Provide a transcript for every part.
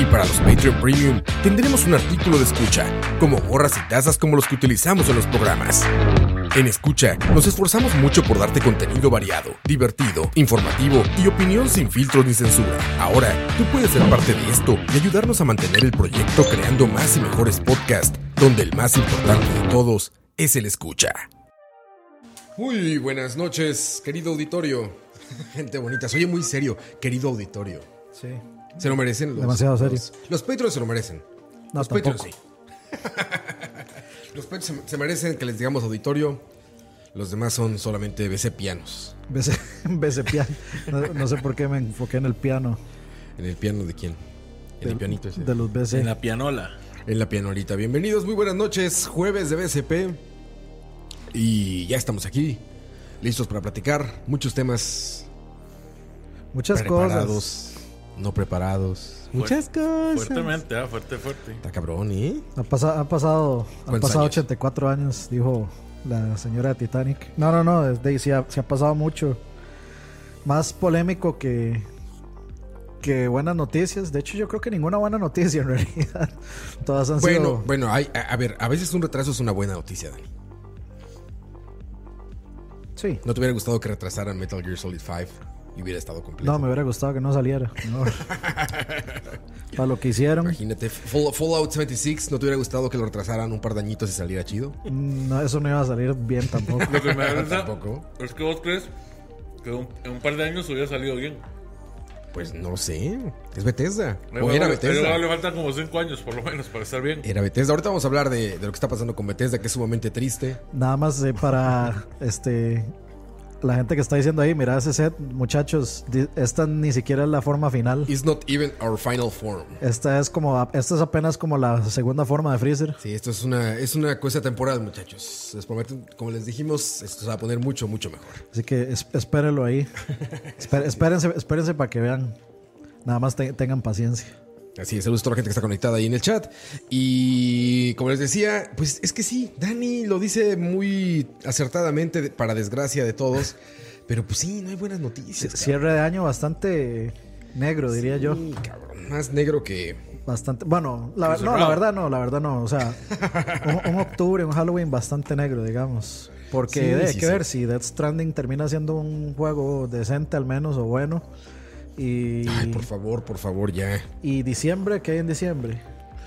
Y para los Patreon Premium tendremos un artículo de escucha, como gorras y tazas como los que utilizamos en los programas. En Escucha nos esforzamos mucho por darte contenido variado, divertido, informativo y opinión sin filtros ni censura. Ahora, tú puedes ser parte de esto y ayudarnos a mantener el proyecto creando más y mejores podcasts, donde el más importante de todos es el Escucha. Muy buenas noches, querido auditorio. Gente bonita, soy muy serio, querido auditorio. Sí. Se lo merecen los. Demasiado serio. Los, los Patreons se lo merecen. No, los tampoco. Patreons sí. los Patreons se, se merecen que les digamos auditorio. Los demás son solamente BC pianos. Bese- bese piano. No, no sé por qué me enfoqué en el piano. ¿En el piano de quién? En el Del- pianito ese. De los BC. En la pianola. En la pianolita. Bienvenidos, muy buenas noches. Jueves de BCP. Y ya estamos aquí. Listos para platicar. Muchos temas. Muchas preparados. cosas. No preparados. Muchas cosas. Fuertemente, ah, fuerte, fuerte. Está cabrón, ¿eh? Ha pasa- ha pasado, han ¿Cuántos pasado años? 84 años, dijo la señora de Titanic. No, no, no. Desde, se, ha, sí ha pasado mucho. Más polémico que, que buenas noticias. De hecho, yo creo que ninguna buena noticia en realidad. Todas han Bueno, sido. bueno, hay- a, a ver, a veces un retraso es una buena noticia, Dani. Sí. ¿No te hubiera gustado que retrasaran Metal Gear Solid 5 y hubiera estado completo? No, me hubiera gustado que no saliera. No. Para lo que hicieron. Imagínate, Fall- Fallout 76, ¿no te hubiera gustado que lo retrasaran un par de añitos y saliera chido? No, eso no iba a salir bien tampoco. Lo que me da risa Tampoco. es que vos crees que un- en un par de años hubiera salido bien. Pues no sé, es Bethesda. Pero O era ahora le Bethesda. faltan como 5 años por lo menos para estar bien. Era Bethesda. Ahorita vamos a hablar de, de lo que está pasando con Bethesda, que es sumamente triste. Nada más eh, para este la gente que está diciendo ahí, mira ese set, muchachos, di- esta ni siquiera es la forma final. It's not even our final form. Esta es como esta es apenas como la segunda forma de Freezer. Sí, esto es una, es una cosa temporal, muchachos. Les prometo, como les dijimos, esto se va a poner mucho, mucho mejor. Así que es- espérenlo ahí. Espé- espérense, espérense para que vean. Nada más te- tengan paciencia. Así es, saludos a toda la gente que está conectada ahí en el chat. Y como les decía, pues es que sí, Dani lo dice muy acertadamente, de- para desgracia de todos. Pero pues sí, no hay buenas noticias. cabrón. Cierre de año bastante negro, diría yo. Sí, cabrón, más negro que. Bastante. Bueno, la, ver- no, la verdad no, la verdad no. O sea, un, un octubre, un Halloween bastante negro, digamos. Porque Sí, eh, hay sí, que sí. ver si Death Stranding termina siendo un juego decente al menos o bueno. Y, Ay, por favor, por favor, ya. y diciembre, ¿qué hay en diciembre?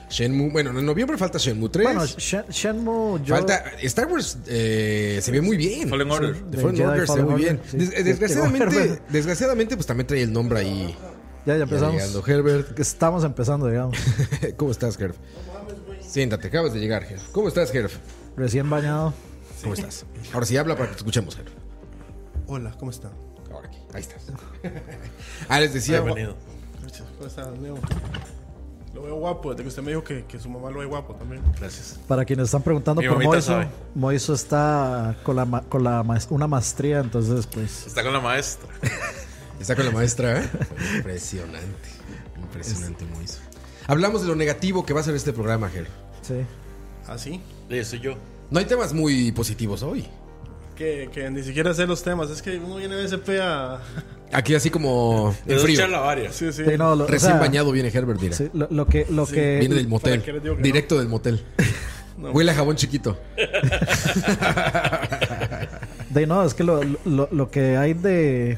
Shenmue. Bueno, en noviembre falta Shenmue 3. Bueno, Shen- Shenmue, yo. falta. Star Wars eh, se ve muy bien. Fallen Order. The de Fallen Jedi Order se ve Fallen muy Order, bien. sí. este Des- eh, desgraciadamente, Herber. desgraciadamente, pues también trae el nombre ahí. Ya, ya Ya empezamos. llegando, Herbert. Estamos empezando, digamos. ¿Cómo estás, Herb? Siéntate, acabas de llegar, Herb. ¿Cómo estás, Herb? Recién bañado. ¿Cómo estás? Ahora sí habla para que te escuchemos, Herb. Hola, ¿cómo está? Ahora aquí, ahí estás. ah, les decía. Bienvenido. Gracias, ¿cómo está, Leo? Lo veo guapo, desde que usted me dijo que, que su mamá lo ve guapo también. Gracias. Para quienes están preguntando Mi por mamita Moiso, sabe. Moiso está con, la, ma- con la, maes- una maestría, entonces, pues. Está con la maestra. Está con la maestra. ¿eh? Impresionante. Impresionante, Moiso. Hablamos de lo negativo que va a ser este programa, Ger. Sí. ¿Ah, sí? Sí, soy yo. No hay temas muy positivos hoy. Que, que ni siquiera sé los temas, es que uno viene de SP a... Aquí así como en Es frío. charla varias. Sí, sí. Sí, no, lo- o Recién sea, bañado viene Herbert, mira. sí, lo, lo que, lo que Viene del ¿para qué les motel. digo que no? Directo del motel. Huele a jabón chiquito. de- no, es que lo, lo- lo que hay de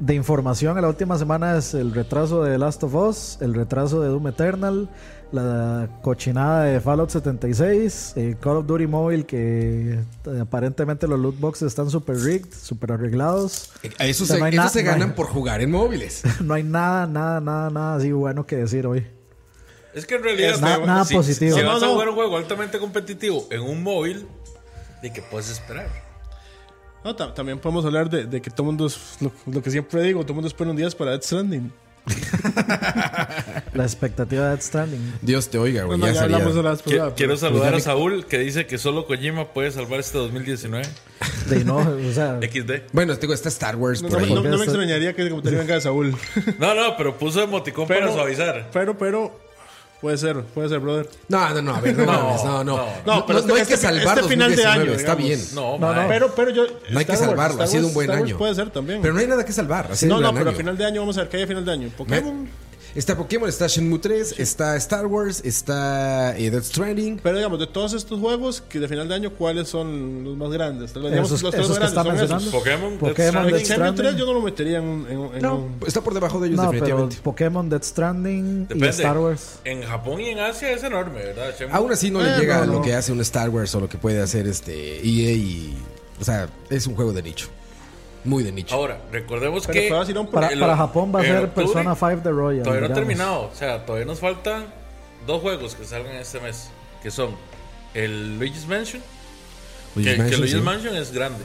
de información en la última semana es el retraso de Last of Us, el retraso de Doom Eternal, la cochinada de Fallout 76, el Call of Duty Mobile que eh, aparentemente los loot boxes están super rigged, super arreglados. A Eso O sea, se, no hay eso na- se no hay- ganan por jugar en móviles. No hay nada, nada, nada, nada así bueno que decir hoy. Es que en realidad. Es na- si- nada si, positivo. Si No, vas a no. jugar un juego altamente competitivo en un móvil, ¿de qué puedes esperar? No, ta- también podemos hablar de, de que todo mundo, es- lo, lo que siempre digo, todo mundo espera un día para Death Stranding. la expectativa de Death Stranding. Dios te oiga, No, güey. no, ya ya sería- hablamos de la vez Pues, Qui- ah, pasada, Quiero pero- saludar a Saúl que dice que solo Kojima puede salvar este 2019. De no, o sea, XD. Bueno, te digo, está Star Wars No, por ahí. no- no me extrañaría que el comentario venga de Saúl. No, no, pero puso emoticón para suavizar. Pero, pero. Puede ser, puede ser, brother. No, no, no, a ver, no, No, mames, no, no. no. No, No, pero no- no este- hay que este- salvar este final de 2019, año, está bien. digamos. No, No, no, no. Pero, pero yo. No hay que salvarlo, ha sido un buen año. Puede ser también. Pero no hay nada que salvar, ha sido no, un no, gran pero a año. final de año vamos a ver qué hay a final de año. Me- Pokémon. Está Pokémon, está Shenmue 3, está Star Wars, está eh, Death Stranding. Pero digamos, de todos estos juegos, que de final de año, ¿cuáles son los más grandes? Tal vez, digamos, esos, los tres esos que grandes está son esos. mencionando. Pokémon, Death Pokémon Stranding. Death En Shenmue 3 Stranding. yo no lo metería en, un- en un- en No, un... está por debajo de ellos No, pero definitivamente. Pokémon, Death Stranding y Depende. Star Wars. En Japón y en Asia es enorme, ¿verdad? Shenmue? Aún así no le Eh, llega no, a lo no. que hace un Star Wars o lo que puede hacer este EA y... O sea, es un juego de nicho. Muy de nicho. Ahora, recordemos Pero que. te vas a ir a un- Para, el- para Japón va a en ser octubre Persona 5 The Royal. Todavía no digamos. he terminado. O sea, todavía nos faltan dos juegos que salgan este mes. Que son el Luigi's Mansion. Luigi's que, que Mansion, Luigi's sí. Mansion es grande.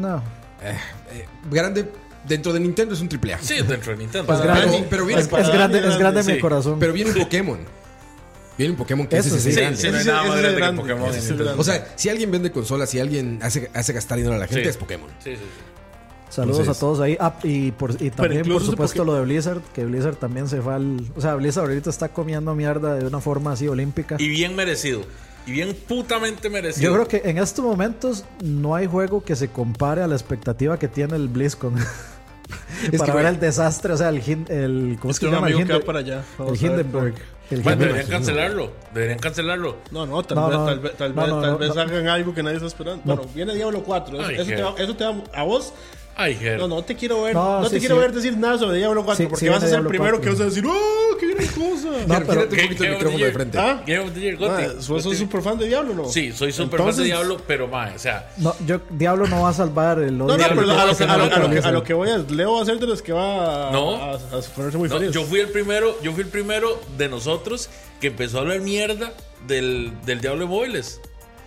No. Eh, eh, grande dentro de Nintendo es un triple A. Sí, dentro de Nintendo. Ah, Pues Pero- grande. grande, pero viene es, para es grande, Dani es grande grande, mi sí. corazón. Pero viene un Pokémon. Viene un Pokémon que Eso es ese sí. grande. Sí, sí, no hay Ese- nada ese más es grande que grande, Pokémon. ese es en Nintendo. O sea, si alguien vende consolas, si alguien hace, hace gastar dinero a la gente, Sí. es Pokémon. Sí, sí, sí. Saludos Entonces- a todos ahí. Ah, y, por, y también, incluso por ese supuesto, Poké- lo de Blizzard, que Blizzard también se fue al. O sea, Blizzard ahorita está comiendo mierda de una forma así olímpica. Y bien merecido. Y bien putamente merecido. Yo creo que en estos momentos no hay juego que se compare a la expectativa que tiene el BlizzCon. que, para ver güey, el desastre, o sea, el. Hin- el ¿Cómo Es es que se que un llama? El, amigo que va Hinde- para allá. el Vamos a ver Hindenburg. El Bueno, Hindenburg. deberían cancelarlo. Deberían cancelarlo. No, no, tal No, vez, no, tal vez, tal no, vez, no, tal no, vez no. hagan algo que nadie está esperando. Bueno, viene Diablo 4. Eso, Ay, eso qué- te va, eso te va a vos. Ay, Ger. No, no te quiero ver. No, No, te sí, quiero sí. ver decir nada sobre Diablo 4 Sí, porque sí, vas a viene ser el Diablo primero que vas 4. a decir, ¡oh, qué gran cosa! Gírate pero- un poquito ¿Qué- el qué micrófono de oye? frente. ¿Ah? Game of the Year, Gotti. Ma, ¿Vos sos súper fan de Diablo no? Sí, soy súper fan de Entonces- Diablo, pero mae, o sea, No, yo, Diablo no va a salvar el No, odio. no, que pero le a lo, que, tiene a, lo, a lo que, Blizzard. a lo que voy es, Leo va a ser de los que va a, No. a- a ponerse muy no, feliz. yo fui el primero, yo fui el primero de nosotros que empezó a hablar mierda del, del Diablo de Móviles.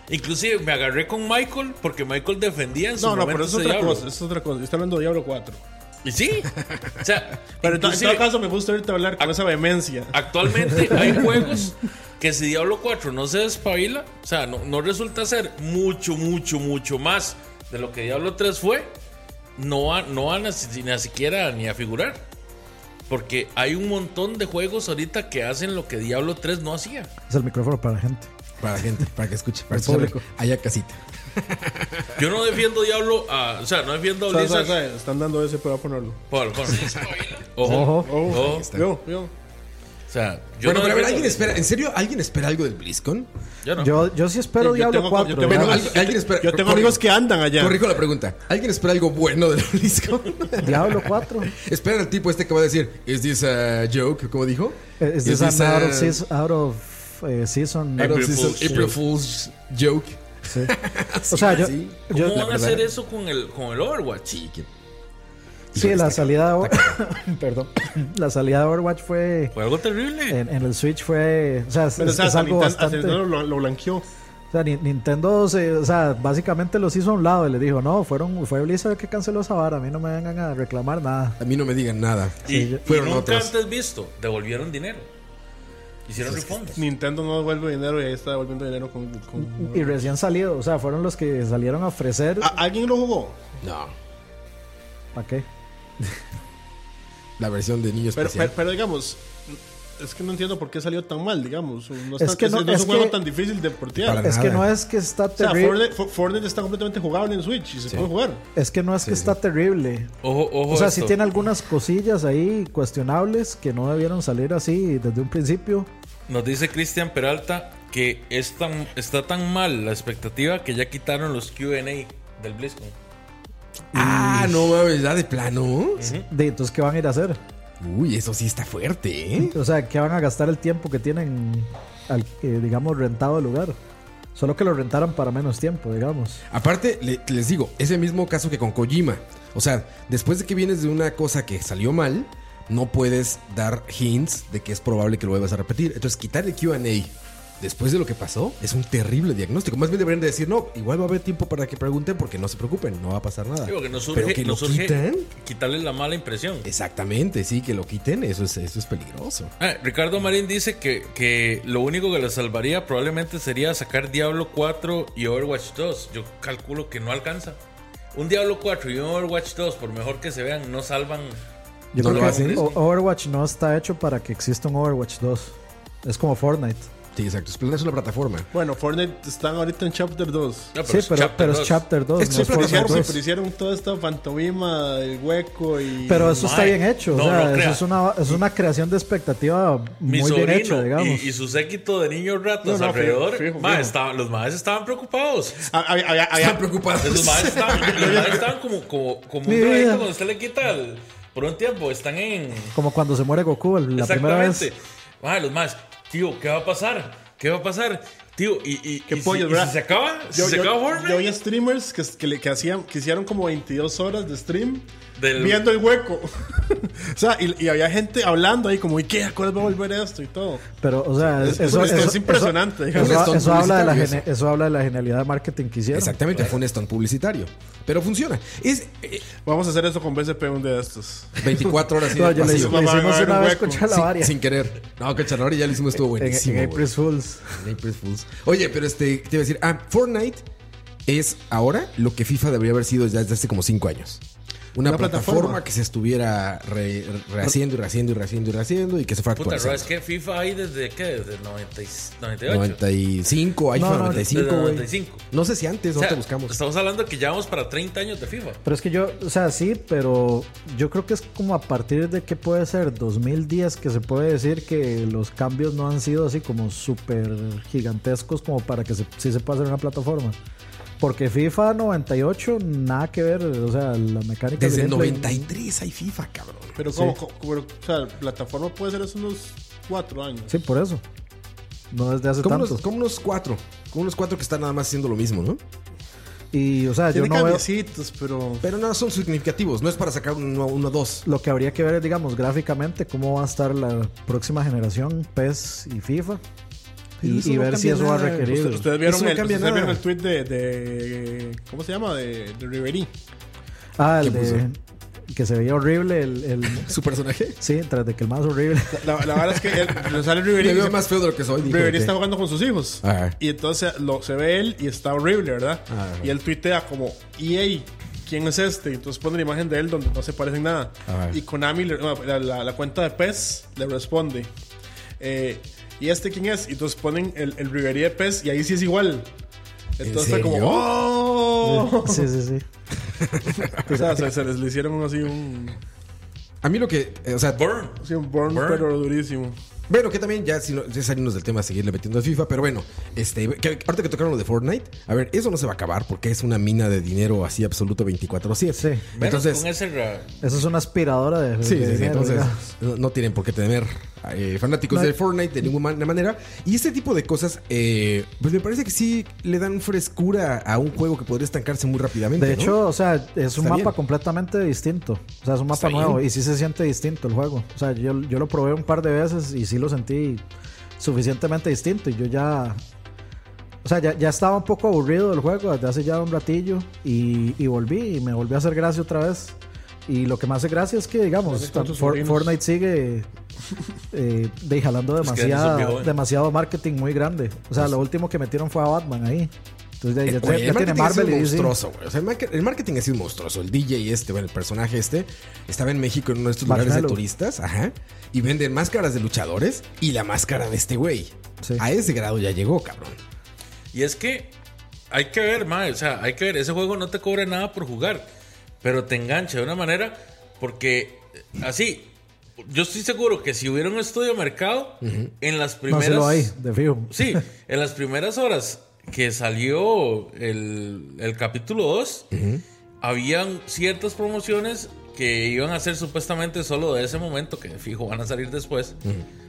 Inclusive me agarré con Michael porque Michael defendía en su no, no, momento pero eso es ese otra Diablo. cosa, eso es otra cosa. Yo estoy hablando de Diablo 4. Y sí, o sea, Pero en to- en inclusive, todo caso me gusta ahorita hablar con esa vehemencia. actualmente hay juegos que si Diablo 4 no se despabila, o sea, no, no resulta ser mucho, mucho, mucho más de lo que Diablo 3 fue, no, va- no van a, si- ni a siquiera ni a figurar. Porque hay un montón de juegos ahorita que hacen lo que Diablo 3 no hacía. Es el micrófono para la gente. Para la gente, para que escuche, para El que escuche público. allá casita. Yo no defiendo Diablo, ah, o sea, no defiendo a ¿Sabes, Blizzard. sabes, sabes? Están dando ese, pero voy a ponerlo. Por, por. Ojo, Ojo. Oh, Ahí está. yo, yo. O sea, yo bueno, pero no a ver, defiendo- ¿alguien espera? ¿En serio alguien espera algo del BlizzCon? Yo no. Yo, yo sí espero Ah. Yo Diablo tengo- yo 4. tengo- ya. Bueno, no, al- yo alguien espera. Yo tengo corrijo- amigos que andan allá. Corrijo la pregunta. ¿Alguien espera algo bueno del BlizzCon? Diablo 4. espera al tipo este que va a decir, ¿Is this a joke? ¿Cómo dijo? "Is Es Eh, this an a- out of season? Out of, eh, season? out of April season- Fool's April Fool's joke? Sí. Así, O sea, yo, así. yo- ¿Cómo la van a hacer verdad. eso con el, con el Overwatch? Sí, que- sí, Híjole, la está- salida de perdón, la salida de Overwatch fue Fue algo terrible. Eh, en, en el Switch fue, o sea, es, Pero es sabes, algo Nintendo- bastante, Nintendo lo, lo blanqueó. o sea, Ni- Nintendo, se- o sea, básicamente los hizo a un lado y le dijo, no, fueron, fue Blizzard que canceló esa vara, a mí no me vengan a reclamar nada. A mí no me digan nada. y, sí, yo- y fueron nunca otros. antes visto, devolvieron dinero. Hicieron refundos. Nintendo no devuelve dinero y ahí está devolviendo dinero con... con- Y recién salido, o sea, fueron los que salieron a ofrecer, ¿A- ¿Alguien lo jugó? No. ¿para qué? La versión de niño Pero, especial. pero- pero digamos, es que no entiendo por qué salió tan mal, digamos. No Es está- que no- es, es es un juego que- tan difícil de portear. Para o Es que nada. no es que está sea, terrible, Fortnite, For- Fortnite está completamente jugable en Switch y se puede jugar. es que no es que está terrible. Ojo, ojo. O sea, esto. sí tiene algunas cosillas ahí cuestionables que no debieron salir así desde un principio. Nos dice Cristian Peralta que es tan- está tan mal la expectativa que ya quitaron los QA del BlizzCon. Ah, no mames, ya de plano. De, entonces, ¿qué van a ir a hacer? Uy, eso sí está fuerte, ¿eh? O sea, ¿qué van a gastar el tiempo que tienen, al, eh, digamos, rentado el lugar? Solo que lo rentaran para menos tiempo, digamos. Aparte, le- les digo, es el mismo caso que con Kojima. O sea, después de que vienes de una cosa que salió mal, no puedes dar hints de que es probable que lo vuelvas a repetir. Entonces, quitar el QA después de lo que pasó, es un terrible diagnóstico. Más bien deberían de decir, no, igual va a haber tiempo para que pregunten porque no se preocupen, no va a pasar Ah, nada. Digo, que nos surge, Pero que nos lo surge quitan. quitarle la mala impresión. Exactamente, sí, que lo quiten, eso es, eso es peligroso. Ah, Ricardo Marín dice que, que lo único que le salvaría probablemente sería sacar Diablo 4 y Overwatch 2. Yo calculo que no alcanza. Un Diablo 4 y un Overwatch 2, por mejor que se vean, no salvan. Yo ¿No creo lo que hacen? O- Overwatch no está hecho para que exista un Overwatch 2. Es como Fortnite. Sí, exacto. Es es una plataforma. Bueno, Fortnite están ahorita en Chapter 2. No, sí, pero, pero es 2. Chapter 2. Es no que es siempre, Fortnite hicieron, 2. siempre hicieron toda esta pantomima, el hueco y. Pero eso está Mae, bien hecho. no, o sea, no eso crea. es una, es una creación de expectativa Mi muy bien sobrino hecha, y- digamos. Y, su séquito de niños ratos No, no, alrededor. fijo, fijo, ma, fijo. estaba- los madres estaban preocupados. Ah, había- había- había- Están preocupados. Los madres estaban, los maes estaban como, como, como Mi un drogadicto vida. cuando usted le quita el- por un tiempo. Están en. Como cuando se muere Goku el- la primera Exactamente. vez. Mae, los más, tío, ¿qué va a pasar? ¿Qué va a pasar? Tío, y, y, Qué y si- pollos, y si, ¿verdad? se acaba, si Yo, se yo- acaba yo Fortnite. vi streamers que, que, le- que hacían, que hicieron como 22 horas de stream Del- viendo el hueco. o sea, y, y había gente hablando ahí como, ¿y qué? ¿A cuál va a volver esto? Y todo. Pero, o sea, Es- eso, es- es eso- impresionante, eso- digamos. eso- Son eso habla de la publicitarios. gene- eso habla de la genialidad de marketing que hicieron. Exactamente, fue un stunt publicitario. Pero funciona. Es eh, Vamos a hacer eso con BCP un día de estos. 24 horas y No, yo le, le vacío. Va, va, va a hicimos haber una un vez hueco. con Chalabaria sin, sin querer. No, que Charlari ya lo hicimos, estuvo en, buenísimo. en güey. April Fools. En April Fools. Oye, pero este, te iba a decir, ah, Fortnite es ahora lo que FIFA debería haber sido ya desde hace como 5 años. Una, Una plataforma, plataforma. que se estuviera re- rehaciendo y rehaciendo y rehaciendo y rehaciendo y que se fuera Puta, Ro, es actualizando. que FIFA hay desde qué? Desde 90 y- 98. 95, iPhone No, no, 95, desde güey. 95. No sé si antes, O sea, ahorita buscamos. Estamos hablando que ya vamos para 30 años de FIFA. Pero es que yo, o sea, sí, pero yo creo que es como a partir de que puede ser 2010 que se puede decir que los cambios no han sido así como súper gigantescos como para que se, sí se pueda hacer una plataforma. Porque FIFA 98, nada que ver, o sea, la mecánica... Desde del el gameplay- 93 hay FIFA, cabrón. Pero, como, o sea, la plataforma puede ser hace unos 4 años. Sí, por eso. No desde hace Como tanto. unos, como unos cuatro. Como unos cuatro que están nada más haciendo lo mismo, ¿no? Y, o sea, yo Tiene no veo... cambiecitos, pero. Pero no son significativos. No es para sacar uno, uno dos. Lo que habría que ver es, digamos, gráficamente cómo va a estar la próxima generación PES y FIFA. Pero Y, eso y no ver si cambia eso va a nada. requerir... Usted- Ustedes vieron, Eso no el, cambia ustedes vieron nada. el tweet de, de- ¿Cómo se llama? De, de Ribery. Ah, el ¿Qué de. Que se veía horrible el. el- Su personaje. sí, tras de que el más horrible. La, la verdad es que él, le sale Ribery. Me y veo dice, más feo de lo que soy. dijo, Ribery ok. está jugando con sus hijos. Ajá. Y entonces lo, se ve él y está horrible, ¿verdad? Ajá. Y él tuitea como EA. ¿Quién es este? Y Entonces pone la imagen de él donde no se parecen nada. Ajá. Y Konami, le- no, la, la- la cuenta de PES, le responde. eh, ¿Y este quién es? Y entonces ponen el, el Ribery de PES y ahí sí es igual. Entonces fue como... serio? ¡Oh! Sí, sí, sí. O sea, se, se les le hicieron así un. A mí lo que. eh, O sea, Burn. Así un burn, Burn. pero durísimo. bueno, que también ya, si no- ya salimos del tema, seguirle metiendo a FIFA. Pero bueno, este, que- que ahorita que tocaron lo de Fortnite, a ver, eso no se va a acabar porque es una mina de dinero así absoluto 24-7. Sí. Menos Entonces. con ese ra- Eso es una aspiradora de. Sí, sí, de sí, dinero, entonces digamos. no, no tienen por qué temer eh, fanáticos No. de Fortnite de ninguna man- manera. Y este tipo de cosas, eh, pues me parece que sí le dan frescura a un juego que podría estancarse muy rápidamente. De ¿no? hecho, o sea, es un Está mapa bien. completamente distinto. O sea, es un Está mapa nuevo bien. y sí se siente distinto el juego. O sea, yo, yo lo probé un par de veces y sí lo sentí suficientemente distinto. Y yo ya. O sea, ya, ya estaba un poco aburrido del juego desde hace ya un ratillo y, y volví y me volvió a hacer gracia otra vez. Y lo que me hace gracia es que, digamos, Hace con tus For- sobrinos. Fortnite sigue eh, de, jalando Es que Dani es un demasiada- viejo, eh. demasiado marketing muy grande. O sea, lo último que metieron fue a Batman ahí. Entonces, ya, ya Eh, tiene- oye, ya el tiene marketing ha sido Marvel y DC. monstruoso, güey. O sea, el, market- el marketing ha sido monstruoso. El DJ este, bueno, el personaje este, estaba en México en uno de estos lugares de Marshmallow. turistas, ajá, y venden máscaras de luchadores y la máscara de este güey. Sí. A ese grado ya llegó, cabrón. Y es que hay que ver, mae, o sea, hay que ver, ese juego no te cobra nada por jugar, pero te engancha de una manera porque eh, así, yo estoy seguro que si hubiera un estudio de mercado, en las No primeras... se lo hay, de fijo. Sí, en las primeras horas que salió el, el capítulo 2, habían ciertas promociones que iban a ser supuestamente solo de ese momento, que fijo van a salir después,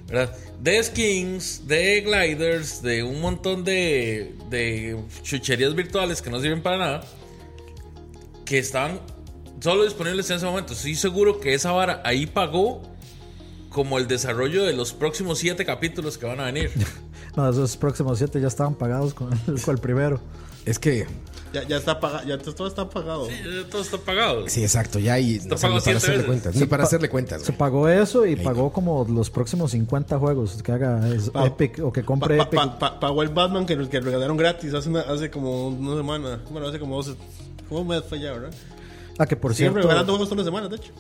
¿verdad? De skins, de gliders, de un montón de, de chucherías virtuales que no sirven para nada, que estaban solo disponibles en ese momento. Estoy seguro que esa vara ahí pagó como el desarrollo de los próximos siete capítulos que van a venir. No, esos próximos siete ya estaban pagados con el, con el primero. Es que, Ya, ya está pagado, ya todo está pagado. Sí, ya todo está pagado. sí, exacto, ya y o sea, pagado ni para siete hacerle veces. cuentas. Ni para hacerle cuentas. Se güey. pagó eso y pagó como los próximos 50 juegos que haga es- Pa- Epic o que Pa- compre pa- Epic. pa- pa- pagó el Batman que, que regalaron gratis hace, una- hace como una semana. Bueno, hace como dos. ¿Cómo me fue ya, verdad? Ah, que por Siguen cierto, regalando juegos todas las semanas, de hecho.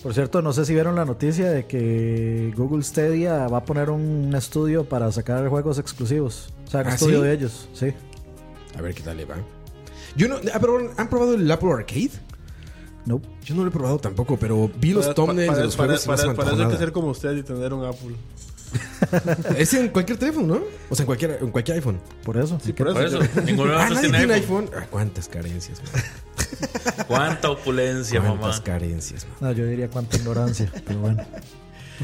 por cierto, no sé si vieron la noticia de que Google Stadia va a poner un estudio para sacar juegos exclusivos. O sea, un ¿Ah, estudio sí? de ellos, sí. A ver qué tal le va. Yo no, ah, pero, ¿Han probado el Apple Arcade? Nope. Yo no lo he probado tampoco, pero vi los Para- thumbnails para- de los para- juegos y no se para- me para antojó eso hay que nada. ser como ustedes y tener un Apple. Es en cualquier teléfono, ¿no? O sea, en cualquier, en cualquier iPhone. Por eso. Sí, por Por eso. eso, yo- ninguno de Ah, nosotros nadie tiene tiene iPhone. iPhone. Ah, cuántas carencias, man. Cuánta opulencia, Cuántas mamá. carencias, man. No, yo diría cuánta ignorancia, pero bueno.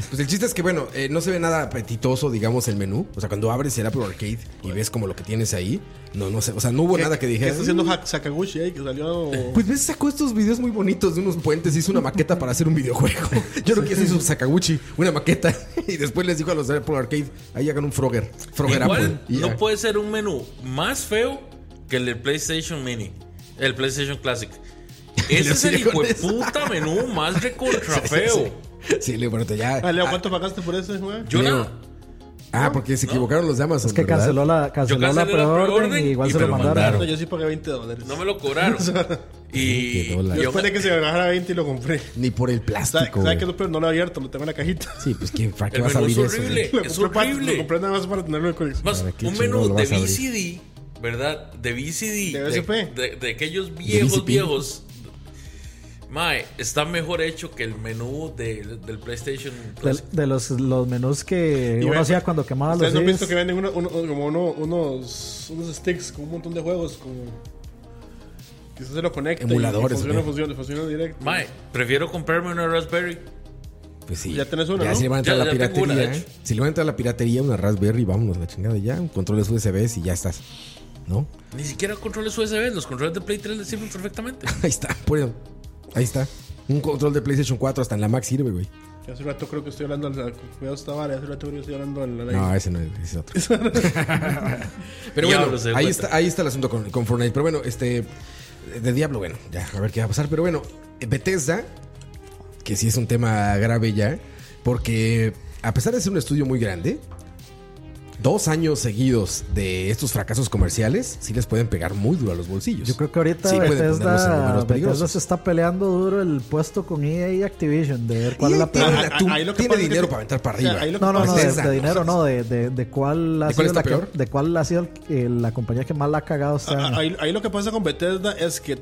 Pues el chiste es que, bueno, eh, no se ve nada apetitoso, digamos, el menú. O sea, cuando abres el Apple Arcade y ves como lo que tienes ahí, no, no sé. O sea, no hubo nada que ¿Qué dijera. está haciendo Hak- Sakaguchi ahí? Que salió. Pues ves, sacó estos videos muy bonitos de unos puentes, hizo una maqueta para hacer un videojuego. Yo creo que eso hizo Sakaguchi, una maqueta. Y después les dijo a los de Apple Arcade, ahí hagan un Frogger. Frogger Apple. Igual Y ya. no puede ser un menú más feo que el del PlayStation Mini, el PlayStation Classic. Ese es el sigue hijo con de eso. puta menú más recontra Sí, feo. Sí, sí, Leo, pero te- ya. Ah, Leo, ah, ¿cuánto pagaste por ese, güey? Yo Leo. nada. Ah, porque se equivocaron los de Amazon. Es que ¿verdad? canceló la, canceló la cancelé la preorden preorden y igual y se me lo lo mandaron. mandaron. No, yo sí pagué 20 dólares. No me lo cobraron. Y Qué dólar. y Yo después aunque- de que se me bajara 20 y lo compré. Ni por el ¿Sabes plástico. sabe qué güey. es lo peor? No lo he abierto, lo tengo en la cajita. Sí, pues ¿quién, ¿para qué El vas a menú abrir es eso? horrible. güey? Lo Es compré para- horrible. Lo compré nada más para tenerlo de colección. Más, Para qué un chingado menú lo de vas a abrir. VCD, ¿verdad? De VCD. ¿De BCP? de- de aquellos viejos, VCP. viejos. Mae, está mejor hecho que el menú de- del PlayStation De, Classic. de los, los menús que Pues- Y uno ve- hacía cuando quemaba los Ustedes han CDs. visto que venden uno- uno- como uno- unos, unos sticks con un montón de juegos. Como... Que usted se lo conecta. y- Emuladores, Y funciona, güey. funciona, funciona directo. Mae, prefiero comprarme una Raspberry. Pues sí. Ya tenés una, Ya ¿no? si le van a entrar Ya- a la ya tengo una, de piratería. hecho. Si le van a entrar a la piratería, una Raspberry, vámonos, la chingada ya. Un controles USB y ya estás. ¿No? Ni siquiera controles USB, los controles de Play 3 le sirven perfectamente. Ahí está, bueno. Ahí está. Un control de PlayStation 4 hasta en la Mac sirve, güey. Hace rato creo que estoy hablando al. Cuidado, esta vara. Hace rato creo que estoy hablando al. al- No, ese no es, ese es otro. Pero Ya bueno, hablo, se ahí cuenta. está, ahí está el asunto con, con Fortnite. Pero bueno, este. De Diablo, bueno, ya, a ver qué va a pasar. Pero bueno, eh, Bethesda, que sí es un tema grave ya, porque a pesar de ser un estudio muy grande, dos años seguidos de estos fracasos comerciales sí les pueden pegar muy duro a los bolsillos. Yo creo que ahorita Sí pueden ponerlos en Bethesda, números Bethesda peligrosos. se está peleando duro el puesto con EA y Activision de ver cuál es EA la tiene, peor. Ah, ah, tú- ahí lo que tiene pasa es que dinero te- para aventar para o sea, arriba. ahí lo que No, no, no, de, Bethesda, de dinero o sea, no, de, de, de cuál ha ¿De cuál está sido la que- peor? de cuál ha sido eh, la compañía que más la ha cagado este Ah, año. ah, Ahí, ahí lo que pasa con Bethesda es que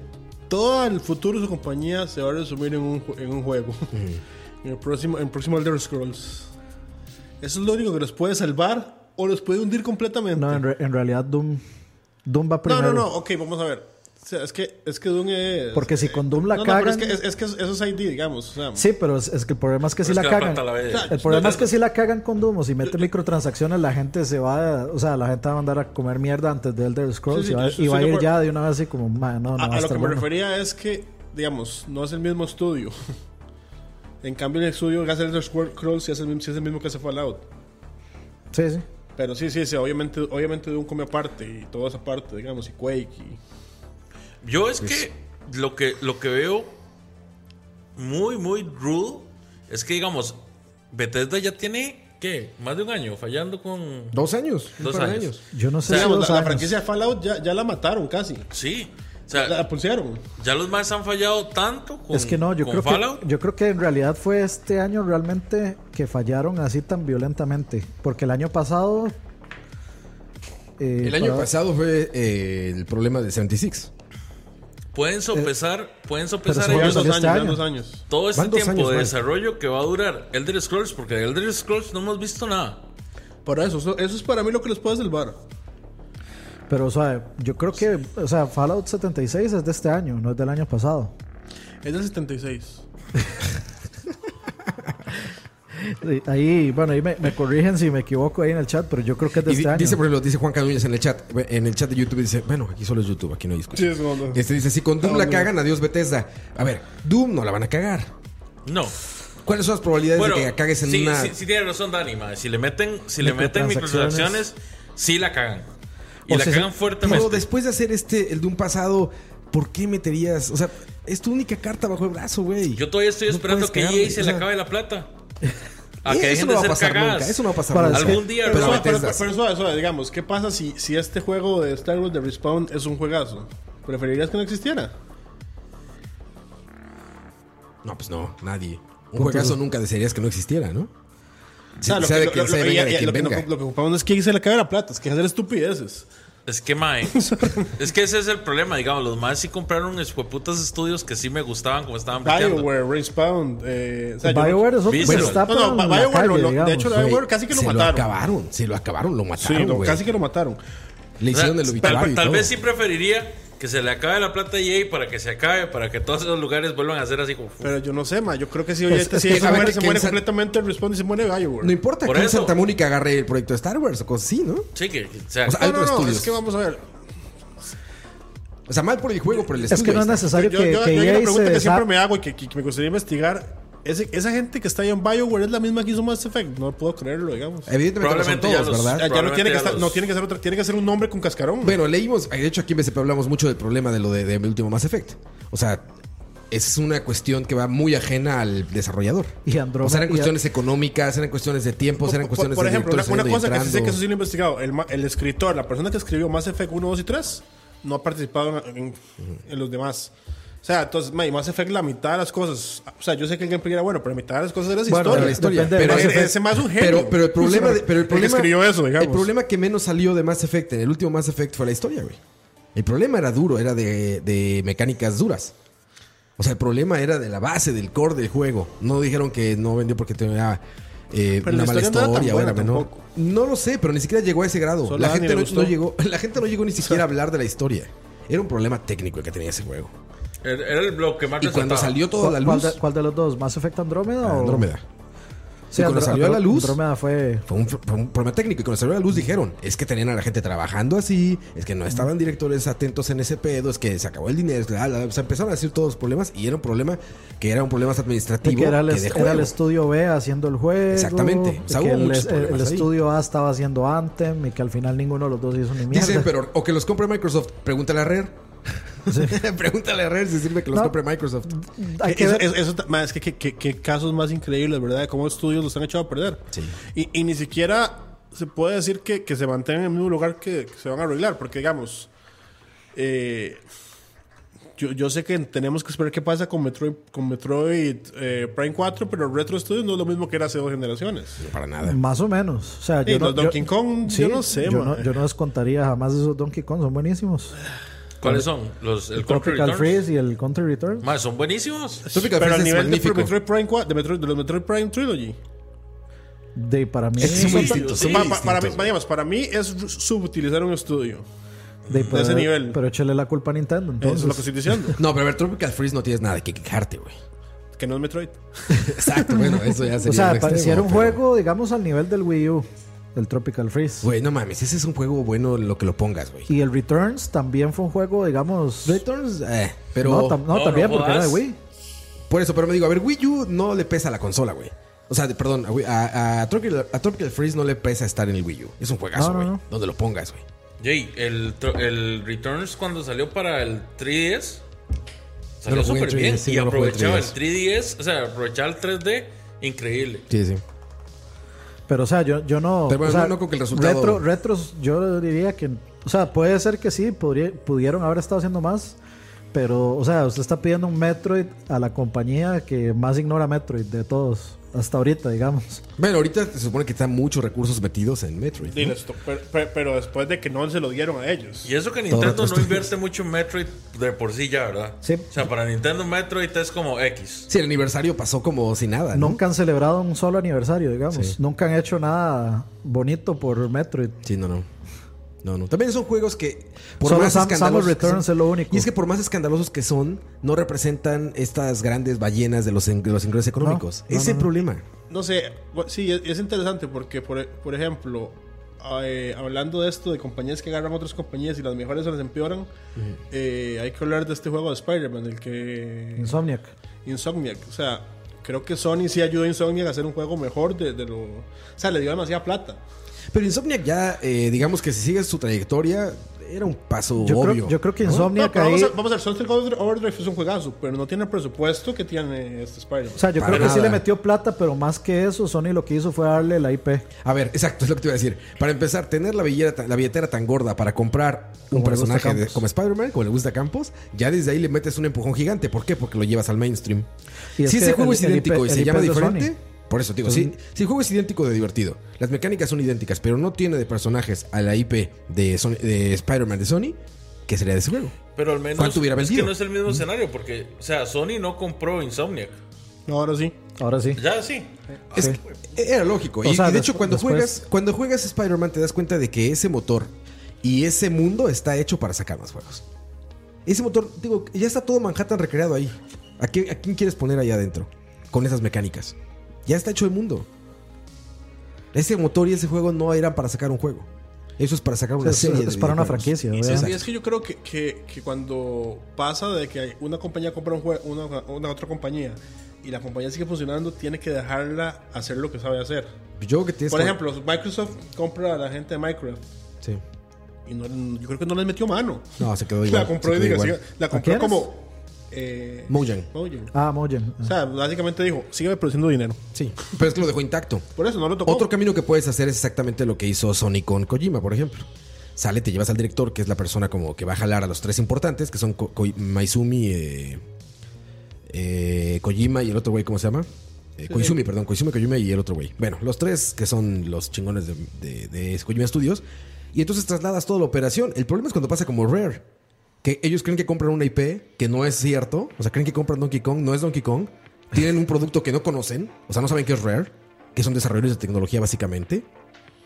todo el futuro de su compañía se va a resumir en un, ju- en un juego. en, el próximo, en el próximo Elder Scrolls. Eso es lo único que los puede salvar o los puede hundir completamente. No, No, en, re- en realidad Doom, Doom va no, primero. no, Ok, vamos a ver. O sea, es que, es que Doom es. Porque si con Doom la no, no, pero cagan- es que, es, es que eso es ID, digamos. O sea, Sí, pero es, es que el problema es que si la Pero es que la cagan. plata la ve. el problema es que si la cagan con Doom o si mete microtransacciones, la gente se va, o sea, la gente va a mandar a comer mierda antes de Elder Scrolls Sí, sí, y va, yo estoy y va a de ir acuerdo. ya de una vez así como, "Ma, no, no, va a, a a lo que estar me bueno". refería es que, digamos, no es el mismo estudio. en cambio, el estudio que hace Elder Scrolls sí es el mismo, sí es el mismo que hace Fallout. Sí, sí. Pero sí, sí, sí, obviamente, obviamente de un come aparte y toda esa parte, digamos, y Quake y... Yo es que lo que lo que veo muy muy rude es que digamos Bethesda ya tiene qué más de un año fallando con Dos años. un dos par de años. Yo no sé. O sea, si Digamos, dos la, la años. franquicia de Fallout ya, ya la mataron casi. Sí, o La, sea, la pulsearon. ya los más han fallado tanto con Es que no, yo con creo Fallout. que yo creo que en realidad fue este año realmente que fallaron así tan violentamente, porque el año pasado eh, El año para- pasado fue eh, el problema de 76. pueden sopesar, pueden sopesar se Ya Pero ellos dos salió años, este ya año. dos años. todo este van dos tiempo años, de man. desarrollo que va a durar Elder Scrolls porque de Elder Scrolls no hemos visto nada. Por eso, eso, eso es para mí lo que los puede salvar. Pero o sea, yo creo que, o sea, Fallout 76 es de este año, no es del año pasado. Es del 76. Eh, Ahí, bueno, ahí me, me corrigen si me equivoco ahí en el chat, pero yo creo que es de Y este di- año. dice, por ejemplo, dice Juan Caduñas en el chat, en el chat de YouTube dice, bueno, aquí solo es YouTube, aquí no hay Sí, discusión. es como- Este dice, si con Doom No, la no. cagan, adiós Bethesda. A ver, Doom no la van a cagar. No. ¿Cuáles son las probabilidades de que la cagues en sí, una sí, sí tiene razón Dani, ma. Si le meten, si le meten Microtransacciones. microtransacciones, sí la cagan. Y O la sea, cagan Pero fuertemente. después de hacer este, el de un pasado, ¿por qué meterías? O sea, es tu única carta bajo el brazo, güey. Yo todavía estoy No esperando puedes que cagarle, EA se o le sea, acabe la plata. A eso que dejen no de va a ser pasar cagadas. nunca, eso no va a pasar Para- nunca. Algún día, Pero, Pero suave, pero, Bethesda. pero suave, suave, digamos, ¿qué pasa si, si este juego de Star Wars de Respawn es un juegazo? ¿Preferirías que no existiera? No, pues no, nadie. Un juegazo nunca desearías que no existiera, ¿no? O sea, Sí, lo sabe que- quién lo- se lo- venga ya- de ya- quien lo que venga. nos- lo que ocupamos no es que se le cabe la plata, es que hacer estupideces. Es que, mae, es que ese es el problema, digamos. Los maes sí compraron escueputas estudios que sí me gustaban como estaban piteando. BioWare, Respawn. Eh, o sea, yo no- BioWare es otro Blizzard. que está No, no, por la BioWare calle, lo- lo- de digamos. hecho, Güey, BioWare casi que lo se mataron. Lo acabaron, se lo acabaron, lo Sí, mataron. no, güey. casi que lo mataron. Le O sea, hicieron el tal, obituario. y tal todo. vez sí preferiría que se le acabe la plata a EA para que se acabe, para que todos esos lugares vuelvan a ser así como. Pero yo no sé, ma, yo creo que si Es- oye, Pues es si que eso a ver, muere, que se muere en San- completamente Respawn y se muere BioWare. No importa Por que en eso. Santa Mónica agarre el proyecto de Star Wars o cosas así, ¿no? sí, que, o sea, O sea, Alto No, no, no, Estudios. es que vamos a ver. O sea, mal por el juego, por el estudio. Es que no es ahí está. necesario yo, que, yo- que yo hay EA una se pregunta que siempre desa- me hago y que, que- que me gustaría investigar. Ese- esa gente que está ahí en BioWare es la misma que hizo Mass Effect. No puedo creerlo, digamos. Evidentemente no son Probablemente ya todos, los- ¿verdad? Ya, ya no tiene probablemente que ya estar, los- no tiene que ser otra, tiene que ser un nombre con cascarón. Bueno, leímos, de hecho aquí en BCP hablamos mucho del problema de lo de, de último Mass Effect. O sea, es una cuestión que va muy ajena al desarrollador. Y Andrómeda- O sea, eran y- cuestiones económicas, eran cuestiones de tiempos, eran Por- cuestiones por pues, de ejemplo, una, directores saliendo una cosa y que sí sé que entrando. eso sí lo he investigado, el, ma- el escritor, la persona que escribió Mass Effect 1, 2 y 3, no ha participado en, en- en los demás. O sea, entonces, ma, y Mass Effect la mitad de las cosas, o sea, yo sé que el gameplay era bueno, pero la mitad de las cosas era esa Bueno, Pero la historia. historia. Depende de pero, Mass ese- Effect. Ese más un genio. pero, pero el problema, de- pero el El que problema, escribió eso, digamos. el problema que menos salió de Mass Effect en el último Mass Effect fue la historia, güey. El problema era duro, era de, de mecánicas duras. O sea, el problema era de la base, del core del juego. No dijeron que no vendió porque tenía eh, Pero una la mala historia no era tan historia o era buena menor. tampoco. No lo sé, pero ni siquiera llegó a ese grado. Solo la a Dani gente no, le gustó. no llegó, la gente no llegó ni siquiera a hablar de la historia. Era un problema técnico el que tenía ese juego. er, era era el bloque que más Y cuando resaltaba. salió todo a la ¿Cuál, cuál luz, Ah, de, cuál de los dos? ¿Mass Effect Andrómeda o...? Andrómeda. Sí, Y cuando Andro- salió a la luz- Andrómeda fue... Fue un, fue un problema técnico y cuando salió a la luz dijeron, es que tenían a la gente trabajando así, es que no estaban directores atentos en ese pedo, es que se acabó el dinero, es que, ah, la- o sea, empezaron a decir todos los problemas y era un problema que era un problema de administrativo. que era el, que est- de era el juego. estudio B haciendo el juego. Exactamente. O sea, de que hubo el, muchos el- el problemas ahí. estudio A estaba haciendo Anthem y que al final ninguno de los dos hizo ni mierda. Dicen, pero o que los compre Microsoft, pregúntale a Rare. pregúntale a Rare si sirve que los No. compre Microsoft. Hay que eso, ver- eso- eso ta- ma, es que, que- que- que casos más increíbles, ¿verdad? De cómo estudios los han echado a perder. Sí. Y, y ni siquiera se puede decir que, que se mantengan en el mismo lugar que, que se van a arreglar, porque digamos, eh, yo, yo sé que tenemos que esperar qué pasa con Metroid, con Metroid eh, Prime 4, pero Retro Studios no es lo mismo que era hace dos generaciones. No, para nada. Más o menos. O sea, Y yo no, los yo- Donkey Kong, sí, yo no sé, yo ma. no, yo no descontaría jamás esos Donkey Kong, son buenísimos. ¿Cuáles son? Los, el, El Country Tropical Returns. Freeze y el Country Returns. Mae, son buenísimos. Tropical Freeze pero al es nivel de, magnífico. Metroid Prime 4, de, Metroid, de los Metroid Prime Trilogy. De para mí, Es que son muy Sí, distintos. sí. son muy Pa- pa- para, mí, distintos. digamos, para mí es subutilizar un estudio. de, pero- ese nivel. Pero échale la culpa a Nintendo. Eso es Entonces, lo que estoy diciendo. No, pero a ver, Tropical Freeze no tienes nada que quejarte, güey. que no es Metroid. Exacto, bueno, eso ya sería o sea, un extremo, pareciera un pero- juego, digamos, al nivel del Wii U, el Tropical Freeze. Güey, no mames, ese es un juego bueno lo que lo pongas, güey. Y el Returns también fue un juego, digamos. Returns, eh, pero no, tam- no, No, también, no porque era de jodas. Wii. por eso, pero me digo, a ver, Wii U no le pesa a la consola, güey. O sea, de- perdón, a, Wii- a, a Tropical, a Tropical Freeze no le pesa estar en el Wii U. Es un juegazo, No, no, güey. no. Donde lo pongas, güey. Jay, el, tro- el Returns cuando salió para el 3DS No salió lo jugué en súper bien 3DS, sí, y no lo jugué en aprovechaba el 3DS, o sea, aprovechaba el 3D, increíble. Sí, sí. Pero, o sea, yo, yo no. Pero bueno, o sea, no, no creo que el resultado- Retro, retros, yo diría que. O sea, puede ser que sí, podría- pudieron haber estado haciendo más. Pero, o sea, usted está pidiendo un Metroid a la compañía que más ignora Metroid de todos. Hasta ahorita, digamos. Bueno, ahorita se supone que están muchos recursos metidos en Metroid. Y ¿no? les to- per- per- pero, después de que no se lo dieron a ellos. Y eso que Nintendo Todo no invierte mucho en Metroid de por sí ya, ¿verdad? Sí. O sea, para Nintendo Metroid es como X. Sí, el aniversario pasó como si nada, ¿no? Nunca han celebrado un solo aniversario, digamos. Nunca han hecho nada bonito por Metroid. Sí, no, no. No, no. También son juegos que por Solo más Sam- Samus escandalosos que Returns son- es lo único. Y es que por más escandalosos que son, no representan estas grandes ballenas de los, en- de los ingresos económicos. no, Ese no, no. problema. No sé, bu- sí, es, es interesante porque, por, e- por ejemplo, eh, hablando de esto, de compañías que agarran otras compañías y las mejores se las empeoran, eh, hay que hablar de este juego de Spider-Man, el que... Insomniac. Insomniac. O sea, creo que Sony sí ayudó a Insomniac a hacer un juego mejor de, de lo... O sea, le dio demasiada plata. Pero Insomniac ya, eh, digamos que si sigues su trayectoria, era un paso Yo obvio. creo, yo creo que No, Insomniac pero ahí. vamos, a, vamos a ver, Sunset Overdrive es un juegazo, pero no tiene el presupuesto que tiene este Spider-Man. O sea, yo Para creo que sí nada. le metió plata, pero más que eso, Sony lo que hizo fue darle la IP. A ver, exacto, es lo que te iba a decir. Para empezar, tener la, billetera, tan- la billetera tan gorda para comprar un Como le gusta personaje de- Campos. como Spider-Man, como le gusta a Campos, ya desde ahí le metes un empujón gigante. ¿Por qué? Porque lo llevas al mainstream. Y es si que ese juego el- es el idéntico y IP se el llama IP es de diferente, Sony. Pues por eso te digo, si, si el juego es idéntico de divertido, las mecánicas son idénticas, pero no tiene de personajes a la IP de, Sony- de Spider-Man de Sony, ¿qué sería de ese juego? Pero al menos ¿Cuánto hubiera es que vendido? no es el mismo escenario porque, o sea, Sony no compró Insomniac. No, ahora sí. Ahora sí. Ya sí. Es- Sí. era lógico. O Y, sea, y de hecho, despu- cuando después- juegas, cuando juegas Spider-Man, te das cuenta de que ese motor y ese mundo está hecho para sacar más juegos. Ese motor, digo, ya está todo Manhattan recreado ahí. ¿A quién, a quién quieres poner allá adentro? Con esas mecánicas. Ya está hecho el mundo. Ese motor y ese juego no eran para sacar un juego. Eso es para sacar una Es- serie. es de para una videojuegos. franquicia, Sí, ¿verdad? es que yo creo que, que- que cuando pasa de que una compañía compra un jue- una, una otra compañía y la compañía sigue funcionando, tiene que dejarla hacer lo que sabe hacer. Yo que tienes Por que- ejemplo, Microsoft compra a la gente de Minecraft Sí. y no- yo creo que no les metió mano. No, se quedó igual. La compró, se y quedó diga, igual. siga- quién la compró es? como eh, Mojang. Mojang. Ah, Mojen. O sea, básicamente dijo, sígueme produciendo dinero. Sí. Pero es que lo dejó intacto. Por eso no lo tocó. Otro camino que puedes hacer es exactamente lo que hizo Sony con Kojima, por ejemplo. Sale, te llevas al director, que es la persona como que va a jalar a los tres importantes, que son Ko- Ko- Maizumi, eh, eh, Kojima y el otro güey, ¿cómo se llama? Eh, Koizumi, perdón, Koizumi, Kojima y el otro güey. Bueno, los tres que son los chingones de, de- de Kojima Studios. Y entonces trasladas toda la operación. El problema es cuando pasa como Rare, que ellos creen que compran una IP que no es cierto. O sea, creen que compran Donkey Kong, no es Donkey Kong. Tienen un producto que no conocen, o sea, no saben qué es Rare, que son desarrolladores de tecnología básicamente,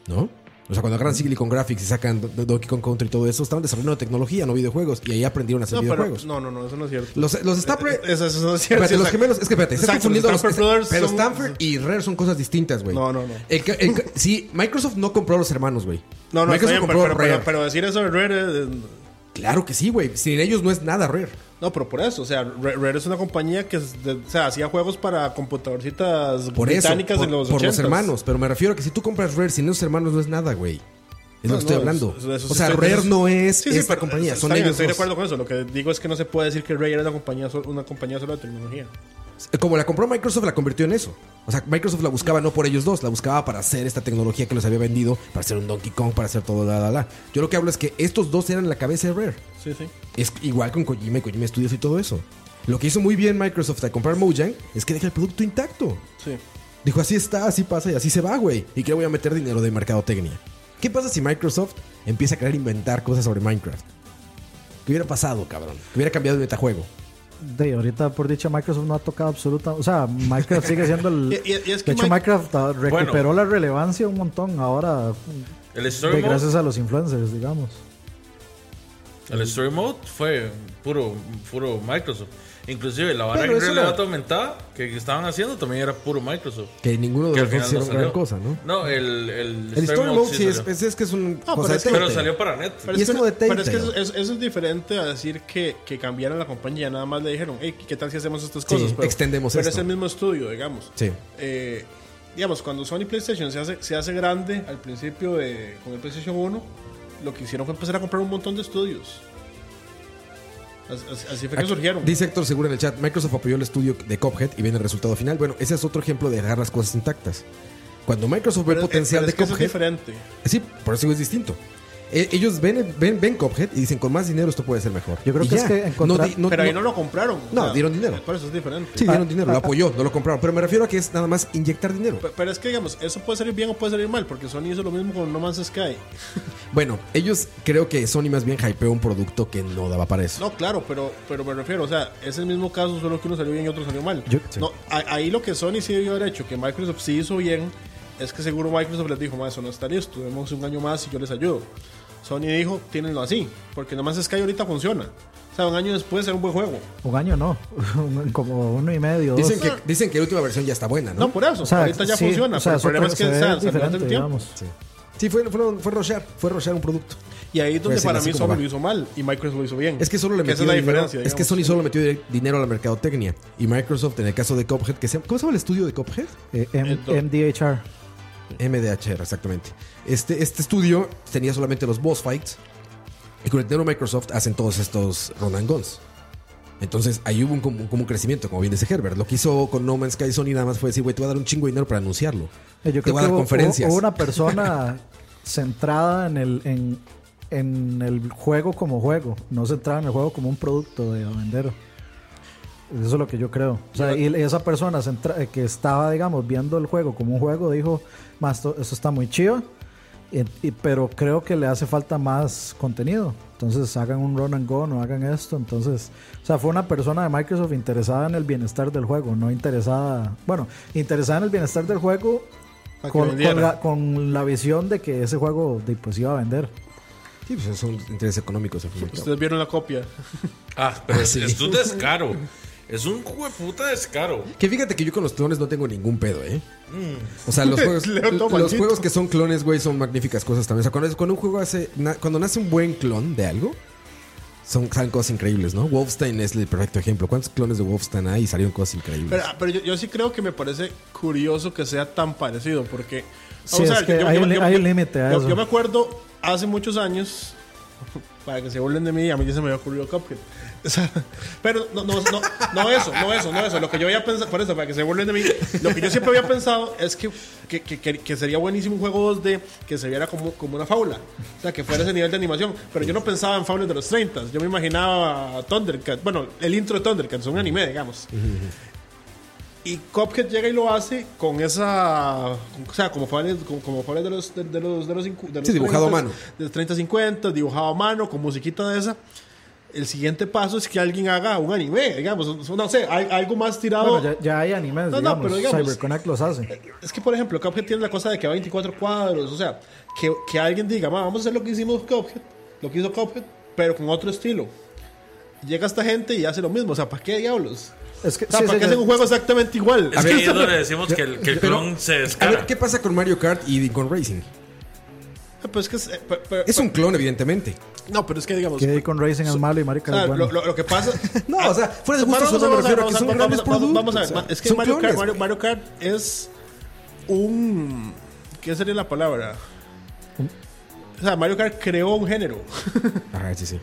¿no? O sea, cuando agarran Silicon Graphics y sacan Do- Donkey Kong Country y todo eso, estaban desarrollando tecnología, no videojuegos, y ahí aprendieron a hacer no, pero- videojuegos. no, no, no, eso no es cierto. Los, los Stanford. Eh, eso- eso no es cierto. Espérate, los Exacto. gemelos. Es que espérate, estás Exacto, los confundiendo a los. Stanford Brothers pero son- Stanford y Rare son cosas distintas, güey. No, no, no. El ca- el ca- sí, Microsoft no compró a los hermanos, güey. No, no, está Microsoft bien, pero, compró pero- pero- Rare. pero decir eso de Rare. eh, Claro que sí, güey. Sin ellos no es nada Rare. No, pero por eso, o sea, Ra- Rare es una compañía que es de- o sea, hacía juegos para computadorcitas Por eso. británicas Por, en los por los 80s. hermanos. Pero me refiero a que si tú compras Rare sin esos hermanos no es nada, güey. Es No, lo que estoy no, hablando. eso- eso sí o sea, estoy- Rare no es Sí, sí, esta pero compañía. está Son bien, ellos. Estoy de dos. acuerdo con eso. Lo que digo es que no se puede decir que Rare era una compañía, sol- una compañía solo de tecnología. Eh, Como la compró Microsoft, la convirtió en eso. O sea, Microsoft la buscaba no por ellos dos, la buscaba para hacer esta tecnología que les había vendido, para hacer un Donkey Kong, para hacer todo, la, la, la. Yo lo que hablo es que estos dos eran la cabeza de Rare. Sí, sí. Es igual con Kojima y Kojima Studios y todo eso. Lo que hizo muy bien Microsoft al comprar Mojang es que deja el producto intacto. Sí. Dijo, así está, así pasa y así se va, güey. ¿Y que voy a meter dinero de mercadotecnia? ¿Qué pasa si Microsoft empieza a querer inventar cosas sobre Minecraft? ¿Qué hubiera pasado, cabrón? ¿Qué hubiera cambiado el metajuego? De ahorita, por dicha, Microsoft no ha tocado absoluta. O sea, Minecraft sigue siendo el. Y- y- y es que de hecho, Mic- Minecraft ah, recuperó la relevancia un montón ahora. El de Story Mode, gracias a los influencers, digamos. el Story Mode fue puro puro Microsoft. Inclusive la vara Pero en eso realidad no- aumentada que que estaban haciendo también era puro Microsoft. Que ninguno de Que al los final dos no hicieron salió. gran cosa, ¿no? No, el, el, El Story Mode sí es, salió. es- es que es un... pero cosa de es que- Pero Telltale. salió para net. Y es como de pero es que eso, Telltale. eso- eso es diferente a decir que, que cambiaran la compañía. Nada más le dijeron, hey, ¿qué tal si hacemos estas Sí, cosas? extendemos pero esto. es el mismo estudio, digamos. Sí. Eh, digamos, cuando Sony PlayStation se hace, se hace grande al principio de, con el PlayStation 1, lo que hicieron fue empezar a comprar un montón de estudios. As- as- Así, fue que Ac- surgieron. Ah, Dice Héctor Segura en el chat, Microsoft apoyó el estudio de Cophead y viene el resultado final. Bueno, ese es otro ejemplo de dejar las cosas intactas. Cuando Microsoft ve Pero- eh, el potencial pero es de que eso es Cophead, diferente. Sí, por eso es distinto. E- ellos ven, ven, ven Cophead y dicen, con más dinero esto puede ser mejor. Yo creo Y que ya. es que encontrar- No di- no- pero ahí no- no lo compraron. No, dieron dinero. Por eso es diferente. Sí, dieron dinero, lo apoyó, no lo compraron. Pero me refiero a que es nada más inyectar dinero. Pe- Pero es que, digamos, eso puede salir bien o puede salir mal, porque Sony hizo lo mismo con No Man's Sky. Bueno, ellos creo que Sony más bien hypeó un producto que no daba para eso. No, claro, pero, pero me refiero, o sea, es el mismo caso, solo que uno salió bien y otro salió mal. Yo- sí. No, a- ahí lo que Sony sí debió haber hecho, que Microsoft sí hizo bien, es que seguro Microsoft les dijo, más eso no está listo, demos un año más y yo les ayudo. Sony dijo, tírenlo así, porque No Man's Sky ahorita funciona. O sea, un año después será un buen juego. Un año no. Como uno y medio. dos. Dicen que, dicen que la última versión ya está buena, ¿no? No, por eso, O sea, ahorita ya sí, funciona, o sea, pero el problema es otra- que se o ve sea, salió hace diferente, tiempo. digamos. Sí, sí fue, fue, fue rushear, fue rushear un producto. Y ahí es donde Pues, para así mí como Sony va. lo hizo mal y Microsoft lo hizo bien. Es que solo le esa metió es la dinero- diferencia. Es que Sony digamos. solo metió direct- dinero a la mercadotecnia. Y Microsoft, en el caso de Cophead, que se, ¿cómo se llama el estudio de Cophead? Eh, M- Esto. MDHR. MDHR, exactamente. Este, este estudio tenía solamente los boss fights. Y con el dinero de Microsoft hacen todos estos run and guns. Entonces ahí hubo un, como, como un crecimiento, como bien dice Herbert. Lo que hizo con No Man's Sky Sony nada más fue decir, güey, te voy a dar un chingo de dinero para anunciarlo. Eh, Yo te creo voy a que dar hubo- conferencias. hubo una persona centrada en el, en, en el juego como juego, no centrada en el juego como un producto de a vender. Eso es lo que yo creo. O sea, y esa persona centra- eh, que estaba, digamos, viendo el juego como un juego, dijo, más esto, esto está muy chido, y- Eh, y- pero creo que le hace falta más contenido. Entonces hagan un run and go, no hagan esto. Entonces, o sea, fue una persona de Microsoft interesada en el bienestar del juego, no interesada, bueno, interesada en el bienestar del juego Para que con, vendiera. con la, con la visión de que ese juego de, pues iba a vender. Sí, pues son intereses económicos. al fin y pues, al cabo. Ustedes vieron la copia. Ah, pero Ah, es- sí. esto es descaro. Es un jueputa descaro. Que fíjate que yo con los clones no tengo ningún pedo, ¿eh? O sea, los juegos, Mm. Leo, los toma el chito. juegos que son clones, güey, son magníficas cosas también. O sea, cuando, cuando un juego hace. na- cuando nace un buen clon de algo, son, salen cosas increíbles, ¿no? Wolfstein es el perfecto ejemplo. ¿Cuántos clones de Wolfstein hay y salieron cosas increíbles? Pero, pero yo, yo sí creo que me parece curioso que sea tan parecido, porque. Sí, es que hay un li- hay un límite a yo- eso. Yo me acuerdo hace muchos años, para que se burlen de mí, a mí ya se me había ocurrido Cuphead. O sea, pero no, no, no, no eso, no eso, no eso. Lo que yo había pensado, por eso, para que se burlen de mí, lo que yo siempre había pensado es que, que, que- que- que sería buenísimo un juego 2D que se viera como, como una fábula. O sea, que fuera ese nivel de animación. Pero yo no pensaba en fábulas de los 30. Yo me imaginaba a Thundercat. Bueno, el intro de Thundercats, un anime, digamos. Y Cuphead llega y lo hace con esa. O sea, como fue como, como fue de los. De, de los, de los, cincu- de los Sí, dibujado a 30, mano. De los 30-50, dibujado a mano, con musiquita de esa. El siguiente paso es que alguien haga un anime, digamos. No sé, hay- algo más tirado. Bueno, ya, ya hay animes, No, no, digamos, pero digamos- CyberConnect los hace. Es que, por ejemplo, Cuphead tiene la cosa de que va 24 cuadros. O sea, que, que alguien diga, "Ma, vamos a hacer lo que hicimos Cuphead, lo que hizo Cuphead, pero con otro estilo. Llega esta gente y hace lo mismo. O sea, ¿para qué diablos? Es que O sea, sí, sí, ¿para qué ya- hacen un juego exactamente igual? Es que ahí es donde decimos que el, que el Pero, clon se A descara. ah. ver, ¿qué pasa con Mario Kart y con Racing? Pues es que es- eh, pe- pe- Es un clon, evidentemente. No, pero es que digamos. Que con Racing es malo y O Marica sea, es bueno. lo, lo- lo que pasa. No, o sea, fuera de Vamos, gusto, solo vamos, me vamos, refiero a que vamos, son vamos, grandes productos. vamos, vamos a ver, o sea, es que son Mario, clones, Kart, Mario, güey. Mario Kart es un. ¿Qué sería la palabra? O sea, Mario Kart creó un género. Ajá, sí, sí.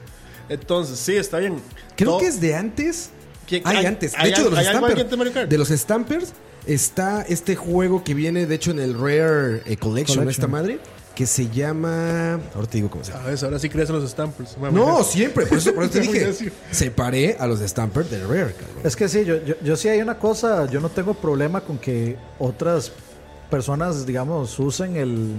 Entonces, sí, está bien. Creo No, que es de antes. ¿Qué- hay, hay- antes. De hay- hecho, de los hay algo Stampers. antes de Mario Kart? De los Stampers está este juego que viene, de hecho, en el Rare eh, Collection, Collection. esta madre, que se llama. Ahora te digo cómo se llama. A ver, Ah, ahora sí crees en los Stampers. Mami, No, gracias. siempre, por eso, por eso te Muy dije. necio. Separé a los Stampers del Rare, cabrón. Es que sí, yo, yo, yo sí hay una cosa, yo no tengo problema con que otras personas, digamos, usen el,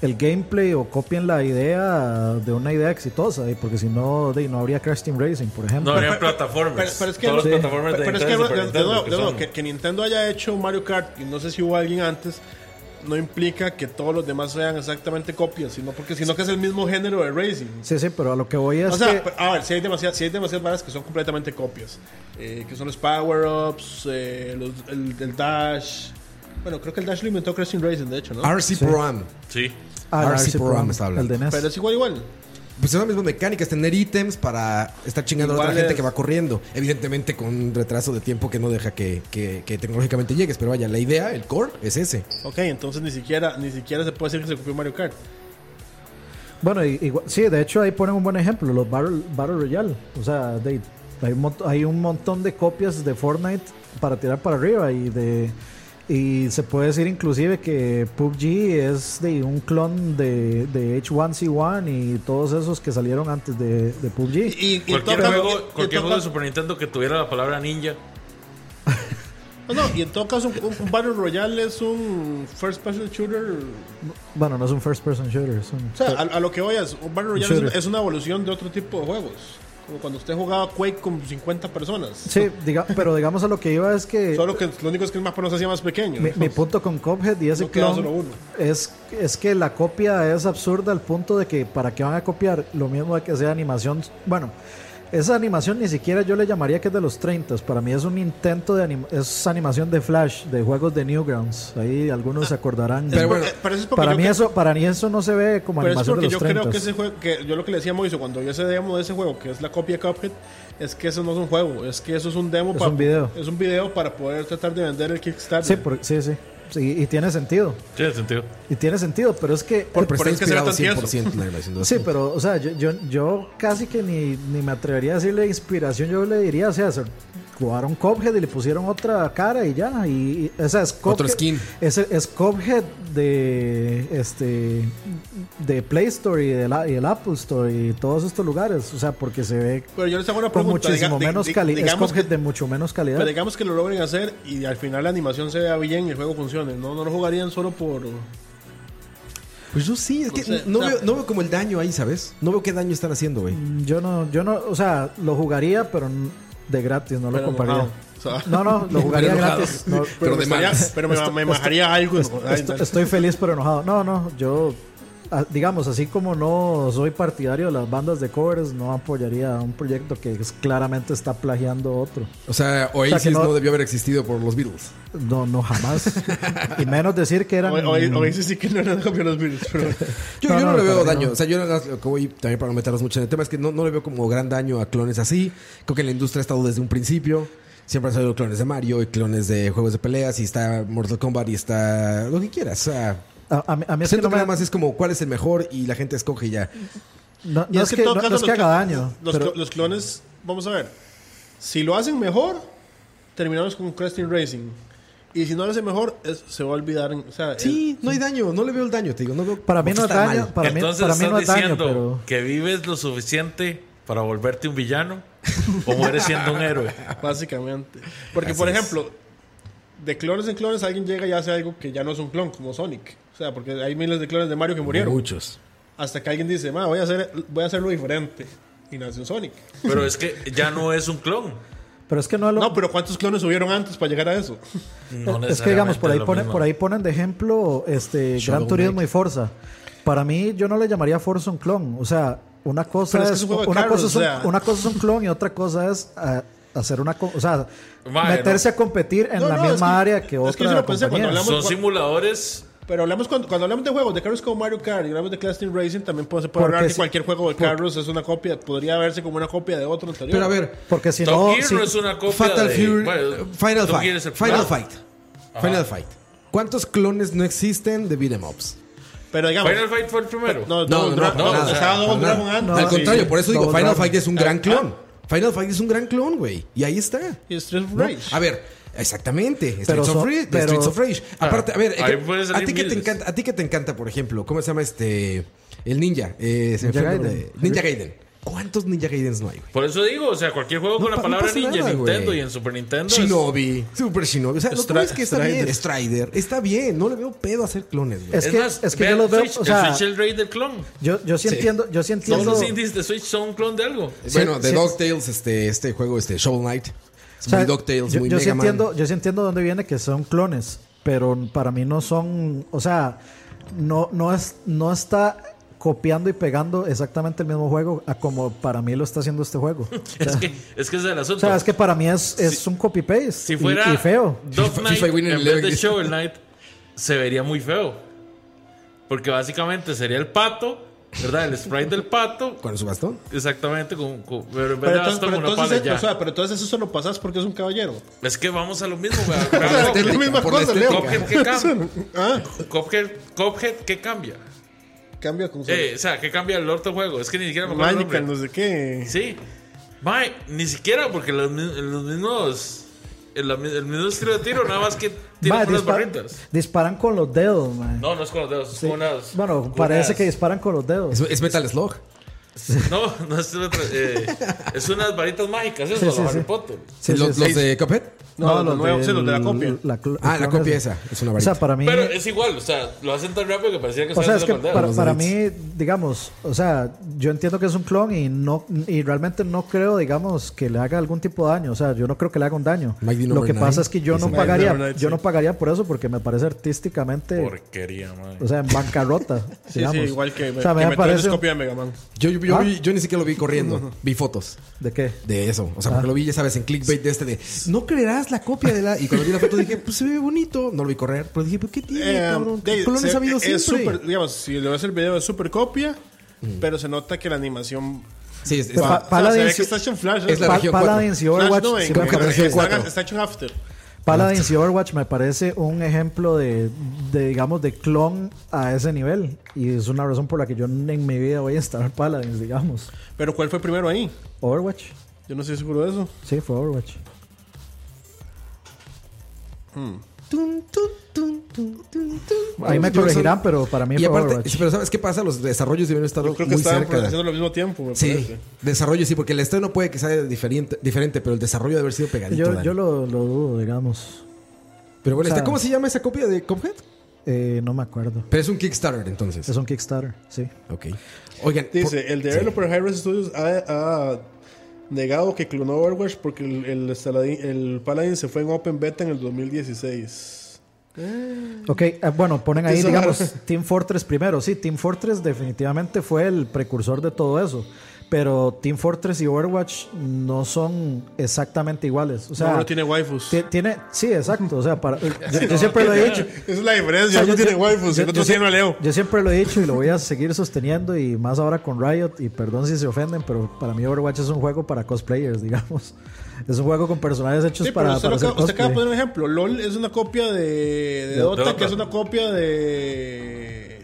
el gameplay o copien la idea de una idea exitosa, y porque si no, de, no habría Crash Team Racing, por No ejemplo. habría Pero, plataformas. pero es que, Todas sí. las pero, plataformas de pero es que, Nintendo, de- Super de- de Nintendo, nuevo, que de nuevo, son. que, que Nintendo haya hecho Mario Kart, y no sé si hubo alguien antes, no implica que todos los demás sean exactamente copias, sino porque sino que es el mismo género de racing. Sí, sí, pero a lo que voy es o sea, que... pero, a ver, si hay demasiadas, si hay demasiadas varas que son completamente copias, eh, que son los power-ups, eh, los- el, el dash. Bueno, creo que el dash lo inventó Crash Team Racing, de hecho, ¿no? RC Pro Am. Sí. Ah, el RC RC Pro Am Pro Am, está hablando. el de E NES. Pero es igual, igual. Pues son las mismas mecánicas, tener ítems para estar chingando a la otra Iguales. gente que va corriendo. Evidentemente con un retraso de tiempo que no deja que, que- que tecnológicamente llegues. Pero vaya, la idea, el core, es ese. Ok, entonces ni siquiera, ni siquiera se puede decir que se copió Mario Kart. Bueno, y- igual- sí, de hecho ahí ponen un buen ejemplo, los Battle, Battle Royale. O sea, de- hay, un mont- hay un montón de copias de Fortnite para tirar para arriba y de y se puede decir inclusive que PUBG es de un clon de, de H1C1 y todos esos que salieron antes de, de PUBG. Y, y- y Cualquier, toca- juego, y- y cualquier toca- juego de Super Nintendo que tuviera la palabra ninja. No, no, y en todo caso, un, un Battle Royale es un first person shooter. Bueno, no es un first person shooter, es un- O sea, a, a lo que voy es, un Battle Royale es, shooter. es una evolución de otro tipo de juegos. Como cuando usted jugaba Quake con 50 personas. Sí, diga- pero digamos a lo que iba es que Solo que lo único es que el mapa no se hacía más pequeño. Mi, mi punto con Cophead y ese No queda clon solo uno. es, es que la copia es absurda al punto de que para qué van a copiar lo mismo de que sea animación. Bueno, esa animación ni siquiera yo le llamaría que es de los 30. Para mí es un intento de anim- es animación de Flash, de juegos de Newgrounds. Ahí algunos se acordarán. Pero bueno, Eh, pero eso es porque para yo mí creo- eso, para mí eso no se ve como Pero es animación de porque los yo 30. creo que ese juego, que yo lo que le decía a Moiso cuando yo ese demo de ese juego, que es la copia de Cuphead, es que eso no es un juego, es que eso es un demo Es un video. Es un video para poder tratar de vender el Kickstarter. Sí, por- sí, sí. Sí, y tiene sentido. Tiene sentido. Y tiene sentido, pero es que. Por- Pero por está eso que será inspirado tan tieso. 100% en la grabación de Sí, Dawson. pero, o sea, yo, yo, yo casi que ni, ni me atrevería a decirle inspiración, yo le diría, o sea, se jugaron Cophead y le pusieron otra cara y ya, y, y- o sea, es Otro Cuphead- skin. Es, es Cuphead de, este, de Play Store y del, a- y del Apple Store y todos estos lugares, o sea, porque se ve Pero yo les hago una con pregunta. muchísimo diga- di- menos di- calidad, es digamos Cuphead que, de mucho menos calidad. pero digamos que lo logren hacer y al final la animación se vea bien y el juego funcione. No, no lo jugarían solo por. Pues yo sí, es que No sé, no, o sea- veo, no veo como el daño ahí, ¿sabes? No veo qué daño están haciendo, güey. Mm, Yo no, yo no, o sea, lo jugaría, pero n- de gratis, no lo Pero compraría. enojado, o sea, No, no, lo jugaría enojado. gratis. no, Pero me de estaría- malas. Pero me, me bajaría algo. ¿no? Ay, Esto- no. estoy feliz pero enojado. No, no, yo, a- digamos, así como no soy partidario de las bandas de covers, no apoyaría a un proyecto que es- claramente está plagiando otro. O sea, Oasis que no- no... debió haber existido por los Beatles. No, no, jamás. y menos decir que eran... O- o- o ese sí que no era copia los virus. Pero, Yo No, yo no, no, le veo claro que daño. no. O sea, yo nada más lo que voy también para no meternos mucho en el tema es que no, no le veo como gran daño a clones así. Creo que la industria ha estado desde un principio. Siempre han salido clones de Mario y clones de juegos de peleas y está Mortal Kombat y está lo que quieras. O sea, A, a mí, a mí es que siento no que me... nada más es como cuál es el mejor y la gente escoge y ya. No, no Y es que, en todo no- no caso es que los haga cl- daño. Los, pero- cl- los clones, vamos a ver. Si lo hacen mejor, terminamos con Cresting Racing. Y si no lo hacen mejor, es- se va a olvidar. en- o sea, Sí, no hay daño. No le veo el daño, te digo. No veo para mí no es está daño, mal. para mí, Entonces para mí estás no es daño, diciendo pero... que vives lo suficiente para volverte un villano o mueres siendo un héroe. el- básicamente. Porque, Así por es. ejemplo, de clones en clones, alguien llega y hace algo que ya no es un clon, como Sonic. O sea, porque hay miles de clones de Mario que murieron. Muchos. Hasta que alguien dice, "Ma, voy a, hacer, voy a hacerlo diferente. Y nace un Sonic. Pero es que ya no es un clon. Pero es que no lo... No, pero ¿cuántos clones hubieron antes para llegar a eso? No es que digamos, por ahí, necesariamente lo ponen, mismo. por ahí ponen de ejemplo este Shadow Gran Turismo Knight. y Forza. Para mí, yo no le llamaría Forza un clon. O sea, una cosa Pero es es, que es un juego de una, carros, cosa es un, o sea. una cosa es un clon y otra cosa es ah, hacer una co- o sea, Madre, meterse a competir en No, la no, misma es que- área que es que otra yo lo pensé cuando compañía. hablamos- Son simuladores Pero hablamos cuando, cuando hablamos de juegos de carros como Mario Kart y hablamos de Clash Team Racing, también puede- se puede Porque hablar que si- cualquier juego de carros es una copia, podría verse como una copia de otro anterior. Pero a ver, Porque si Top no, Gear si- no es una copia Fatal de... Fury, eh, bueno, Final Top Gear es el Fight. Final primero. Fight. Final Fight. ¿Cuántos clones no existen de beat'em ups? Pero digamos, Final Fight fue el primero. no, no, no, para nada, estaba para Double nada. Dragon antes. Al contrario, por eso digo, Double Final Dragon. Fight es un gran clon. Final Fight es un gran clon, güey. Y ahí está. Y Streets of ¿no? Rage. A ver, exactamente. Streets, Pero of, son- Rage, pero- Streets of Rage. Aparte, a ver, ahí eh, pueden a salir ti que te miles. encanta, a ti que te encanta, por ejemplo, ¿cómo se llama este el ninja? Eh, se me Ninja fue el nombre. Gaiden. Ninja Gaiden. ¿Cuántos Ninja Gaidens no hay, güey? Por eso digo, o sea, cualquier juego No con la pa- no palabra pasa ninja nada, en Nintendo güey. y en Super Nintendo. es- Shinobi, Super Shinobi. O sea, lo que Stra- es que está bien. Strider. Strider. Está bien. No le veo pedo a hacer clones, güey. es Es que más, es que yo vean los veo, Switch, o sea, el Switch el Rey del clon. yo yo sí, Sí. entiendo, yo sí Todos entiendo. los indies de Switch son un clon de algo. Bueno, de sí. DuckTales, este, este juego, este, Shovel Knight. Es O sea, muy DuckTales, yo, muy yo sí Mega Man. entiendo, yo sí entiendo dónde viene que son clones, pero para mí no son, o sea, no, no es, no está copiando y pegando exactamente el mismo juego a como para mí lo está haciendo este juego. Es que, es que ese es el O asunto. sea, es que para mí es, es un copy paste si fuera y, y feo. Dog FIFA- Knight FIFA Winning en vez de Eleven. Shovel Knight, se vería muy feo. Porque básicamente sería el pato, ¿verdad? El sprite del pato. Con su bastón. Exactamente, con, con- pero en vez Pero de entonces, bastón, pero una entonces, pala ya. o sea, pero entonces eso lo pasas porque es un caballero. es que vamos a lo mismo, güey. O sea, es Cuphead, la estética, misma por la cosa, Leo. estética. Cuphead, ¿qué cambia? Ah, Cuphead, Cuphead, ¿qué cambia? cambia con su Eh, o sea, ¿qué cambia el orto juego? Es que ni siquiera me acuerdo el Magical, nombre. no sé qué. Sí. Mae, ni siquiera porque los, mi- los mismos. El, el mismo estilo de tiro, nada más que tiene Ma, unas dispa- barritas. disparan con los dedos, man. No, no es con los dedos, es Sí. con unas. Bueno, con parece que unas- disparan con los dedos. Es, es Metal Slug. No, no es otra. eh, es unas varitas mágicas, eso, Sí, los sí, Harry sí. Potter. Sí, sí, ¿Los, sí. los de Cuphead? No, los nuevos, sí, los de la copia. cl- Ah, el la clon copia ese. esa, es una O sea, varita. para mí Pero es igual, o sea, lo hacen tan rápido que parecía que O estaban sea, es que haciendo con para, dedos. para mí, digamos, o sea, yo entiendo que es un clon y no y realmente no creo, digamos, que le haga algún tipo de daño. O sea, yo no creo que le haga un daño. Mighty Lo Number que Nine, pasa es que yo no dice. pagaría, Mighty Number Nine, yo sí. no pagaría por eso porque me parece artísticamente, Porquería, mae. o sea, en bancarrota, Sí, digamos. sí, igual que, o sea, que me Metroid es parece copia de Mega Man. Yo, yo, yo ¿Ah? vi- yo ni siquiera lo vi corriendo. Vi fotos de qué? de eso. O sea, Ah. porque lo vi, ya sabes, en clickbait de este de no creerás la copia de la. Y cuando vi la foto dije, pues se ve bonito. No lo vi correr, pero dije, pues qué tiene, Eh, cabrón. de- Clones se- ha habido siempre. es super, digamos, si le ves el video es super copia, pero se nota que la animación Sí, es, es- Pero Pa- pa- Paladins- o sea, se ve que está hecho en Flash. Es la Pa- región Paladins y Flash Overwatch no, sí en- me en- parece está- cuatro. Está hecho en After. Paladins y Overwatch me parece un ejemplo de, de, digamos, de clon a ese nivel. Y es una razón por la que yo en mi vida voy a instalar Paladins, digamos. Pero ¿cuál fue primero ahí? Overwatch. Yo no estoy seguro de eso. Sí, fue Overwatch. Tun, tun, tun, tun, tun, tun. Ahí me Yo corregirán, sab- pero para mí Y fue aparte, Overwatch. pero ¿sabes qué pasa? Los desarrollos deben estar Yo creo que muy estaban cerca. haciendo al mismo tiempo, me Sí, parece. desarrollo sí, porque el estreno puede que sea diferente, diferente pero el desarrollo debe haber sido pegadito. Yo, Dani. yo lo, lo dudo, digamos. pero bueno, o sea- está- ¿cómo se llama esa copia de Cuphead? Eh, no me acuerdo. Pero es un Kickstarter entonces. Es un Kickstarter, sí. Ok. Oigan, Dice, por- el developer Hi-Res Studios ha, ha negado que clonó Overwatch porque el, el, Saladin- el Paladin se fue en Open Beta en el 2016. Ok, eh, bueno, ponen ahí, Eso digamos, raro. Team Fortress primero. Sí, Team Fortress definitivamente fue el precursor de todo eso. Pero Team Fortress y Overwatch no son exactamente iguales. O sea, no, no tiene waifus. ti- tiene- sí, exacto. O sea, para, yo, yo siempre lo he dicho. Esa es la diferencia. O sea, uno yo- tiene yo- waifus, yo- el otro yo tiene sie- a Leo. Yo siempre lo he dicho y lo voy a seguir sosteniendo y más ahora con Riot y perdón si se ofenden, pero para mí Overwatch es un juego para cosplayers, digamos. Es un juego con personajes hechos Sí, pero para, usted, para lo hacer acaba, usted acaba de cosplay. poner un ejemplo. LOL es una copia de, de Dota, Dota. que es una copia de.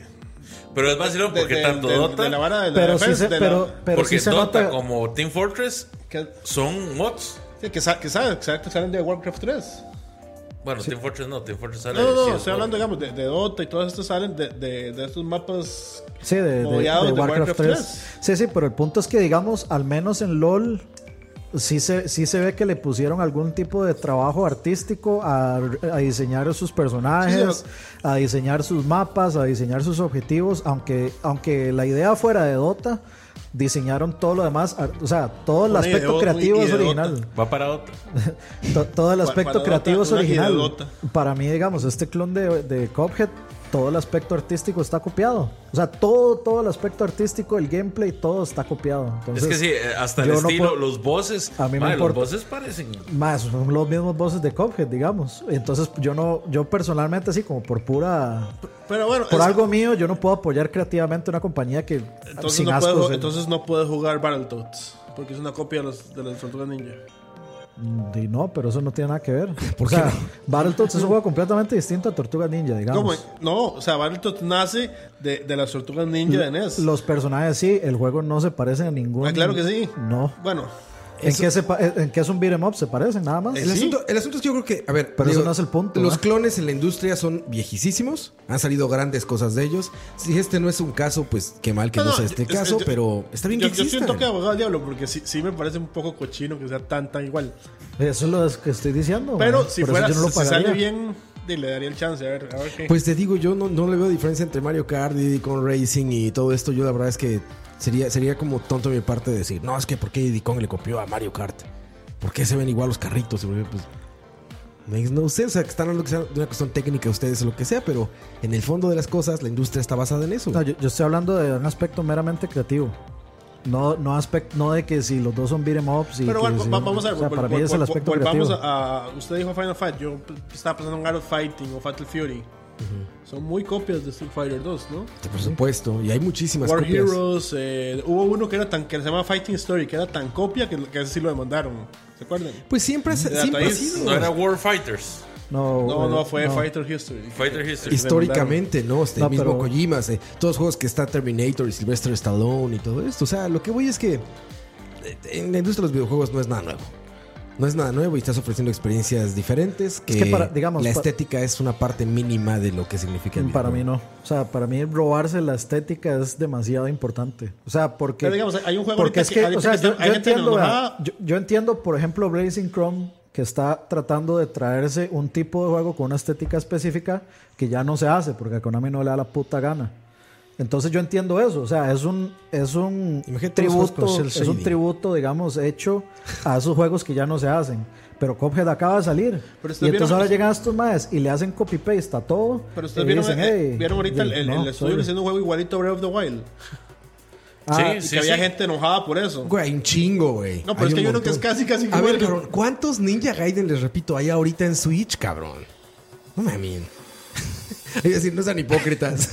Pero es vacilón de- porque de- tanto de- Dota. de la vara de la Pero sí defensa, se, de la- pero, pero porque sí se Dota nota como Team Fortress que, son mods. sí, que, sa- que sa- que sa- que salen de Warcraft 3. Bueno, Team Fortress no, Team Fortress sale No, no, no, sí, es estoy mod. hablando, digamos, de, de Dota y todas estas salen de, de, de estos mapas. Sí, de, de- Modeado de de Warcraft, Warcraft 3. 3. Sí, sí, pero el punto es que, digamos, al menos en LOL, sí se, sí se ve que le pusieron algún tipo de trabajo artístico a, a diseñar sus personajes, Sí, a diseñar sus mapas, a diseñar sus objetivos, aunque, aunque la idea fuera de Dota. Diseñaron todo lo demás, ar- o sea, todo el Una idea aspecto de- creativo y es de Dota. original. Va para Dota. To- todo el Pa- aspecto para creativo Dota, una es original. Dota. Para mí, digamos, este clon de, de Cuphead, todo el aspecto artístico está copiado. O sea, todo, todo el aspecto artístico, el gameplay, todo está copiado. Es Entonces, que sí, eh, hasta el yo no estilo, puedo- los voces. A mí me madre, los importa. voces parecen. Más, son los mismos voces de Cuphead, digamos. Entonces, yo no, yo personalmente, así como por pura. Pero bueno, Por es- algo mío, yo no puedo apoyar creativamente una compañía que. entonces sin no, ascos, puedo, eh, entonces no puedes jugar Battletoads. Porque es una copia de las, de las Tortugas Ninja. Y Mm, no, pero eso no tiene nada que ver. o sea, Battletoads es un juego completamente distinto a Tortuga Ninja, digamos. ¿Cómo? No, o sea, Battletoads nace de, de las Tortugas Ninja de E NES. Los personajes sí, el juego no se parece a ningún. Ah, claro que sí. No. Bueno, ¿En qué, se pa- en qué es un beat'em up? Se parecen, nada más. Eh, El, Sí. asunto, el asunto es que yo creo que, a ver, Pero eso no es el punto, Los ¿eh? clones en la industria son viejísimos, han salido grandes cosas de ellos. Si este no es un caso, pues qué mal que no, No, no, sea este yo- caso, yo- pero está bien yo, que yo existan. siento que abogado al diablo porque sí, sí me parece un poco cochino que sea tan, tan igual. Eso es lo que estoy diciendo. Pero man. si Por eso fuera, yo no lo si sale pagaría. bien, di- le daría el chance. A ver, a ver qué. Pues te digo, yo no, no le veo diferencia entre Mario Kart y con Racing y todo esto. Yo la verdad es que sería, sería como tonto de mi parte decir, no, es que ¿por qué Diddy Kong le copió a Mario Kart? ¿Por qué se ven igual los carritos? Y, Pues, makes no sé, o sea, que están hablando que sea de una cuestión técnica ustedes o lo que sea, pero en el fondo de las cosas la industria está basada en eso. No, yo, yo estoy hablando de un aspecto meramente creativo. No, no, aspect- no de que si los dos son beat'em ups. Y Pero que bueno, si- va- vamos a ver. o sea, vol- para mí vol- es el vol- aspecto volvamos creativo. a, a- Usted dijo Final Fight. Yo p- estaba pensando en Art of Fighting o Fatal Fury. Son muy copias de Street Fighter 2, ¿no? Por supuesto, y hay muchísimas War copias. Heroes. eh, hubo uno que era tan que se llamaba Fighting Story, que era tan copia que, que ese sí lo demandaron. ¿Se acuerdan? Pues siempre, ha- siempre ha raíz, sido. No era War Fighters. No, No, eh, no, fue no. Fighter History. Fighter History. Históricamente, ¿no? Este, No, el mismo pero- Kojima, eh, todos los juegos que está Terminator y Sylvester Stallone y todo esto. O sea, lo que voy es que eh, en la industria de los videojuegos no es nada nuevo. No es nada nuevo y estás ofreciendo experiencias diferentes. Que, que para- digamos, la pa- estética es una parte mínima de lo que significa el Para mí videojuego. no. O sea, para mí robarse la estética es demasiado importante. O sea, porque. Pero digamos, hay un juego porque ahorita es que- que, ahorita o sea, que yo, está- hay yo gente entiendo, vea, enojada. yo, yo entiendo, por ejemplo, Blazing Chrome que está tratando de traerse un tipo de juego con una estética específica que ya no se hace porque a Konami no le da la puta gana. Entonces yo entiendo eso, o sea, es un es un Imagínate los juegos con tributo, cel es un shading. tributo, digamos, hecho a esos juegos que ya no se hacen. Pero Cophead acaba de salir. Pero ustedes y entonces vieron- ahora llegan estos maes y le hacen copy paste a todo. Pero y ustedes vieron, dicen, eh, "Hey, vieron ahorita el, el- no, el estudio sorry". haciendo un juego igualito a Breath of the Wild. Ah, Y sí, que había sí. gente enojada por eso. Güey, hay un chingo, güey. No, pero es un que yo creo que montón. es casi, casi A ver, igual. cabrón, ¿cuántos Ninja Gaiden, les repito, hay ahorita en Switch, cabrón? No me amin. Es decir, no sean hipócritas.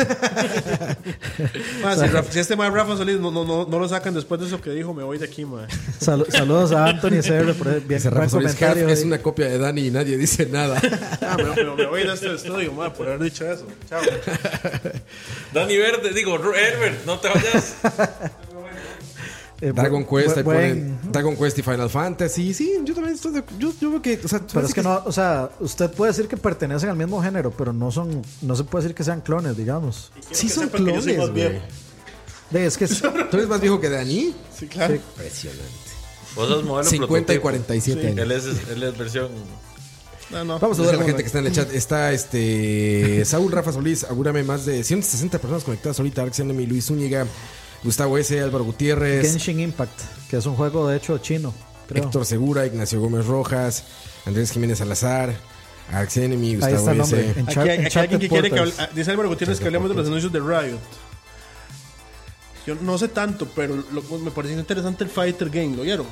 Ma, si, Rafa- si este más Rafa Solís no, no, no, no lo sacan después de eso que dijo, me voy de aquí, ma. Sal- saludos a Anthony CR por el bien Dice buen Rafa Solís, comentario. eh, "Half es ahí. una copia de Dani y nadie dice nada. Ah, me, me- me voy de este estudio, ma, por haber dicho eso. Chao. Dani Verde, digo, Ru- Herbert, no te vayas. Eh, Dragon bu- Quest, ahí buen- ponen Dragon Quest y Final Fantasy. Sí, yo también estoy de- yo, yo veo que. O sea, Pero parece es que no, o sea, usted puede decir que pertenecen al mismo género, pero no son, no se puede decir que sean clones, digamos. Sí, que son sepan que yo clones. soy más güey. viejo. De, es que es- ¿Tú eres más viejo que Dani? Sí, claro. Impresionante. Vos sos modelo 50 y prototipo. 47 años. Él es, él es versión No, no. Vamos a saludar a la Yo gente soy que está en el chat. Está este Saúl Rafa Solís, augúrame más de 160 personas conectadas ahorita. Alex Enemy, Luis Zúñiga, Gustavo S, Álvaro Gutiérrez, Genshin Impact, que es un juego de hecho chino, creo. Héctor Segura, Ignacio Gómez Rojas, Andrés Jiménez Salazar, Alex Enemy, Ahí Gustavo está el nombre. S. Enchar- Aquí, hay- aquí hay alguien que Uncharted quiere que hable, Portals. ah, dice Álvaro Gutiérrez que hablemos de los anuncios de Riot. Yo no sé tanto, pero lo- me pareció interesante el Fighter Game, ¿lo vieron?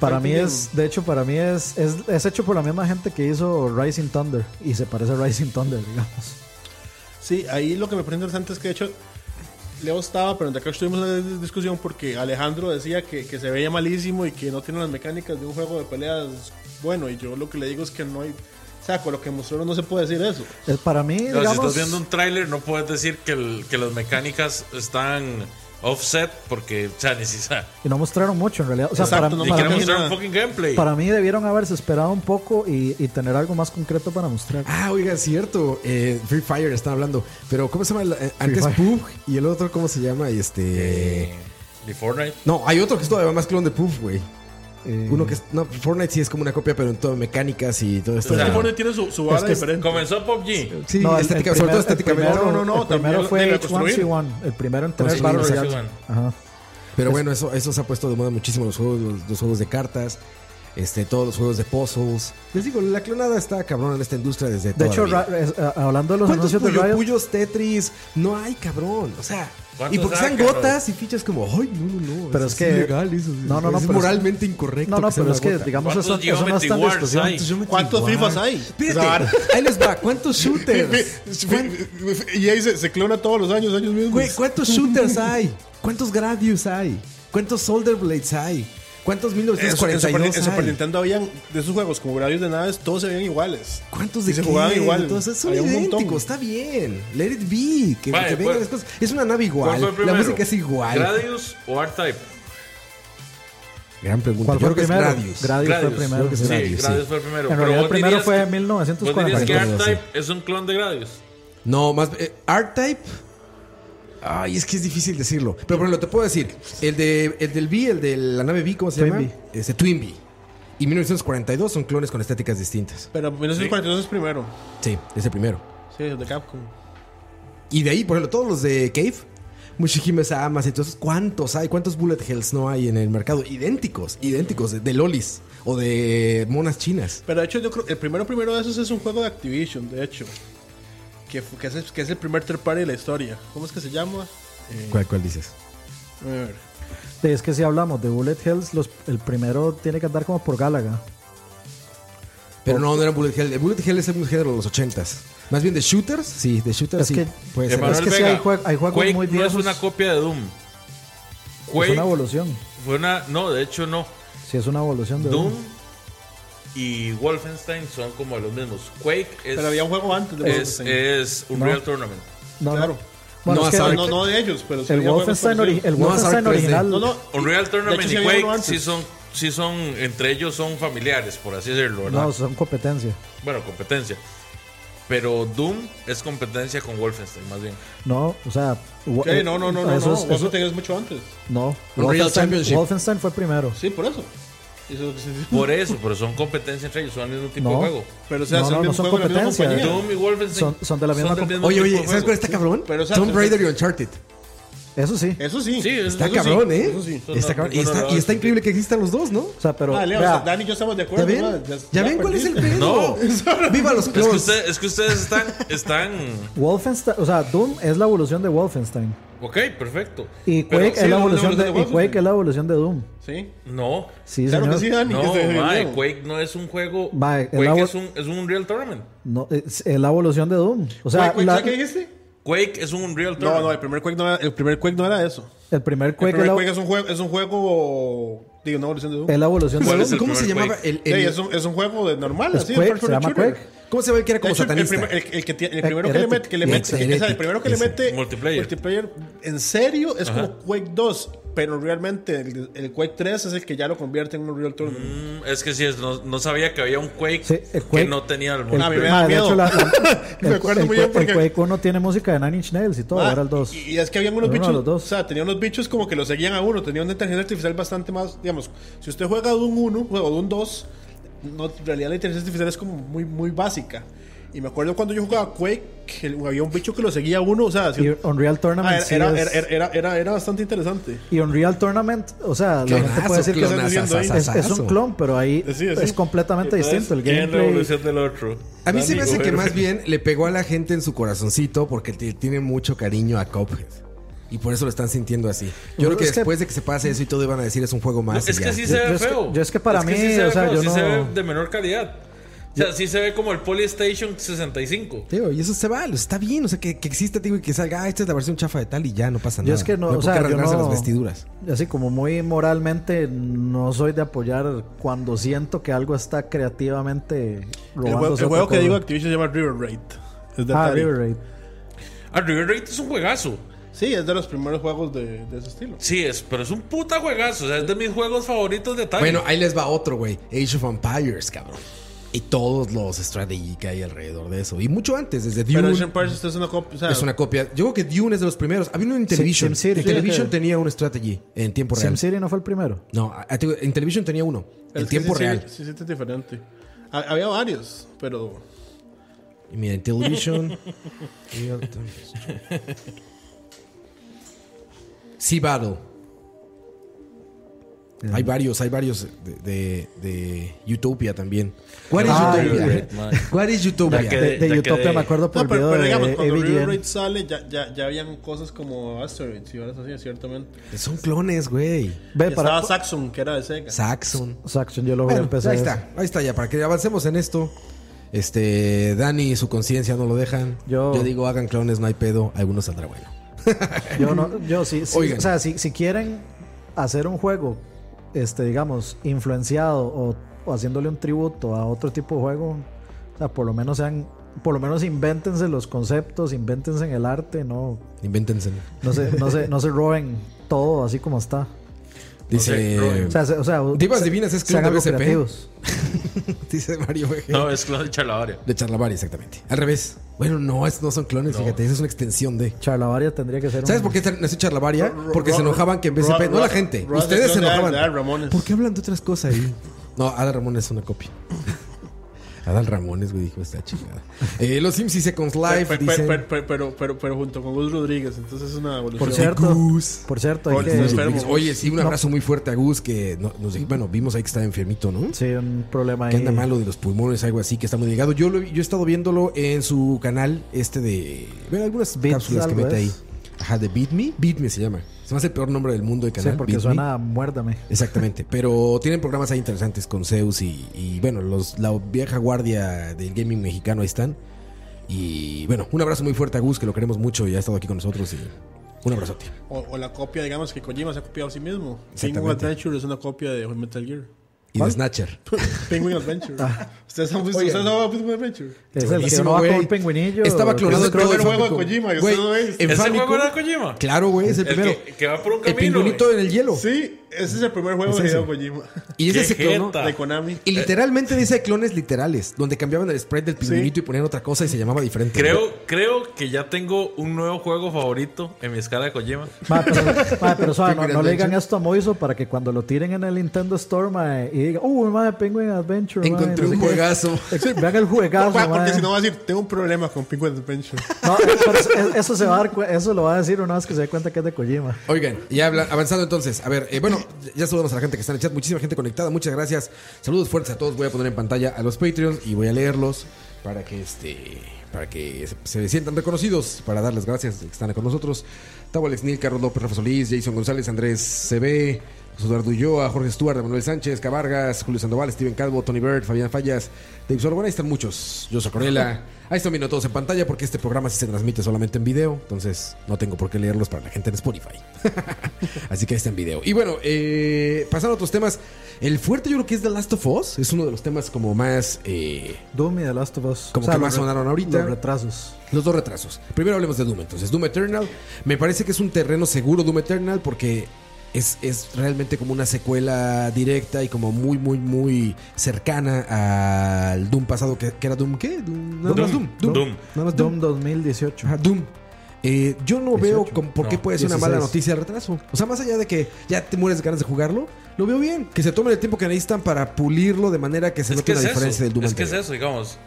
Para mí es, de hecho, para mí es, es, es hecho por la misma gente que hizo Rising Thunder y se parece a Rising Thunder, digamos. Sí, ahí lo que me parece interesante es que de hecho Leo estaba, pero en acá tuvimos la dis- discusión porque Alejandro decía que, que se veía malísimo y que no tiene las mecánicas de un juego de peleas bueno, y yo lo que le digo es que no hay, o sea, con lo que mostraron no se puede decir eso. Es para mí, No, si digamos, estás viendo un tráiler no puedes decir que, el- que las mecánicas están offset porque, o sea, ni si- o sea, y no mostraron mucho en realidad. O sea, Exacto, para, no ni para quieren mí mostrar nada. un fucking gameplay. mí, para mí debieron haberse esperado un poco y, y tener algo más concreto para mostrar. Ah, oiga, es cierto. eh, Free Fire están hablando. Pero, ¿cómo se llama? el- eh, antes Fire. Pug y el otro, ¿cómo se llama? Y Eh, Este. Ni Fortnite. No, hay otro que es todavía más clon de Puff, güey. Eh, Uno que es. No, Fortnite sí es como una copia, pero en todo mecánicas y todo esto. O sea, Este pone- tiene su, su vara es que es- diferente. Comenzó PUBG. sí, no, el- el estética- sobre primer- todo el estéticamente. primero- No, no, no, el primero también debe fue construir. H1C1, el primero en tener Sí, Battle sí, sí. Royale. Ajá. Pero bueno, eso, eso se ha puesto de moda muchísimo los juegos, los, los juegos de cartas, este, todos los juegos de puzzles. Les digo, la clonada está cabrón en esta industria desde De toda hecho, la vida. ra- es- a- hablando de los ¿Cuántos anuncios de Puyo Riot, Puyos, Tetris? No hay, cabrón. O sea, y ¿Cuántos porque hay, sean cabrón? gotas y fichas como, ay, no, no, no. Pero eso es que- ilegal, eso, No, no, no, Es pero es- moralmente incorrecto. no, no, que sea pero una es que gota. digamos eso, ¿Cuántos eso no Geometry está en Wars discusión. hay? Geometry ¿Cuántos Wars? Fifas hay? Espérate, Claro. ahí les va. ¿Cuántos shooters? Y ahí se, se clona todos los años, años mismos. Güey, ¿cuántos shooters hay? ¿Cuántos Gradius hay? ¿Cuántos Solder Blades hay? ¿Cuántos En Super- en Super, 1942 en Super hay? Nintendo habían de esos juegos como Gradius de Naves, todos se veían iguales. ¿Cuántos de Y se jugaban qué? igual. Entonces, son Había un montón. idénticos, está bien. Let it be. Que, Vale, que vengan pues, después. Es una nave ¿Cuál igual. fue primero? La música es igual. ¿Gradius o R-Type? Gran pregunta. ¿Cuál Yo creo fue que es primero? Gradius. Gradius fue Gradius. primero. que Sí, Gradius, Gradius, sí. fue el primero. En realidad, vos el primero dirías fue que- en 1940. ¿Vos dirías que Recuerdo, R-Type es un clon de Gradius? No, más. eh, R-Type. Ay, es que es difícil decirlo. Pero por ejemplo, te puedo decir: el, de, el del B, el de la nave B, ¿cómo se Twin llama? Este, Twin B. Y 1942 son clones con estéticas distintas. Pero 1942 es primero. Sí, es el primero. Sí, de Capcom. Y de ahí, por ejemplo, todos los de Cave, Mushihime Samas, entonces, ¿cuántos hay? ¿Cuántos Bullet Hells no hay en el mercado? Idénticos, idénticos, de, de lolis o de monas chinas. Pero de hecho, yo creo el primero primero de esos es un juego de Activision, de hecho. Que, fu- que, es, el- que es el primer third party de la historia. ¿Cómo es que se llama? ¿Cuál, cuál dices? A ver. Sí, Es que si hablamos de Bullet Hells, los, el primero tiene que andar como por Gálaga. Pero no, no era Bullet Hell. El Bullet Hell es un género de los ochentas. Más bien de shooters, sí, de shooters Pues Es sí. que- puede ser. Emanuel- Emanuel que sí Vega, hay jue- hay juegos Quake muy no viejos. es una copia de Doom. Quake Es una evolución. fue una... No, de hecho no. Sí, es una evolución de Doom y Wolfenstein son como los mismos. Quake es, Pero había un juego antes de es, Wolfenstein. es un Real Tournament. No, claro. Bueno, No, es que Azar- No, el, no, no de ellos, pero sí el había juegos Wolfenstein, ori- parecidos. el No, Azar Wolfenstein 3D. original. No, no. Un Real Tournament sí y había uno Quake antes. sí son, sí son, entre ellos son familiares, por así decirlo, ¿verdad? no, son competencia. Bueno, competencia. Pero Doom es competencia con Wolfenstein, más bien. No, o sea. wo- ¿Qué? eh, No, no, no, no. eso no. es- eso- Wolfenstein es mucho antes. no. Unreal Wolfenstein, Championship. Wolfenstein fue primero. Sí, por eso. Eso- Por eso, pero son competencia entre ellos, son el mismo tipo Mm. No. de juego. Pero o sea, No, son no, el no mismo son juego de la misma competencia. compañía. Doom y Wolfenstein Son- son de la misma del compa- mismo Oye, tipo oye, de ¿sabes juego. cuál está cabrón? Pero, o sea, Tomb pero- Raider y Uncharted. Eso sí. Eso sí. Sí, es- Está eso cabrón, sí, ¿eh? Eso sí. Eso Está no, cabrón. Y ninguno está, lo y hace. está increíble que existan los dos, ¿no? O sea, pero. Ah, Leo, vea, Dani y yo estamos de acuerdo. ¿Ya ven? ¿no? ¿Ya ven cuál es el perdiste. pedo? No. ¡Viva los Es que, clones! usted- es que ustedes están, están. Wolfenstein, o sea, Doom es la evolución de Wolfenstein. Ok, perfecto. Y Pero- Quake, sí, es, la es una evolución de, evolución de y Quake Wolfenstein. es la evolución de Doom. Sí. No. Sí, claro señor. que sí, Dani. No, que se- mae, Leo. Quake no es un juego. Mae, el Quake agua- es, un, es un Unreal Tournament. No, es, es la evolución de Doom. O sea, Quake, Quake, la- ¿sabes qué dijiste? Quake es un Unreal No, Tournament. no, el primer Quake no era, el primer Quake no era eso. Pues el primer El Quake, es, primer la, Quake es un juego, es un juego, digo, no evolución de Doom. es la evolución de ¿Cuál Doom. es el ¿Cómo se primer llamaba Quake? el, Sí, el- es, un, es un juego de normal, Es así, Quake, de first se llama shooter. Quake. ¿Cómo se llama el que era De como hecho, el satanista? primer- el- el que tiene- el primero que le Heretic. mete, que le mete, Heretic. o sea, el primero que le Ese. mete Multiplayer. multiplayer, en serio es como Quake 2, pero realmente el, el Quake 3 es el que ya lo convierte en un real tournament. Mm, Es que sí, es, no, no sabía que había un Quake, Sí, el Quake- que no tenía el el- a mí me multiplayer. da ma, de miedo. hecho, la- la- Me el- acuerdo el muy bien Quake- porque- El Quake 1 tiene música de Nine Inch Nails y todo, Ah, ahora el 2. Y, y es que había unos Era uno bichos, de los o dos. sea, tenía unos bichos como que lo seguían a uno, tenía una inteligencia artificial bastante más, digamos, si usted juega de un 1 o de un 2, no, en realidad la inteligencia artificial es como muy, muy básica. Y me acuerdo cuando yo jugaba Quake, que había un bicho que lo seguía a uno, o sea, si- Y Unreal Ah, Tournament sí era, era, es- era- era- era- era bastante interesante. Y Unreal Tournament, o sea, la gente puede decir que es- clonazo. es, ¿eh? es un clon, pero ahí Eh, Sí, sí. es completamente distinto el ¿Quién es la gameplay. evolución del otro? A mí se me Dani hace que Gober. más bien le pegó a la gente en su corazoncito porque t- tiene mucho cariño a Cuphead. Y por eso lo están sintiendo así. Yo Pero creo que es que- después de que se pase eso y todo iban a decir es un juego más. Es y que ya. sí Yo- se yo ve es que- feo. yo es que para mí, sí se ve o sea, feo, yo sí se no- ve de menor calidad. O sea, sí se ve como el Polystation 65. Digo, y eso se vale, está bien, o sea, que, que exista, digo, y que salga, ah, esta es la versión chafa de tal y ya, no pasa nada. Yo es que no, hay o por qué sea, yo rasgarse no- las vestiduras. Así como muy moralmente no soy de apoyar cuando siento que algo está creativamente El juego, robándose el otra juego que cosa. digo Activision se llama River Raid. Es de Ah, Atari. River Raid. Ah, River Raid es un juegazo. Sí, es de los primeros juegos de, de ese estilo. Sí, es, pero es un puta juegazo. O sea, es de mis juegos favoritos de Atari. Bueno, ahí les va otro, güey. Age of Empires, cabrón. Y todos los strategy que hay alrededor de eso. Y mucho antes, desde Dune. Pero Asian Parsons es una copia. O sea, Es una copia. Yo creo que Dune es de los primeros. Había uno en Television. SimCity. En Television Sí. tenía un strategy en tiempo real. SimCity no fue el primero. No, a- a- te digo, en Television tenía uno. En es que tiempo sí, sí, real. Sí, sí, es diferente. Ha- Había varios, pero. Y mira, en Television. Sea Battle. Hay varios, hay varios de, de, de Utopia también. ¿Cuál es Ah, Utopia? ya. ¿Cuál es Ya Utopia? quedé. De, de ya Utopia quedé. me acuerdo por No, pero, el pero video digamos, de cuando River AVGN. Raid sale, ya, ya, ya habían cosas como Asteroids y horas así, ciertamente. Son clones, güey. Ve, Y para Estaba Saxon, que era de Sega. Saxon. Saxon, yo lo voy a Bueno, empezar. ahí está, ahí está ya, para que avancemos en esto. Este, Dani y su conciencia no lo dejan. Yo, Yo- digo, hagan clones, no hay pedo, algunos saldrá bueno. Yo no, yo sí, sí, Oigan. o sea, si, si quieren hacer un juego, este, digamos, influenciado o, o haciéndole un tributo a otro tipo de juego, o sea, por lo menos sean, por lo menos invéntense los conceptos, invéntense en el arte, no, Invéntense. no se, no se, no se roben todo así como está. Dice, O sea, se- o sea, Eh, Divas se- Divinas es sean clon de algo BCP. creativos. dice Mario G. No, es Clown Chalabaria. De Charlavari, exactamente. Al revés. Bueno, no, es- no son clones, fíjate, esa es una extensión de. Charlavaria tendría que ser ¿Sabes un- por qué nació Charlavaria? Ro- ro- Porque se ro- enojaban que en vez ro- de... No ro- la gente, ro- ustedes se de- de- enojaban. de Adal Ramones. ¿Por qué hablan de otras cosas ahí? No, Adal Ramones es una copia. Adal Ramones, güey, dijo esta chingada. Eh, los Sims y Seconds Life Pe- pe- dicen... pe- pe- pero, pero, pero junto con Gus Rodríguez, entonces es una evolución. Por cierto, Gus. por cierto, hay Por que- cierto. enfermo. Oye, sí, un abrazo muy fuerte a Gus que no- nos dijo, bueno, vimos ahí que estaba enfermito, ¿no? sí, un problema Que ahí. anda malo de los pulmones, algo así, que está muy delgado. Yo, lo, he- yo he estado viéndolo en su canal este de... Bueno, algunas Beats, cápsulas que algo mete es. ahí. Ajá, de Beat Me. Beat Me se llama. Se me hace el peor nombre del mundo de Sí, canal. porque Beat Me. suena a muérdame. Exactamente, pero tienen programas ahí interesantes con Zeus y, y, bueno, los, la vieja guardia del gaming mexicano ahí están. Y bueno, un abrazo muy fuerte a Gus, que lo queremos mucho y ha estado aquí con nosotros. Y un abrazote. O, o la copia, digamos, que Kojima se ha copiado a sí mismo. Penguin Exactamente. Adventure es una copia de Metal Gear. Y de Snatcher. Penguin Adventure. ¿Ustedes han visto, Ah. Oigan. ¿ustedes han visto Penguin Adventure? Es el que Buenísimo, uno va con güey. un pingüinillo. Estaba que clonado es- creo que todo era un Famicom. juego de Kojima, que Güey, usted no es. en ¿Ese Famicom- juego era Kojima? Claro, güey, es el, El primero. que- que va por un El camino, eh. pingüinito güey. en el hielo. Sí, ese es el primer juego Es de ese. Hideo Kojima. Y ese Qué se clonó. jeta. De Konami. Y literalmente dice clones literales, donde cambiaban el sprite del pingüinito y ponían otra cosa y se llamaba diferente. Creo, creo que ya tengo un nuevo juego favorito en mi escala de Kojima. Ma, pero, ma, pero, suave, no, Figure no le Adventure. digan esto a Moiso para que cuando lo tiren en el Nintendo Store ma, y diga, uh, madre, Penguin Adventure. mae, Encontré no un sé qué". juegazo. Ex- Vean el juegazo. Guau, mae. Porque si no va a decir, tengo un problema con Penguin Adventure. No, eh, pero eso, eh, eso se va a dar cu- eso lo va a decir una vez que se dé cuenta que es de Kojima. Oigan, ya habla- avanzando entonces. A ver, eh, bueno, ya saludamos a la gente que está en el chat. Muchísima gente conectada. Muchas gracias. Saludos fuertes a todos. Voy a poner en pantalla a los Patreons y voy a leerlos para que este para que se, se sientan reconocidos, para darles gracias de que están con nosotros. Tavo Alex Nil, Carlos López, Rafa Solís, Jason González, Andrés CB, José Eduardo Ulloa, Jorge Stuart, Manuel Sánchez, Cabargas, Julio Sandoval, Steven Calvo, Tony Bird, Fabián Fallas, Dave Sorbo. Bueno, ahí están muchos. Yo soy Corella. Ahí están viendo todos en pantalla porque este programa sí se transmite solamente en video. Entonces no tengo por qué leerlos para la gente en Spotify. Así que ahí está en video. Y bueno, eh, pasando a otros temas. El fuerte yo creo que es The Last of Us. Es uno de los temas como más... eh, Doom y The Last of Us. Como que los más re- sonaron ahorita. Los retrasos. los dos retrasos. Primero hablemos de Doom entonces. Doom Eternal. Me parece que es un terreno seguro Doom Eternal porque es, es realmente como una secuela directa y como muy, muy, muy cercana al Doom pasado que, que era Doom qué? Doom, nada más Doom. Doom. Doom. Nada más Doom. Doom 2018. Ajá, Doom. Eh, yo no veo 18. con- por qué No, puede ser una mala 16. noticia de retraso. O sea, más allá de que ya te mueres de ganas de jugarlo, lo veo bien. Que se tomen el tiempo que necesitan para pulirlo de manera que se Es note que la es diferencia eso. del Doom Es que es anterior. eso, digamos.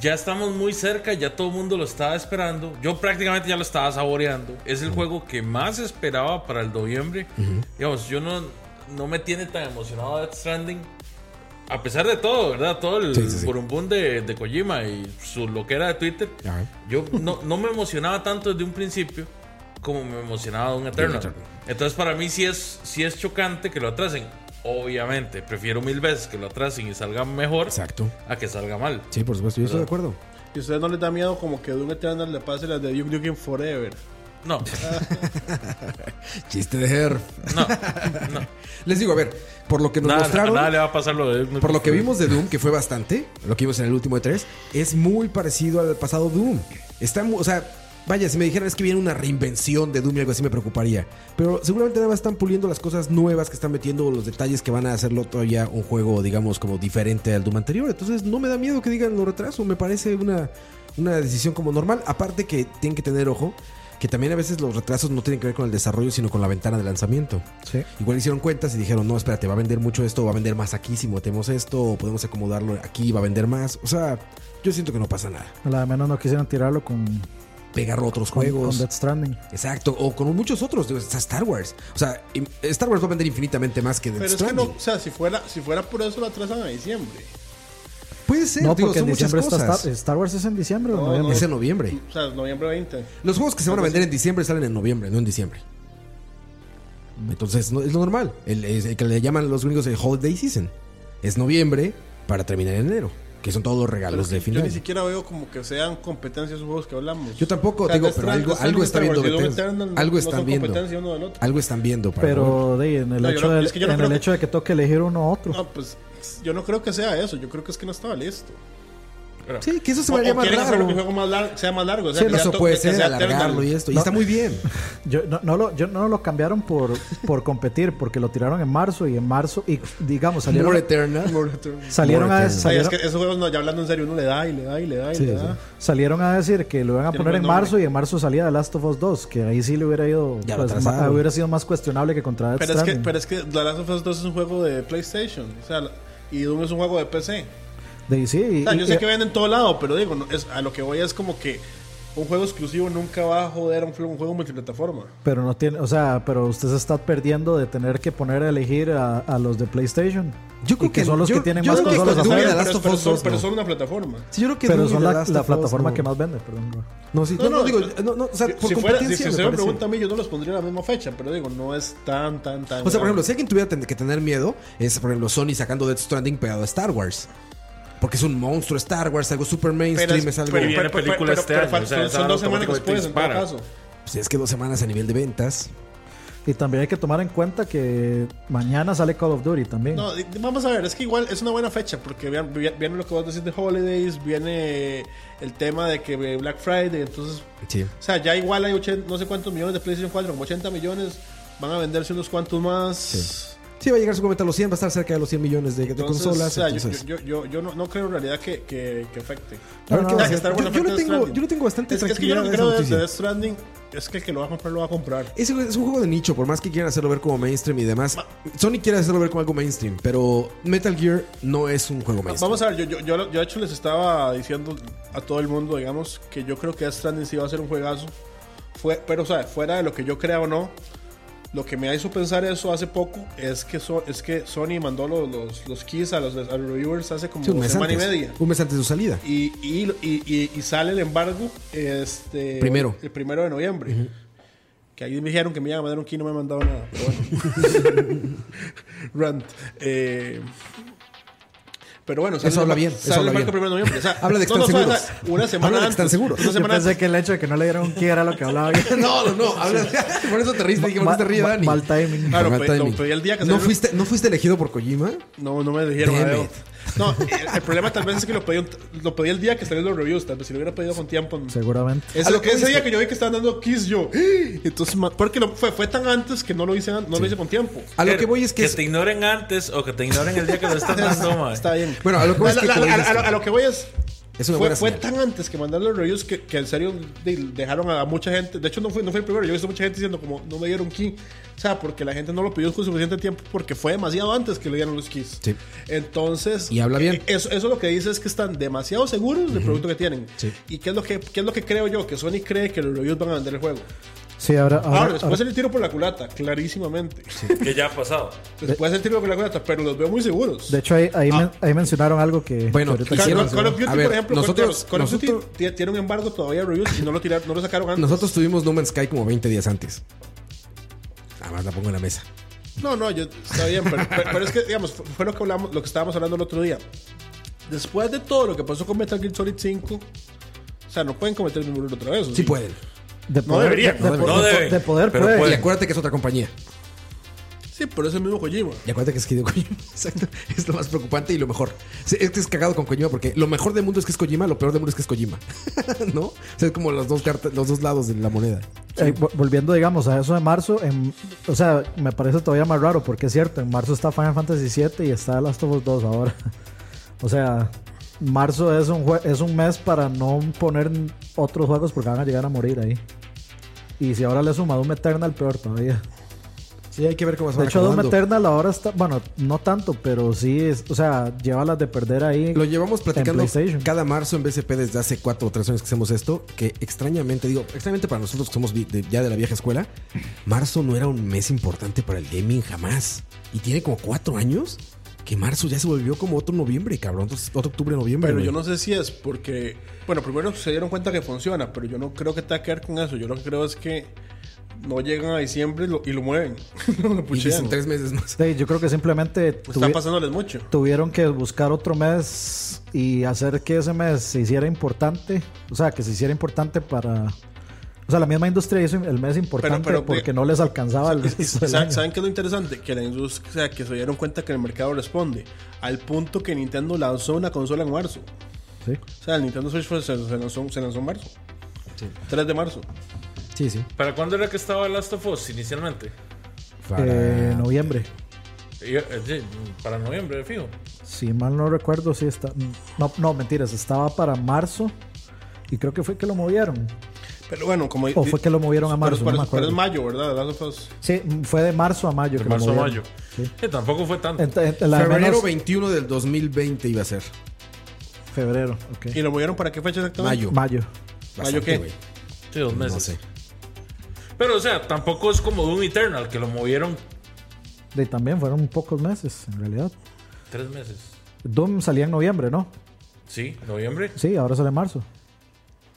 Ya estamos muy cerca, ya todo el mundo lo estaba esperando. Yo prácticamente ya lo estaba saboreando. Es el juego que más esperaba para el noviembre. Digamos, yo no, no me tiene tan emocionado Death Stranding. A pesar de todo, ¿verdad? Todo el Sí, sí, sí. burumbum de, de Kojima y su loquera de Twitter. Ajá. Yo no, no me emocionaba tanto desde un principio como me emocionaba un Eternal. Doom Eternal. Entonces para mí sí es, sí es chocante que lo atrasen. Obviamente, prefiero mil veces que lo atrasen y salga mejor Exacto. a que salga mal. Sí, por supuesto, yo estoy de acuerdo. Y a ustedes no les da miedo como que Doom Eternal le pase las de Duke Nukem Forever. No, Chiste de Herf. no, Les digo, a ver, por lo que nos nada, mostraron, nada le va a pasar lo de... por lo que vimos de Doom, que fue bastante, lo que vimos en el último de tres, es muy parecido al pasado Doom. Está, mu- o sea, vaya, si me dijeran es que viene una reinvención de Doom y algo así me preocuparía. Pero seguramente nada más están puliendo las cosas nuevas que están metiendo, los detalles que van a hacerlo todavía un juego, digamos, como diferente al Doom anterior. Entonces no me da miedo que digan lo retraso, me parece una, una decisión como normal. Aparte que tienen que tener ojo. Que también a veces los retrasos no tienen que ver con el desarrollo, sino con la ventana de lanzamiento. Sí. Igual hicieron cuentas y dijeron, no, espérate, va a vender mucho esto, va a vender más aquí si metemos esto, o podemos acomodarlo aquí, va a vender más. O sea, yo siento que no pasa nada. A la de menos no quisieron tirarlo con, con- Pegar otros con, juegos. Death Stranding. Exacto, o con muchos otros, digo, está Star Wars. O sea, im- Star Wars va a vender infinitamente más que Pero Death es que no, Stranding. o sea, si fuera, si fuera por eso lo atrasan a diciembre. Puede ser, No, digo, porque en son muchas diciembre está cosas. Star, Star Wars es en diciembre o en No, noviembre. Es en noviembre. O sea, noviembre 20. Los juegos que se van a vender en diciembre salen en noviembre, no en diciembre. Entonces no- es lo normal. El, es el que le llaman los gringos el holiday season. Es noviembre para terminar en enero, que son todos los regalos de Yo final. ni siquiera veo como que sean competencias esos juegos que hablamos. Yo tampoco, O sea, digo, Death pero Stranding- algo- Death algo Stranding está y viendo Doom de Eternal no- algo no están son viendo. competencia uno del otro. Algo están viendo para Pero de, ahí, en el, No, yo hecho, no- del- es que yo no en creo el que- hecho de que toque elegir uno u otro. No, pues yo no creo que sea eso. Yo creo que es que no estaba listo. Sí, que eso se O- me haría o más quieren hacer que el raro. juego más largo, sea más largo. O sea, Sí, que no, sea eso to- puede que ser, sea alargarlo Eternal. y esto. Y No, está muy bien. Yo, no, no lo, yo no lo cambiaron por, por competir, porque lo tiraron en marzo y en marzo, y digamos, salieron, More Eternal. salieron, More a, Eternal. o sea, es salieron, que esos juegos, no, ya hablando en serio, uno le da y le da y le da y le da. salieron a decir que lo iban a Tiene poner buen en nombre. marzo y en marzo salía The Last of Us 2, que ahí sí le hubiera ido, Ya lo pues, atrasaron. ma- hubiera sido más cuestionable que contra Death Pero es, que, Stranding. pero es que The Last of Us 2 es un juego de PlayStation. O sea, la- y Doom es un juego de PC. De ahí sí, y- O sea, yo y- sé que venden en todo lado, pero digo, no, es, a lo que voy es como que un juego exclusivo nunca va a joder a un, fl- un juego multiplataforma. Pero no tiene, o sea, pero usted se está perdiendo de tener que poner a elegir a, a los de PlayStation. Yo creo Y que, que- son los yo- que tienen yo más creo que consolas con Doom Pero, y The afuera. Last pero- of pero Us son, dos, pero no. son una plataforma. Sí, yo creo que Pero Doom y son The la, Last la of Us, plataforma no. que más vende, perdón. bro. No, sí, no, No, no, no, digo, yo- no, no, o sea, por si fuera, si competencia, se me me parece. pregunta a mí, yo no los pondría a la misma fecha, pero digo, no es tan, tan, tan. O sea, por grave. ejemplo, si alguien tuviera ten- que tener miedo, es por ejemplo Sony sacando Death Stranding pegado a Star Wars. Porque es un monstruo Star Wars, algo super mainstream, es, algo. pero- viene película este año, fal- o sea, son- esa son dos semanas automáticamente después, en todo dispara. caso. Pues es que dos semanas a nivel de ventas. Y también hay que tomar en cuenta que mañana sale Call of Duty Mm. también. No, di- vamos a ver, es que igual es una buena fecha, porque vean- vi- viene lo que vos decís de Holidays, viene el tema de que eh, Black Friday, entonces Sí. O sea, ya igual hay 80, no sé cuántos millones de PlayStation 4, como 80 millones, van a venderse unos cuantos más. Sí, va a llegar su cometa a los 100, va a estar cerca de los 100 millones de, de Entonces, consolas. o sea, yo- entonces- yo, yo- yo no, no creo en realidad que, que- que afecte. A ver qué va Ya a que hacer. Star Wars Yo- yo le afecta a tengo- Stranding. yo le tengo bastante es, es que yo lo que tranquilidad creo a esa de, de noticia. Death Stranding es que el que lo va a comprar lo va a comprar. Ese es un juego de nicho, por más que quieran hacerlo ver como mainstream y demás. Sony quiere hacerlo ver como algo mainstream, pero Metal Gear no es un juego mainstream. Vamos a ver, yo, yo, yo, yo de hecho les estaba diciendo a todo el mundo, digamos, que yo creo que Death Stranding sí va a ser un juegazo. Fue, pero, o sea, fuera de lo que yo crea o no, lo que me hizo pensar eso hace poco es que, so- es que Sony mandó los, los, los keys a los, a los reviewers hace como Sí, un una mes semana antes. y media. Un mes antes de su salida. Y, y, y- y- y sale el embargo este, Primero. el primero de noviembre. Que ahí me dijeron que me iban a mandar un key y no me han mandado nada. Pero bueno. Rant. Eh, pero bueno, sale Eso habla el- bien, eso sale el habla embargo bien. primero de noviembre. O sea, Habla de que no, no, están o sea, seguros. Una semana Habla de que antes, están seguros. Una Yo semana pensé antes. que el hecho de que no le dieron un ki era lo que hablaba. No, no, no. habla- por eso te riste. Dije, ¿por qué te ríes, Ma- Dani? Mal timing. Claro, Mal pe- timing. no, pedí el día que ¿No salió- fuiste, ¿No fuiste elegido por Kojima? No, no me dijeron. Damn Adeo. it. No, el, el problema tal vez es que lo pedí, un- lo pedí el día que salieron los reviews. Tal vez si lo hubiera pedido con tiempo. Seguramente. Ese, A lo que ese viste. día que yo vi que estaban dando Kiss, yo. ¡Ah! Entonces, ma- porque lo- fue, fue tan antes que no lo hice, an- no lo hice con tiempo. A lo que voy es que. Que es- te ignoren antes o que te ignoren el día que lo están dando, mae. Está bien. Bueno, a lo que voy es que, La- la- como la- dices, a lo- a lo que voy es. Es una fue, buena fue señal. tan antes que mandaron los reviews que, que en serio de- dejaron a mucha gente. De hecho, no fue, no fue el primero. Yo he visto mucha gente diciendo, como, no me dieron key. O sea, porque la gente no lo pidió con suficiente tiempo porque fue demasiado antes que le dieron los keys. Sí. Entonces. Y habla bien. eh, Eso, eso lo que dice es que están demasiado seguros del producto que tienen. Sí. ¿Y qué es, lo que, qué es lo que creo yo? Que Sony cree que los reviews van a vender el juego. Sí, ahora. ahora- Ahora, después ahora- el tiro por la culata, clarísimamente. Que ya ha pasado. Después el tiro por la culata, pero los veo muy seguros. De hecho, ahí, ahí Ah. men- ahí mencionaron algo que. Bueno, que ahorita Call, quiero hicieron- Call- Call mencionar. of Duty, A ver, por ejemplo, nosotros- nosotros, Call of Duty nosotros- tie- tiene un embargo todavía de reviews y no lo, tiraron, no lo sacaron antes. Nosotros tuvimos No Man's Sky como 20 días antes. Nada más la pongo en la mesa. No, no, yo, está bien, pero, pero- pero es que, digamos, fue, fue lo, que hablamos, lo que estábamos hablando el otro día. Después de todo lo que pasó con Metal Gear Solid 5, o sea, no pueden cometer el mismo error otra vez. ¿o Sí pueden. De poder, debería, de, de- no debería. No de- debe, de poder, pero puede. Y puede. acuérdate que es otra compañía. Sí, pero es el mismo Kojima. Y acuérdate que es Hideo Kojima. Exacto. Es lo más preocupante y lo mejor. Sí, Es que es cagado con Kojima porque lo mejor del mundo es que es Kojima, lo peor del mundo es que es Kojima. ¿No? O sea, es como los dos, cartas- los dos lados de la moneda. Eh, vo- volviendo, digamos, a eso de marzo, en- o sea, me parece todavía más raro porque es cierto, en marzo está Final Fantasy VII y está Last of Us 2 ahora. o sea, marzo es un, jue- es un mes para no poner otros juegos porque van a llegar a morir ahí. Y si ahora le suma Doom Eternal, peor todavía. Sí, hay que ver cómo se De van hecho, Doom acomodando. Eternal ahora está, bueno, no tanto, pero sí, es- o sea, lleva las de perder ahí. Lo llevamos platicando En PlayStation. cada marzo en BCP desde hace cuatro o tres años que hacemos esto, que extrañamente, digo, extrañamente para nosotros que somos vi- de- ya de la vieja escuela, marzo no era un mes importante para el gaming jamás. Y tiene como cuatro años que marzo ya se volvió como otro noviembre, cabrón. Entonces, otro octubre, noviembre. Pero güey. yo no sé si es porque, bueno, primero se dieron cuenta que funciona, pero yo no creo que tenga que ver con eso. Yo lo que creo es que no llegan a diciembre y lo, y lo mueven. lo Y puchean. dicen tres meses más. Sí, yo creo que simplemente Está tuvi- pasándoles mucho. tuvieron que buscar otro mes y hacer que ese mes se hiciera importante. O sea, que se hiciera importante para. O sea, la misma industria hizo el mes importante pero- porque no les alcanzaba el Y- y- resto del ¿saben, año. saben qué es lo interesante? Que la industria, o sea, que se dieron cuenta que el mercado responde. Al punto que Nintendo lanzó una consola en marzo. Sí. O sea, el Nintendo Switch fue- se, se lanzó, se lanzó en marzo. 3 de marzo. Sí, sí. ¿Para cuándo era que estaba Last of Us inicialmente? Eh, noviembre. Y- eh, sí, Para noviembre, fijo. Si mal no recuerdo, sí está. No, no, mentiras, estaba para marzo y creo que fue que lo movieron. Pero bueno, como. O fue que lo movieron a marzo, Pero, pero- no me pero acuerdo. es mayo, ¿verdad? Last of Us. Sí, fue de marzo a mayo. que De lo marzo a mayo. movieron. Eh, tampoco fue tanto. Ent- ent- la Febrero menos- 21 del 2020 iba a ser. febrero, ok. ¿Y lo movieron para qué fecha exactamente? Mayo. Mayo. Bastante, qué? güey. Sí, dos meses. No sé. Pero, o sea, tampoco es como Doom Eternal, que lo movieron De también fueron pocos meses, en realidad. tres meses. Doom salía en noviembre, ¿no? Sí, noviembre. Sí, ahora sale en marzo.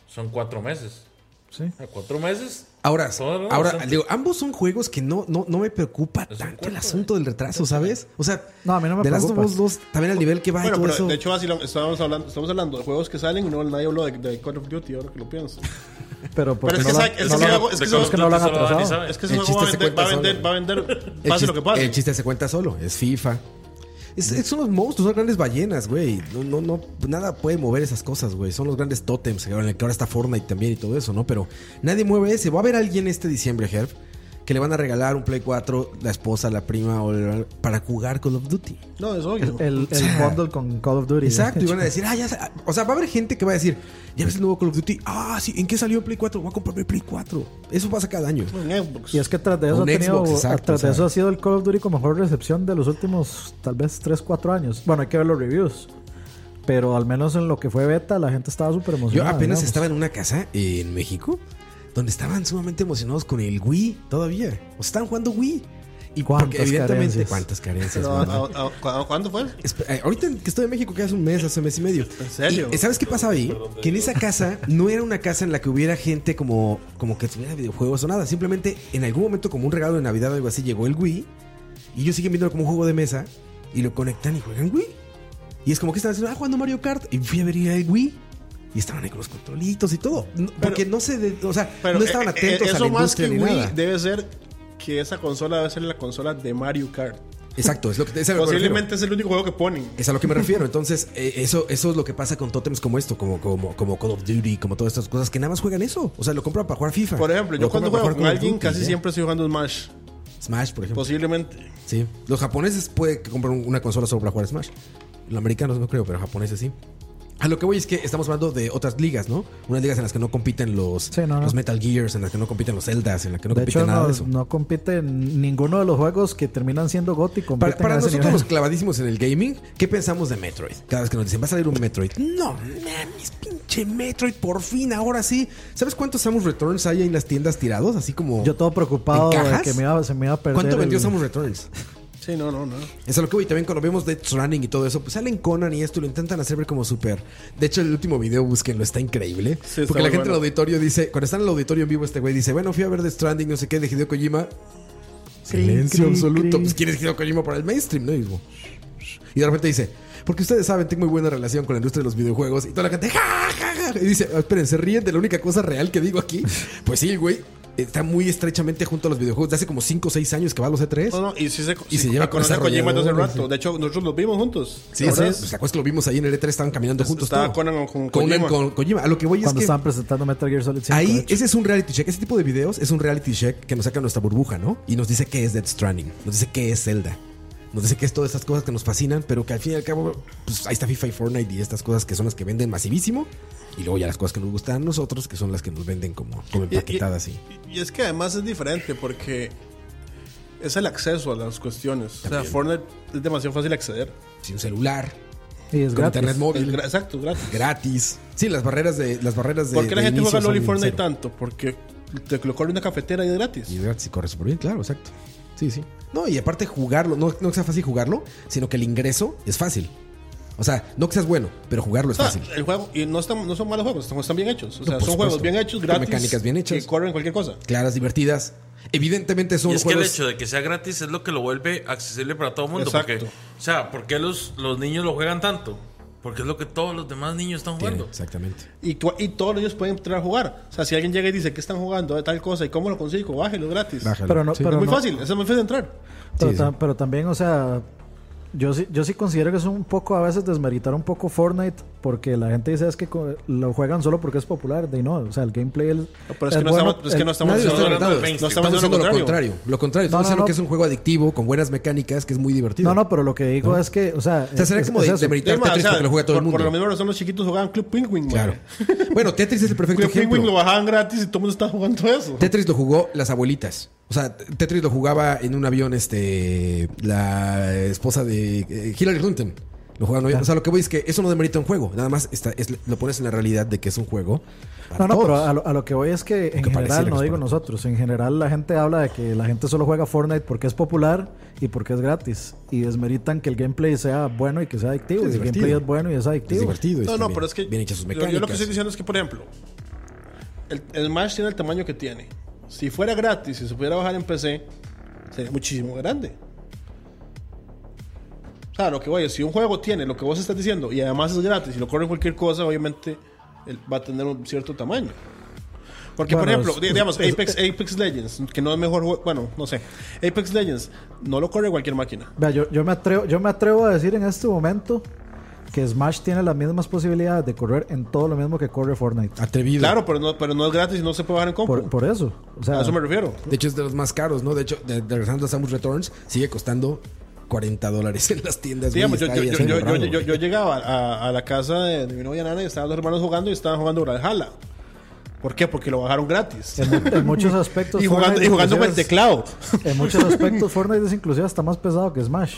Son cuatro meses. Sí. A cuatro meses. Ahora, Todo lo ahora bastante. digo, ambos son juegos que no, no, no me preocupa un tanto el cuerpo, eh. asunto del retraso, ¿sabes? O sea, No, a mí no me The Last preocupa. of Us 2 también al nivel que va y Bueno, todo pero eso. de hecho, así lo- estábamos hablando, estamos hablando de juegos que salen y no nadie habló de, de Call of Duty ahora que lo pienso. Pero porque Pero es que no la- sabe- es no que la- sabe algo- es que no sabe- es que no lo han solo Dani atrasado. sabe. Es que El ese juego va a chiste se vender, va a cuenta vender, va a vender, el, pase chiste, lo que pase. el chiste se cuenta solo, es FIFA. Es- es- son los monstruos, son grandes ballenas, güey. No, no, no, nada puede mover esas cosas, güey. Son los grandes tótems, que ahora- que ahora está Fortnite también y todo eso, ¿no? Pero nadie mueve ese. Va a haber alguien este diciembre, Herb, que le van a regalar un Play 4 la esposa, la prima o el- para jugar Call of Duty. No, es obvio. El, el bundle con Call of Duty. Exacto, y van a decir, ah, ya. sa- O sea, va a haber gente que va a decir, ya ves el nuevo Call of Duty. Ah, sí, ¿en qué salió Play 4? Voy a comprarme Play 4. Eso pasa cada año. En Xbox. Y es que tras de eso, Un ha, tenido- Xbox, exacto, tras de o sea. eso ha sido el Call of Duty con mejor recepción de los últimos tal vez 3, 4 años. Bueno, hay que ver los reviews. Pero al menos en lo que fue beta, la gente estaba súper Yo emocionada. apenas digamos. estaba en una casa eh, en México donde estaban sumamente emocionados con el Wii todavía. O sea, estaban jugando Wii. Y ¿Cuántas porque evidentemente, carencias? ¿cuántas carencias? Pero, mamá? ¿a- a- a- a- ¿Cuándo fue? Espe- eh, Ahorita que estoy en México, que hace un mes, hace un mes y medio. ¿En serio? Y, eh, ¿Sabes qué pasaba ahí? Que en esa casa no era una casa en la que hubiera gente como, como que tuviera videojuegos o nada. Simplemente en algún momento, como un regalo de Navidad o algo así, llegó el Wii y ellos siguen viéndolo como un juego de mesa y lo conectan y juegan Wii. Y es como que están haciendo, ah, jugando Mario Kart. Y fui a ver el Wii. Y estaban ahí con los controlitos y todo. No- porque no se. de- o sea, Pero, no estaban eh, eh, atentos eso a la más industria que ni Wii nada. debe ser que esa consola debe ser la consola de Mario Kart. Exacto, es lo que te es a lo que me refiero. Posiblemente es el único juego que ponen. Es a lo que me refiero. Entonces, eh, eso, eso es lo que pasa con tótems como esto, como, como, como Call of Duty, como todas estas cosas que nada más juegan eso. O sea, lo compran para jugar FIFA. Por ejemplo, Lo yo cuando compran para jugar juego con Call of alguien Duty, casi ya. siempre estoy jugando Smash. Smash, por ejemplo. Posiblemente. Sí. Los japoneses puede que compren una consola solo para jugar Smash. Los americanos no creo, pero japoneses sí. A lo que voy es que estamos hablando de otras ligas, ¿no? Unas ligas en las que no compiten los, Sí, no, no. los Metal Gears, en las que no compiten los Zeldas, en las que no de compiten hecho, nada no, de eso. no compite en ninguno de los juegos que terminan siendo GOTY. Para, compiten para a ese nosotros nivel. los clavadísimos en el gaming, ¿qué pensamos de Metroid? Cada vez que nos dicen, va a salir un Metroid. No, mames, pinche Metroid, por fin, ahora sí. ¿Sabes cuántos Samus Returns hay en las tiendas tirados? Así como... Yo todo preocupado ¿En de cajas? que me iba, se me iba a perder. ¿Cuánto el- vendió Samus Returns? Sí, no, no, no. Es a lo que voy. También cuando vemos Death Stranding y todo eso, pues salen Conan y esto, lo intentan hacer ver como súper. De hecho, el último video, búsquenlo, está increíble. Sí, está porque la muy gente en bueno. el auditorio dice, cuando está en el auditorio en vivo, este güey dice, bueno, fui a ver Death Stranding, no sé qué, de Hideo Kojima. Silencio crin, absoluto. crin. Pues quién es Hideo Kojima para el mainstream, ¿no? Y, digo, y de repente dice, porque ustedes saben, tengo muy buena relación con la industria de los videojuegos. Y toda la gente, "Ja, ja, ja". Y dice, "Ah, esperen, se ríen de la única cosa real que digo aquí. Pues sí, el güey. Está muy estrechamente junto a los videojuegos. De hace como 5 o 6 años que va a los E E3. No, no, y sí se, Y sí se lleva con conoce a Kojima desde hace desarrolladores, rato. De hecho, nosotros los vimos juntos. Sí, sí. ¿Te acuerdas? Pues la cosa es que lo vimos ahí en el E3, estaban caminando juntos. Pues, estaba todo. Conan con Conan Kojima. con Kojima. A lo que voy es Cuando que estaban presentando Metal Gear Solid 5. de ahí hecho. ese es un reality check. Ese tipo de videos es un reality check que nos saca nuestra burbuja, ¿no? Y nos dice qué es Death Stranding, nos dice qué es Zelda, nos dice qué es todas estas cosas que nos fascinan, pero que al fin y al cabo, pues ahí está FIFA y Fortnite y estas cosas que son las que venden masivísimo. Y luego ya las cosas que nos gustan a nosotros, que son las que nos venden como, como Y- y- empaquetadas. Y, Y es que además es diferente porque es el acceso a las cuestiones. O sea, Fortnite es demasiado fácil acceder. sin celular, Y es con gratis. internet Es móvil, gra- Exacto, gratis. gratis. Sí, las barreras de. Las barreras de ¿Por qué la de gente juega inicio LOL y son Fortnite cero. tanto? Porque te lo corre una cafetera y es gratis. Y verdad, si corre súper bien, claro, exacto. Sí, sí. No, y aparte jugarlo, no, no que sea fácil jugarlo, sino que el ingreso es fácil. O sea, no que seas bueno, pero jugarlo es O sea, fácil. el juego, y no, están, no son malos juegos, están, están bien hechos. O sea, por son supuesto. juegos bien Con hechos, gratis. mecánicas bien hechas. Que corren cualquier cosa. Claras, divertidas. Evidentemente son Y es que el juegos. hecho de que sea gratis es lo que lo vuelve accesible para todo el mundo. Exacto. Porque, o sea, ¿por qué los, los niños lo juegan tanto? Porque es lo que todos los demás niños están Tiene, jugando. exactamente. Y, tú- y todos ellos pueden entrar a jugar. O sea, si alguien llega y dice que están jugando de tal cosa y cómo lo consigo, bájelo gratis. Bájalo. Pero no, Sí. pero es muy no- fácil, eso es muy fácil de entrar. Pero, Sí, ta- sí. pero también, o sea, yo sí, yo sí considero que es un poco a veces desmeritar un poco Fortnite porque la gente dice es que co- lo juegan solo porque es popular. De no, o sea, el gameplay es. No, pero es, que no bueno, estamos, es que el- no estamos Nadie haciendo- está hablando de no estamos mainstream. Estamos haciendo haciendo lo contrario. Lo contrario, No, estamos no, diciendo no. que es un juego adictivo, con buenas mecánicas, que es muy divertido. No, no, pero lo que digo es que, o sea. O sea, sería es- como es de, eso. demeritar Es más, Tetris o sea, porque lo juega todo por, el mundo. por lo mismo razón los chiquitos jugaban Club Penguin, claro. man. bueno, Tetris es el perfecto Club ejemplo. Penguin lo bajaban gratis y todo el mundo estaba jugando eso. Tetris lo jugó las abuelitas. O sea, Tetris lo jugaba en un avión, este, la esposa de eh, Hillary Clinton. Lo jugaba en un avión. O sea, lo que voy es que eso no demerita un juego. Nada más está- es- lo pones en la realidad de que es un juego. No, para no, todos. pero ah, a lo, a lo que voy es que en Aunque pareciera general, que no es digo para todos. nosotros, en general la gente habla de que la gente solo juega Fortnite porque es popular y porque es gratis. Y desmeritan que el gameplay sea bueno y que sea adictivo. Es y el divertido. gameplay es bueno y es adictivo. es divertido. No, no, también pero es que. Bien hechas sus yo- mecánicas. Yo lo que estoy diciendo es que, por ejemplo, el, el Smash tiene el tamaño que tiene. Si fuera gratis y se pudiera bajar en PC, sería muchísimo grande. O sea, lo que voy es, si un juego tiene lo que vos estás diciendo y además es gratis y lo corre cualquier cosa, obviamente él va a tener un cierto tamaño. Porque, por Bueno, ejemplo, es- di- digamos, Apex, Apex Legends, que no es mejor juego, bueno, no sé. Apex Legends no lo corre cualquier máquina. Vea, yo, yo, me atrevo, yo me atrevo a decir en este momento que Smash tiene las mismas posibilidades de correr en todo lo mismo que corre Fortnite. Atrevido. Claro, pero no, pero no es gratis y no se puede bajar en compu. Por, por eso. O sea, pues. A eso me refiero. De hecho, es de los más caros, ¿no? De hecho, de, de regresando a Samus Returns, sigue costando 40 dólares en las tiendas. güey, Digamos, yo, está yo, ahí yo, haciendo yo- bravo, yo- yo- güey. yo llegaba a, a la casa de, de mi novia Nana y estaban los hermanos jugando y estaban jugando Brawlhalla. ¿Por qué? Porque lo bajaron gratis. en, mu- en muchos aspectos. Y jugando, Fortnite y jugando con el inclusive es- teclado. En muchos aspectos, Fortnite es inclusive hasta más pesado que Smash.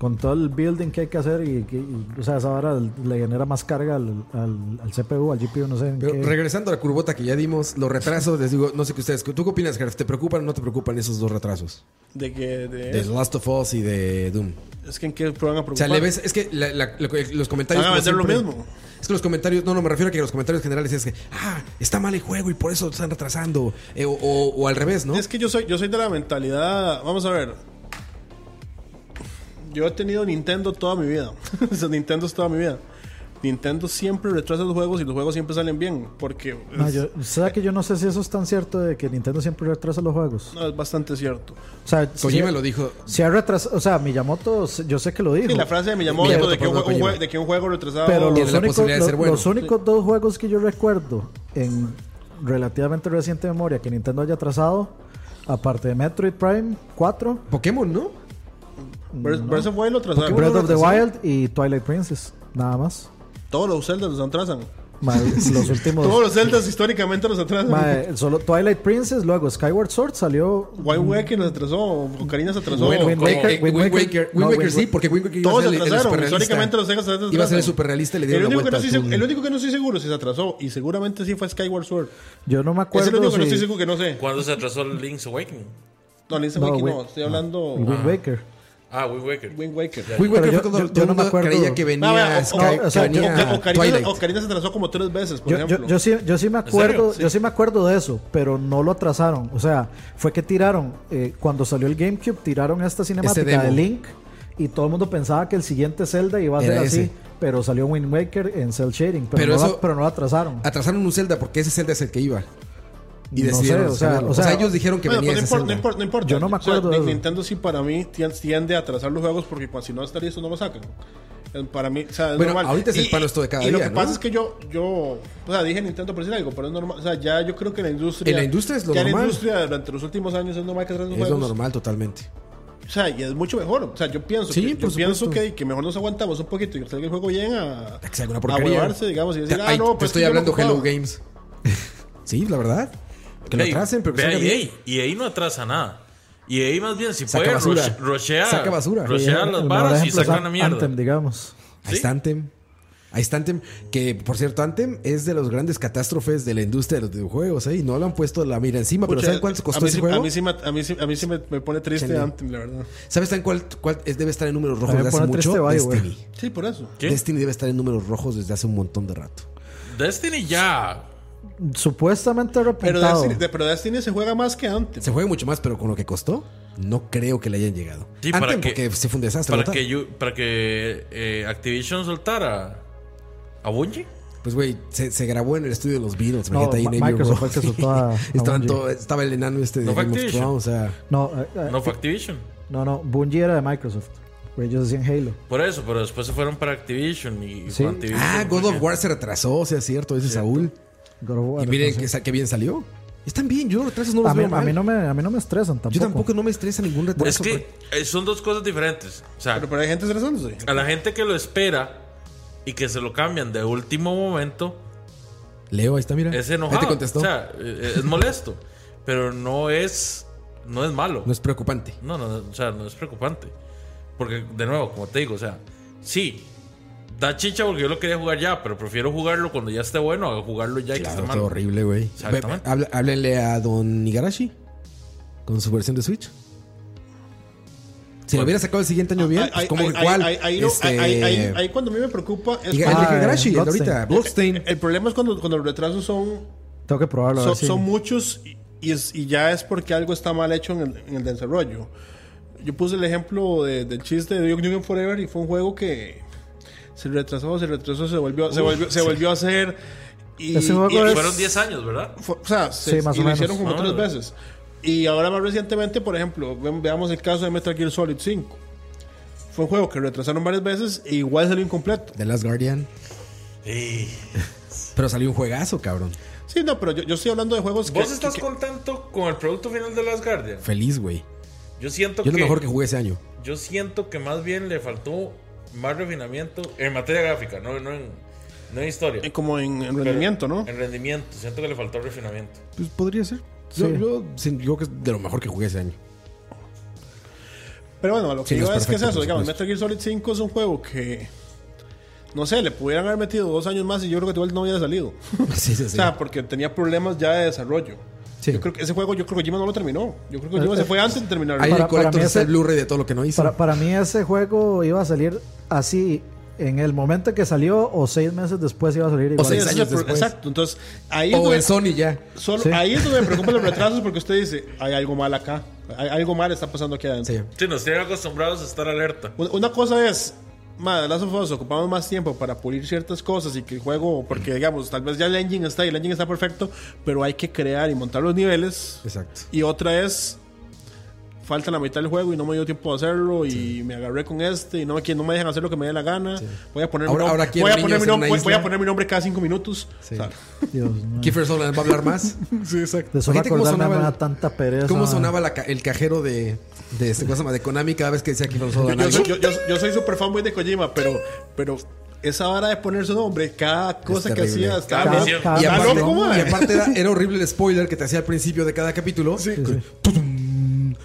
Con todo el building que hay que hacer y, que- y, o sea, esa vara le genera más carga al, al- al CPU, al GPU, no sé. en Pero qué- regresando a la curvota que ya dimos, los retrasos, les digo, no sé qué ustedes, ¿tú qué opinas, Jeff? ¿Te preocupan o no te preocupan esos dos retrasos? De que, de- De The Last of Us y de Doom. es que en qué prueban a preocupar. O sea, le ves, es que la- la- lo que- los comentarios. Van a como vender lo siempre- mismo. Es que los comentarios, no, no, me refiero a que los comentarios generales es que, ah, está mal el juego y por eso están retrasando. eh, o, o- o al revés, ¿no? Es que yo soy, yo soy de la mentalidad. Vamos a ver. Yo he tenido Nintendo toda mi vida. O sea, Nintendo es toda mi vida. Nintendo siempre retrasa los juegos y los juegos siempre salen bien. Porque es, Ma, yo, o sea que yo no sé si eso es tan cierto de que Nintendo siempre retrasa los juegos. no, es bastante cierto. O sea, si, Kojima lo dijo. si ha retrasado, o sea, Miyamoto, s- yo sé que lo dijo. Sí, la frase de Miyamoto, Miyamoto, de, que un, perdón, jue- un jue- Kojima. de que un juego retrasado. pero tiene los, la únicos, posibilidad de ser lo- bueno. los únicos dos juegos que yo recuerdo en relativamente reciente memoria que Nintendo haya atrasado, aparte de Metroid Prime 4, Pokémon, ¿no? Breath Breath of the Wild lo atrasaron. Breath of the retrasó? Wild y Twilight Princess, nada más. Todos los Zeldas los atrasan. Pues, Ma, los Todos últimos. los Zeldas históricamente los atrasan. ma, solo Twilight Princess, luego Skyward Sword salió. Wind Waker nos atrasó, Ocarina se atrasó. Bueno, Wind como- Waker, eh, Wind Wind Waker. Waker, No, Wind Waker Wind sí, Waker. porque Wind Waker iba a Todos ser se el- el atrasaron. superrealista. Históricamente los Zeldas se atrasaron. Iba a ser el superrealista y le El dieron la único, que vuelta no al estoy seguro, mundo. el único que no estoy seguro si se atrasó, y seguramente sí fue Skyward Sword. Yo no me Es acuerdo. el único que no si- estoy seguro que no sé. ¿Cuándo se atrasó el Link's Awakening? No, Link's No, Awakening no, Wind- estoy hablando el Wind Waker. Ah, Wind Waker. Wind Waker. Wind Pero Waker yo- fue cuando yo- yo todo el no me mundo acuerdo. creía que venía, No, vea, o- Sky- o- o sea, que venía Oca- Twilight. Ocarina, Ocarina se atrasó como tres veces, por Yo, yo, ejemplo. yo sí, yo sí me serio? acuerdo, Sí. yo sí me acuerdo de eso, pero no lo atrasaron. O sea, fue que tiraron, eh, cuando salió el GameCube, tiraron esta cinemática demo. de Link y todo el mundo pensaba que el siguiente Zelda iba a ser Era así, ese. pero salió Wind Waker en Cell Shading, pero, Pero no, eso- la- pero no lo atrasaron. Atrasaron un Zelda porque ese Zelda es el que iba. Y No decidieron sé, o sea, sacarlo. o sea, ellos dijeron que Bueno, venía pues no, ese importa, Zelda. no importa, no importa. Yo no me O sea, acuerdo de Ni- eso. Nintendo sí para mí tien- tiende a atrasar los juegos porque cuando si no está listo no lo sacan. Eh, Para mí, o sea, es Bueno, normal. ahorita es el palo esto de cada y lo día, que ¿no? pasa es que yo, yo, o sea, dije Nintendo por decir algo, pero es normal. O sea, ya yo creo que la industria. En la industria es lo ya normal. la industria durante los últimos años es normal que atrasen los Es lo juegos. normal totalmente. O sea, y es mucho mejor. O sea, yo pienso, Sí, que, yo por pienso supuesto. que, que mejor nos aguantamos un poquito y que salga el juego bien a, Que sea alguna a porquería. huevarse, digamos, y decir, Te- ah, ay, no, te pues. estoy yo no hablando me Hello ocupaba. Games. sí, la verdad. Que lo Ve, atrasen, pero que ve salga a bien. EA. Y ahí no atrasa nada. Y ahí más bien, si Saca puede, basura. roche- rochea. Saca basura. Eh, rochea El- las el varas mejor y ejemplo es saca una mierda. Anthem, digamos. Ahí está Anthem. Ahí está Anthem. Que, por cierto, Anthem es de las grandes catástrofes de la industria de los videojuegos. ¿eh? Y no le han puesto la mira encima. pero Pucha, ¿saben cuánto a costó mí ese sí- juego? A mí sí, me- a mí sí, a mí sí me, me pone triste Chale. Anthem, la verdad. ¿Sabes también cuál, cuál es- debe estar en números rojos me desde hace pone mucho? este triste Bioware. Destiny. Sí, por eso. ¿Qué? Destiny debe estar en números rojos desde hace un montón de rato. Destiny ya. Supuestamente Pero repuntado. Destiny, de- pero Destiny se juega más que antes. Se juega mucho más, pero con lo que costó, no creo que le hayan llegado. Sí, Anthem, para que- porque se fue un desastre. Para total. que, yo- para que eh, Activision soltara a Bungie. Pues, güey, se, se grabó en el estudio de los Beatles. No, imagínate ahí Ma- en Abbey Microsoft Road. fue el que soltó a- a Estaban Bungie. todo- Estaba el enano este de No fue Game of Activision. Thrones. O sea, no, eh, Ah, eh, No fue Activision. no, no, Bungie era de Microsoft. Ellos hacían Halo. Por eso, pero después se fueron para Activision y Sí. Activision ah, no God fue of War se retrasó, o sea, es cierto, ese Saúl. God of War, Y miren entonces. que, sa- que bien salió. Están bien, yo los retrasos no los a, mí, veo a mal. mí no me, a mí no me estresan tampoco. Yo tampoco no me estresa ningún retraso. Es que güey. eh, son dos cosas diferentes. O sea, Pero, pero hay gente estresándose. a la gente que lo espera y que se lo cambian de último momento, Leo, ahí está, mira. es Eh, Ahí enojado. te contestó. O sea, eh, es molesto. pero no es, no es malo. no es preocupante. No, no, no, o sea, no es preocupante. Porque, de nuevo, como te digo, o sea, sí, da chicha porque yo lo quería jugar ya, pero prefiero jugarlo cuando ya esté bueno a jugarlo ya y que Claro, esté está malo. horrible, güey. Exactamente. Ve- ah, ve- habla- Háblenle a Don Igarashi con su versión de Switch. Si lo hubiera sacado el siguiente año bien, pues Ahí- como ahí- igual. ahí- ahí- ahí- este, ahí- ahí- ahí cuando a mí me preocupa es Iga- cuando- el de Igarashi, el de Bloodstain. ahorita, Bloodstain. el problema es cuando, cuando los retrasos son, Tengo que probarlo. a ver son, si- son muchos y, y es- y ya es porque algo está mal hecho en el, en el desarrollo. Yo puse el ejemplo de- del chiste de Duke Nukem Forever y fue un juego que se retrasó, se retrasó, se volvió, se volvió, se volvió a hacer. Y, Ese juego y- pues- es- Fueron 10 años, ¿verdad? Fue- o sea, se, Sí, más y o lo menos. hicieron como Ah, tres güey. veces. Y ahora más recientemente, por ejemplo, ve- veamos el caso de Metal Gear Solid 5. Fue un juego que retrasaron varias veces e igual salió incompleto. The Last Guardian. Pero salió un juegazo, cabrón. Sí, no, pero yo, yo estoy hablando de juegos que. ¿Vos estás que- que- contento con el producto final de Last Guardian? Feliz, güey. Yo siento Yo es que, lo mejor que jugué ese año. yo siento que más bien le faltó más refinamiento en materia gráfica, no, no en, no en historia. eh, como en, en rendimiento, ¿no? En rendimiento, siento que le faltó refinamiento. Pues podría ser. Yo, yo, sin- yo creo que es de lo mejor que jugué ese año. Pero bueno, a lo que Sí, no digo es es, que es perfecto, eso. por Digamos, supuesto. Metal Gear Solid 5 es un juego que. No sé, le pudieran haber metido dos años más y yo creo que igual no hubiera salido. Sí, sí, O sí. sea, porque tenía problemas ya de desarrollo. Sí. Eh, Yo creo que ese juego, yo creo que Jima no lo terminó. Yo creo que Jima se fue antes de terminarlo. Ahí Para- el corrector para mí está el ese- Blu-ray de todo lo que no hizo. Para, para mí ese juego iba a salir así en el momento que salió o seis meses después iba a salir igual. O seis ese es años el pro- después. Exacto. Entonces, ahí es o donde- en Sony ya. solo- Sí. ahí es donde me preocupan los retrasos porque usted dice, hay algo mal acá. Hay- algo mal está pasando aquí adentro. Sí. Sí, nos tienen acostumbrados a estar alerta. Una- Una cosa es, madre, Last of Us ocupamos más tiempo para pulir ciertas cosas y que el juego, porque digamos, tal vez ya el engine está y el engine está perfecto, pero hay que crear y montar los niveles. Exacto. Y otra es, falta la mitad del juego y no me dio tiempo de hacerlo y me agarré con este y no, aquí no me dejan hacer lo que me dé la gana. Voy a poner Ahora- mi ahora nombre, quiero voy a niños poner en mi una nombre, voy- voy a isla. poner mi nombre cada cinco minutos. Sí. O sea, Dios mío. Kiefer Sutherland va a hablar más. sí, exacto. De solo Imagínate cómo acordarme me sonaba da el- tanta pereza. ¿Cómo man. sonaba la ca- el cajero de, de, este, ¿cómo se llama? de Konami cada vez que decía Kiefer Yo, Sutherland? yo- algo? yo- yo- yo soy súper fanboy de Kojima, pero, pero esa hora de poner su nombre, cada cosa que terrible. hacía, estaba Cada loco. misión. Y Está aparte, loco, y mae. aparte era, era horrible el spoiler que te hacía al principio de cada capítulo. Con, tutum,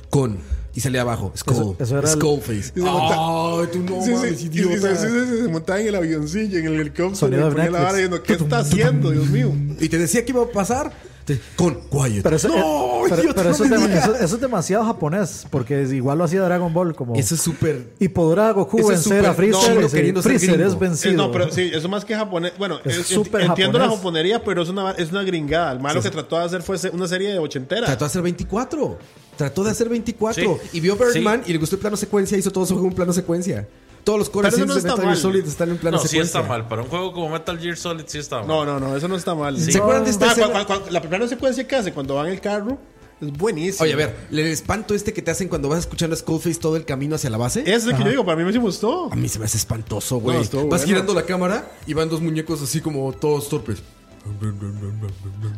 con- Y salía abajo. Skull. Eso- eso era el- Skullface. se monta- Ay, tú no Sí, sí, mames, y- y- idiota. y- sí, sí, sí, se montaba en el avioncillo, en el helicóptero, y Sonido de ponía la Netflix. vara diciendo, ¿qué está haciendo, Dios mío? Y te decía que iba a pasar te- con Quiet. Pero eso, no, eh, pero- idiota, pero no eso, me es dem- digas. eso- eso es demasiado japonés, porque es- igual lo hacía Dragon Ball. Como, Eso es súper. y podrá Goku eso es vencer súper a Freezer. chino y se- queriendo ser Freezer gringo. es vencido. Eh, no, pero sí, eso más que japonés. Bueno, Es en- súper entiendo la japonés. japonería, pero es una, es una gringada. El malo que trató de hacer fue se- una serie de ochentera. Trató de hacer 24. Trató de hacer 24. Sí. Y vio Sí. Birdman y le gustó el plano secuencia. Hizo todo su juego en plano secuencia. Todos los cores Pero eso no de está Metal Gear mal. Solid están en plano No, sí secuencia. está mal. Para un juego como Metal Gear Solid sí está mal. No, no, no, eso no está mal. ¿Se acuerdan de esta Ah, escena? cu- cu- cu- la primera secuencia que hace cuando van en el carro es buenísima. Oye, a ver, el espanto este que te hacen cuando vas escuchando a Skullface todo el camino hacia la base. Es lo que yo digo, para mí me sí gustó. A mí se me hace espantoso, güey. No, vas estuvo bueno. girando la cámara y van dos muñecos así como todos torpes.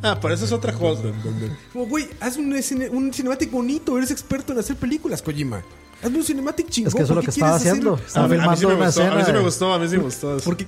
Ah, pero eso es otra cosa. Como, güey, haz un, cine- un cinematic bonito. Eres experto en hacer películas, Kojima. Hazme un cinematic chingón. Es que eso es lo ¿por que qué estaba quieres haciendo. hacer- A Estaba mí, a mí sí filmando me una gustó, a escena. mí sí me de- gustó, a mí sí me gustó. eso. Porque,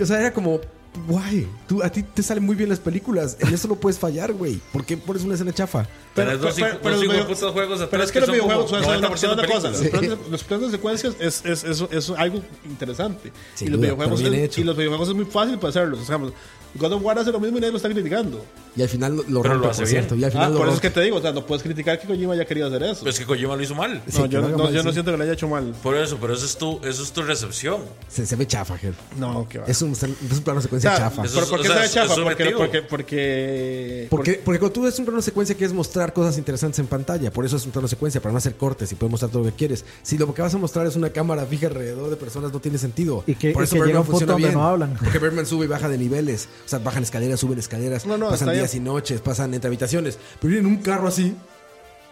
o sea, era como, guay, tú, a ti te salen muy bien las películas. En eso no puedes fallar, güey. ¿Por qué pones una escena chafa? Tenés dos pero- hijo- pero dos los hijueputas video- juegos Pero atrás es que los son como videojuegos son son una 90% son una cosa. películas. Los planes- Los planes de secuencias es, es, es, es algo interesante. Sin y, los duda, videojuegos pero bien es, hecho. y los videojuegos es muy fácil para hacerlos. Digamos, God of War hace lo mismo y nadie lo está criticando. Y al final lo- lo Pero rompe, lo hace por bien. cierto. Y al Ah, final lo por eso es rompe. que te digo, o sea, no puedes criticar que Kojima haya querido hacer eso. Pero es que Kojima lo hizo mal. Sí, no, que yo, lo haga no, mal, yo no sí. siento que lo haya hecho mal. Por eso, pero eso es tu, eso es tu recepción. se, se ve chafa, Ger. No, que va. Es un, es un plano O secuencia sea, chafa. es- ¿Pero por qué o sea, se chafa? es Porque, subjetivo. porque, porque, Porque, porque cuando tú ves un plano secuencia quieres mostrar cosas interesantes en pantalla. Por eso es un plano secuencia, para no hacer cortes y puedes mostrar todo lo que quieres. Si lo que vas a mostrar es una cámara fija alrededor de personas, no tiene sentido. Y que- por y eso que llega Birdman un punto funciona donde bien. no hablan. Porque Birdman sube y baja de niveles. O sea, bajan escaleras, suben escaleras. No, no, pasan está días y noches, pasan entre habitaciones. Pero vienen en un carro así,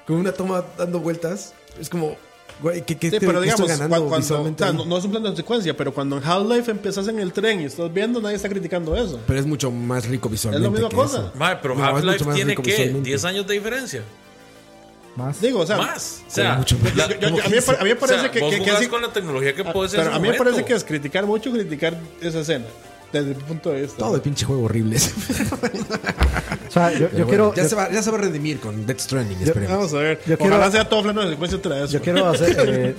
con una toma dando vueltas. Es como, güey, ¿qué, qué Sí, te- pero qué Este, estoy digamos, ganando cuando, cuando- visualmente o sea, ahí? no, no es un plan de secuencia, pero cuando en Half-Life empezás en el tren y estás viendo, nadie está criticando eso. Pero es mucho más rico visualmente. Es la misma que cosa. eso. Madre, pero No, es mucho Half-Life más tiene rico que visualmente. 10 años de diferencia. Más. Digo, o sea, más. O sea, mucho más. la- yo- yo- a mí me pare- a mí me o sea, parece que- vos que- que jugás así- con la tecnología que Ah, puedes en pero ese a mí me momento. parece que es criticar mucho criticar esa escena desde mi punto de vista. Todo el pinche juego horrible. ese. O sea, yo, Pero bueno, yo quiero. ya, yo- se va, ya se va a redimir con Death Stranding, esperemos. Vamos a ver. Yo Ojalá quiero- sea todo plano de secuencia otra vez. pues. Yo man. quiero hacer. eh,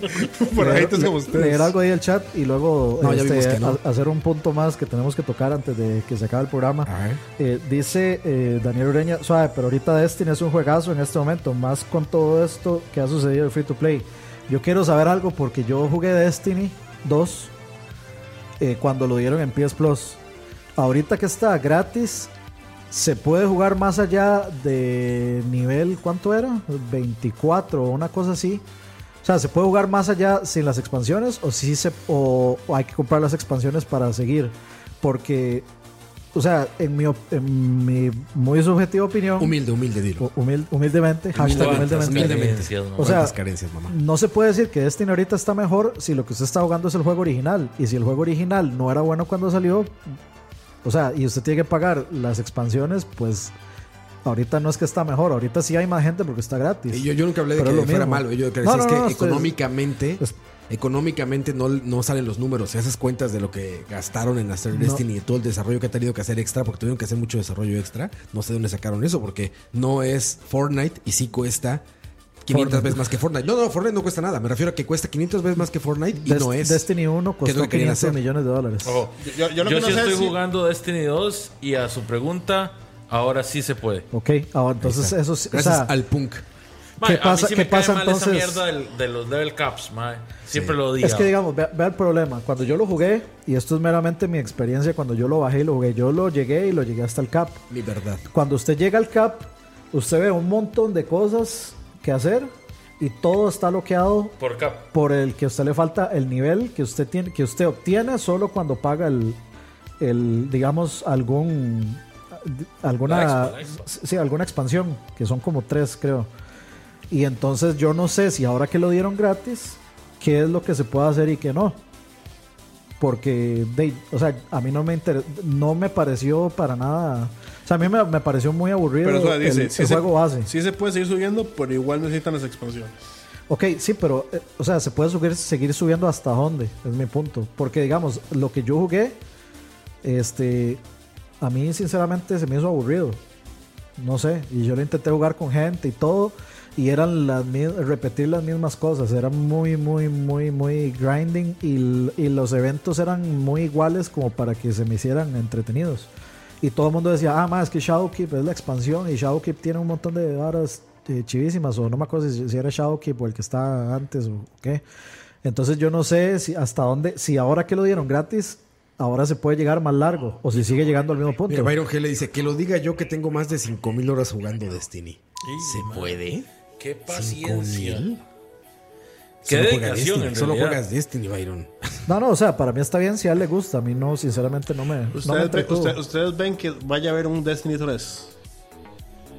Por leer, haters como le- ustedes. leer algo ahí del chat y luego No, ya este, vimos que no. ha- hacer un punto más que tenemos que tocar antes de que se acabe el programa. A ver. Eh, dice eh, Daniel Ureña, suave, pero ahorita Destiny es un juegazo en este momento, más con todo esto que ha sucedido en Free to Play. Yo quiero saber algo porque yo jugué Destiny 2 eh, cuando lo dieron en PS Plus. Ahorita que está gratis, se puede jugar más allá de nivel, ¿cuánto era? 24 o una cosa así. O sea, ¿se puede jugar más allá sin las expansiones o, sí se, o, o hay que comprar las expansiones para seguir? Porque o sea, en mi, op- en mi muy subjetiva opinión, Humilde, humilde, dilo. hu- humil- humildemente, Oh, hashtag Cuántas humildemente, carencias, o mamá. sea, Cuántas carencias, mamá. no se puede decir que Destiny ahorita está mejor si lo que usted está jugando es el juego original. Y si el juego original no era bueno cuando salió, o sea, y usted tiene que pagar las expansiones, pues ahorita no es que está mejor. Ahorita sí hay más gente porque está gratis. Y Yo, yo nunca hablé de Pero que lo fuera mismo. malo. Yo decía No, no, es que no, es- económicamente, es- económicamente no, no salen los números. Si haces cuentas de lo que gastaron en hacer Destiny y todo el desarrollo que ha tenido que hacer extra, porque tuvieron que hacer mucho desarrollo extra, no sé de dónde sacaron eso, porque no es Fortnite y sí cuesta 500 veces más que Fortnite. No, no, Fortnite no cuesta nada. Me refiero a que cuesta 500 veces más que Fortnite y Des- no es. Destiny que 1 es lo costó que querían 500 hacer. Oh. millones de dólares. Ojo, yo, yo lo Yo que no sí sé estoy es si- jugando Destiny 2 y a su pregunta, ahora sí se puede. Ok, ahora entonces eso sí- o Gracias sea, al punk. Mae, ¿Qué pasa- a mí sí qué me cae pasa mal entonces? esa mierda del- de los level caps, mae. Siempre lo digo. es que digamos, vea, vea el problema. Cuando yo lo jugué, y esto es meramente mi experiencia, cuando yo lo bajé y lo jugué, yo lo llegué y lo llegué hasta el cap. Mi verdad. Cuando usted llega al cap, usted ve un montón de cosas que hacer y todo está bloqueado Por cap. por el que a usted le falta el nivel que usted tiene que usted obtiene solo cuando paga el, el digamos algún alguna La expa, la expa. sí, alguna expansión que son como tres creo y entonces yo no sé si ahora que lo dieron gratis qué es lo que se puede hacer y qué no porque de, o sea a mí no me inter- no me pareció para nada o sea a mí me, me pareció muy aburrido Pero o sea, dice, el, sí el se- juego base Sí se puede seguir subiendo, pero igual necesitan las expansiones. Ok, sí, pero, eh, o sea, se puede subir- seguir subiendo hasta dónde, es mi punto. Porque, digamos, lo que yo jugué, este, a mí sinceramente se me hizo aburrido. No sé, y yo lo intenté jugar con gente y todo, y eran las mi- repetir las mismas cosas, era muy, muy, muy, muy grinding, y, l- y los eventos eran muy iguales como para que se me hicieran entretenidos. Y todo el mundo decía, ah, más es que Shadowkeep es la expansión, y Shadowkeep tiene un montón de varas eh, chivísimas, o no me acuerdo si, si era Shadowkeep o el que estaba antes o qué. Entonces yo no sé si hasta dónde, si ahora que lo dieron gratis, ahora se puede llegar más largo, o si sigue llegando al mismo punto. Mira, Byron G le dice que lo diga yo que tengo más de 5000 horas jugando Destiny. ¿Se puede? Qué paciencia. 5000. Qué Solo juegas dedicación, Destiny, en Solo realidad. juegas Destiny, Byron. No, no, o sea, para mí está bien si a él le gusta. A mí no, sinceramente no me. no me Ustedes, ven, entretuvo. usted- ustedes ven que vaya a haber un Destiny 3.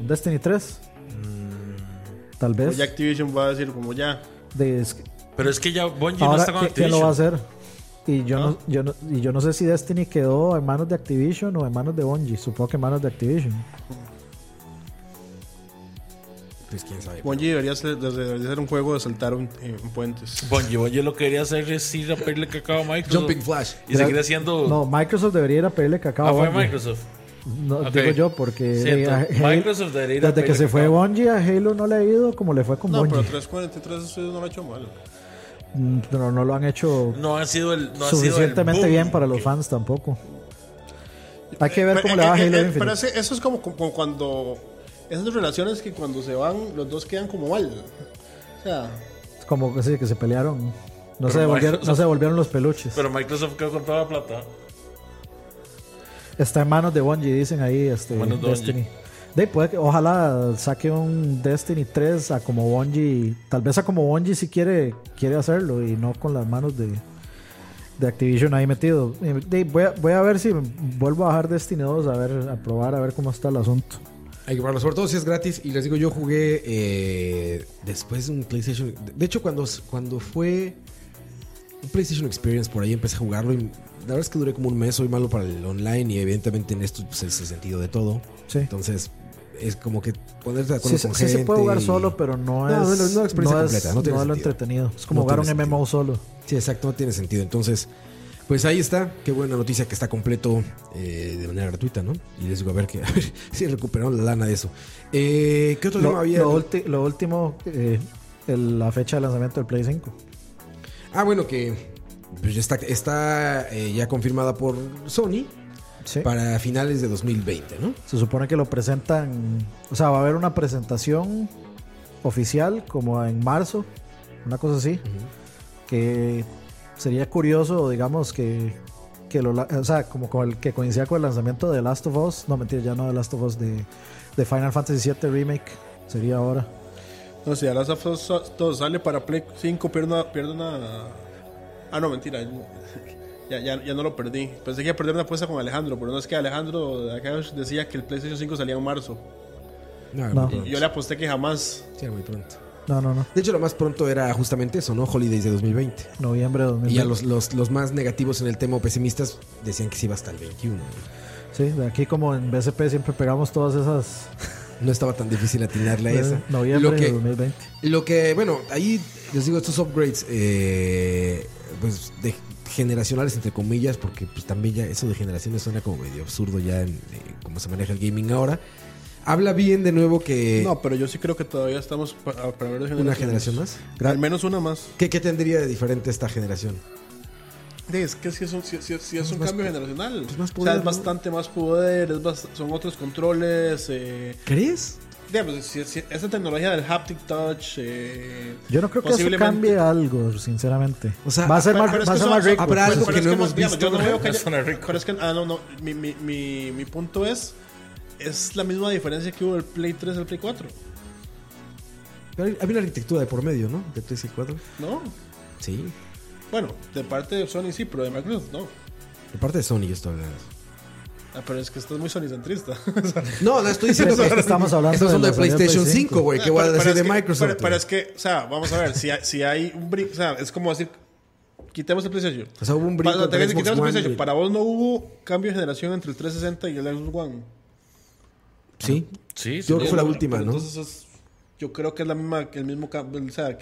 Destiny 3. Mm. Tal O Pues vez. ya Activision va a decir como ya. De- es que- Pero es que ya Bungie no ahora, está con ¿qué- ¿quién lo va a Activision. Ah. hacer? Y yo, ¿No? yo no, y yo no sé si Destiny quedó en manos de Activision o en manos de Bungie. Supongo que en manos de Activision. Pues quién sabe. Bungie debería ser, debería ser un juego de saltar un- en puentes. Bungie, Bungie lo que quería hacer es ir a pedirle cacao a Microsoft. Jumping Flash. Y seguir haciendo. No, Microsoft debería ir a pedirle cacao. ah, a fue Bungie. Microsoft. No, Ok. Digo yo, porque. Siento, eh, a Halo- Microsoft debería ir a desde que pedirle se fue cacao. Bungie, a Halo no le ha ido como le fue con No, pero Bungie. 343 eso no lo ha hecho mal. Mm, No, no lo han hecho No ha sido el. No ha sido el suficientemente boom bien para que- los fans tampoco. Hay que ver Pero, cómo eh, le va a eh, Halo eh, Infinite. Pero ese- eso es como, como cuando. Esas relaciones que cuando se van, los dos quedan como mal. O sea, Como que sí, que se pelearon. No se, Pero devolvieron, Microsoft- no se devolvieron los peluches. Pero Microsoft quedó con toda la plata. Está en manos de Bungie, dicen ahí este, Manos de Destiny. De, ahí puede que- ojalá saque un Destiny 3 a como Bungie. Tal vez a como Bungie si quiere, quiere hacerlo y no con las manos de, de Activision ahí metido. Y, de, voy, a, voy a ver si vuelvo a bajar Destiny 2 a, ver, a probar, a ver cómo está el asunto. Hay que probarlo, sobre todo si es gratis. Y les digo, yo jugué eh, después de un PlayStation. De hecho, cuando, cuando fue un PlayStation Experience, por ahí empecé a jugarlo. Y la verdad es que duré como un mes. Soy malo para el online. Y evidentemente en esto pues, es el sentido de todo. Sí. Entonces, es como que ponerte de Sí, acuerdo se- con sí se gente puede jugar y- solo, pero no, No, no es. es la- no es la experiencia es- completa, no tiene es lo sentido. entretenido. Es como No jugar un tiene MMO solo. Sí, exacto, no tiene sentido. Entonces, pues ahí está. Qué buena noticia que está completo eh, de manera gratuita, ¿no? Y les digo, a ver, que, a ver si recuperaron la lana de eso. Eh, ¿Qué otro Lo, tema había? lo ulti- lo último, eh, el- la fecha de lanzamiento del Play 5. Ah, bueno, que pues, ya está, está eh, ya confirmada por Sony Sí. para finales de 2020, ¿no? Ah, Se supone que lo presentan. O sea, va a haber una presentación oficial como en marzo, una cosa así. Que sería curioso, digamos, que. que lo, la- o sea, como con el que coincida con el lanzamiento de Last of Us. No, mentira, ya no de Last of Us, de, de Final Fantasy VII Remake. Sería ahora. no sé, ahora Last of Us todo sale para Play 5, pierde una. Pierde una ah, no, mentira. Ya, ya, ya no lo perdí. Pensé que iba a perder una apuesta con Alejandro, pero no es que Alejandro de acá decía que el PlayStation 5 salía en marzo. No, No. muy pronto. Y yo le aposté que jamás. pues, Sí, era muy pronto. No, no, no. De hecho, lo más pronto era justamente eso, ¿no? Holidays de 2020. Noviembre de Y 2020. ya los, los, los más negativos en el tema o pesimistas decían que se iba hasta el 21. güey. Sí, de aquí como en BCP siempre pegamos todas esas. No estaba tan difícil atinarle a esa. Noviembre Lo que- de 2020. Lo que, bueno, ahí les digo, estos upgrades, eh, pues de generacionales, entre comillas, porque pues también ya eso de generaciones suena como medio absurdo ya en eh, cómo se maneja el gaming ahora. Habla bien de nuevo que No, Eh, pero yo sí creo que todavía estamos pa- a- para ver de una generaciones. generación más. Al menos una más. ¿Qué, qué tendría de diferente esta generación? Sí, Es que si es un, sí- sí- sí es un más cambio po- generacional. pues más O sea, poder, es ¿no? bastante más poder, es bas- son otros controles. Eh, ¿Crees? digamos, si- si- esa tecnología del haptic touch. eh, Yo no creo que eso posiblemente- cambie algo, sinceramente. O sea, va a ser Pero- más, pero es va a que ser son- más rico. pues, habrá pero algo es que no es hemos más- digamos, yo visto, no veo que ¿no? Suena rico. Pero es que, ah, no, no. Mi, mi, mi, mi punto es. Es la misma diferencia que hubo del Play 3 al Play 4, Pero hay- había una arquitectura de por medio, ¿no? De 3 y 4. ¿no? Sí. Bueno, de parte de Sony sí, pero de Microsoft no. De parte de Sony yo estoy hablando. Ah, pero es que estás muy sonicentrista. O sea, No, no estoy diciendo que Pero estamos hablando estamos de hablando de, la salida de PlayStation Play 5, güey. ¿Qué voy a pero- pero decir es de que- Microsoft? Pero, pero es que, o sea, vamos a ver, si hay, si hay un brinco, o sea, es como decir, quitemos el PlayStation. O sea, hubo un brinco Para, entre tenés que Xbox quitar el One PlayStation. y- Para vos no hubo cambio de generación entre el 360 y el Xbox One. Sí. Sí, sí. Yo creo que fue la Pero- última, pero ¿no? Entonces, es- yo creo que es la misma, que el mismo cambio, o sea,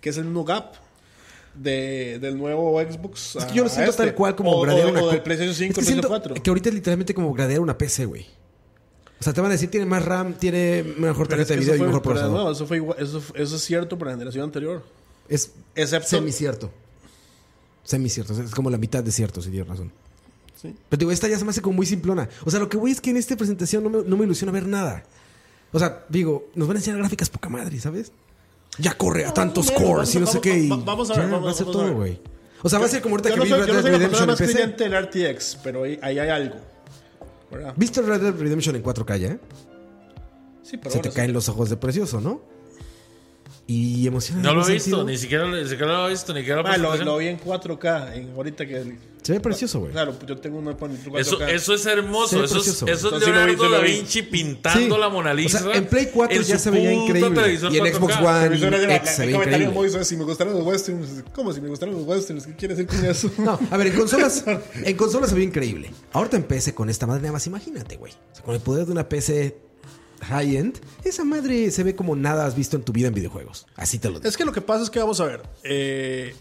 que es el mismo gap. de- del nuevo Xbox. Es que yo lo a siento este. tal cual como o, gradear o- una o del co- PlayStation 5 Es que al siento PlayStation 4. Que ahorita es literalmente como gradear una PC, güey. O sea, te van a decir, tiene más RAM, tiene mejor Pero es tarjeta que de eso video y fue- mejor pero de nuevo, procesador. eso, fue igual- eso, eso es cierto para la generación anterior. Es Excepto- semicierto. Semicierto. o sea, es como la mitad de cierto, si tienes razón. Sí. Pero digo, esta ya se me hace como muy simplona. O sea, lo que voy es que en esta presentación no me, no me ilusiona ver nada. O sea, digo, nos van a enseñar gráficas poca madre, ¿sabes? Ya corre a tantos bueno, cores vamos- y no sé vamos- qué. y va- vamos a ver, ya, vamos- va a ser vamos a todo, ver. güey. O sea, va a ser como ahorita Yo que no vi soy, Red yo no Dead soy la persona Redemption en más PC. cliente del RTX, pero ahí, ahí hay algo. ¿verdad? ¿Viste Red Dead Redemption en 4K ya? Sí, pero Se bueno, te sí. caen los ojos de precioso, ¿no? Y emocionante. No lo he ¿no? visto, ni siquiera, lo- ni siquiera lo he visto, ni siquiera la Ah, lo, presentación. lo vi en 4K, en- ahorita que... Se ve precioso, güey. Claro, pues yo tengo una para mi 4K. Eso, eso es Se hermoso. ve Eso es, precioso. eso es Entonces, sí lo vi, Leonardo sí lo da vi. Vinci pintando Sí. la Mona Lisa. O sea, en Play 4 ya se veía increíble. Y en Xbox One. Pero eso era- X la- se el ve comentario increíble. de Moiso es, si me gustaron los westerns. ¿Cómo si me gustaron los westerns? ¿Qué quiere decir con eso? No, a ver, en consolas, en consolas se ve increíble. Ahorita en PC con esta madre, nada más imagínate, güey. O sea, con el poder de una PC high-end, esa madre se ve como nada has visto en tu vida en videojuegos. Así te lo digo. Es que lo que pasa es que vamos a ver. eh,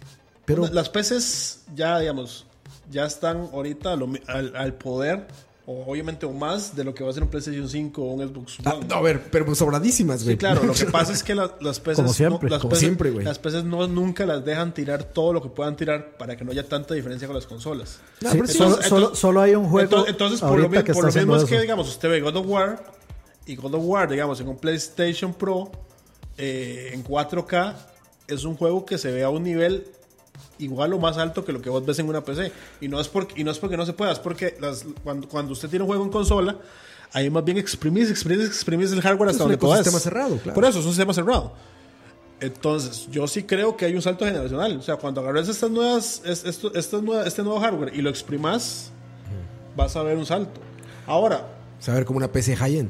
Pero- una- las peces ya, digamos, ya están ahorita a lo mi- al, al poder, o obviamente o más, de lo que va a ser un PlayStation 5 o un Xbox Ah, One. no, a ver, pero sobradísimas, güey. Sí, claro, lo que pasa es que la- las peces. Como siempre, no, las como peces- siempre, güey. Las peces no, nunca las dejan tirar todo lo que puedan tirar para que no haya tanta diferencia con las consolas. No, Sí, pero sí, solo, o sea, solo- entonces- solo hay un juego. Entonces, entonces, por lo, ahorita mismo, que por lo está mismo es haciendo que, eso. digamos, usted ve God of War y God of War, digamos, en un PlayStation Pro eh, en 4K, es un juego que se ve a un nivel igual o más alto que lo que vos ves en una PC. Y no es porque, y no, es porque no se pueda, es porque las- cuando, cuando usted tiene un juego en consola, ahí más bien exprimís, exprimís, exprimís el hardware Es hasta un donde podés. ecosistema cerrado, claro. Por eso, es un sistema cerrado. Entonces, yo sí creo que hay un salto generacional. O sea, cuando agarres estas nuevas, es- esto- estas nuevas- este nuevo hardware y lo exprimas, vas a ver un salto. Ahora, se va a ver como una PC high-end.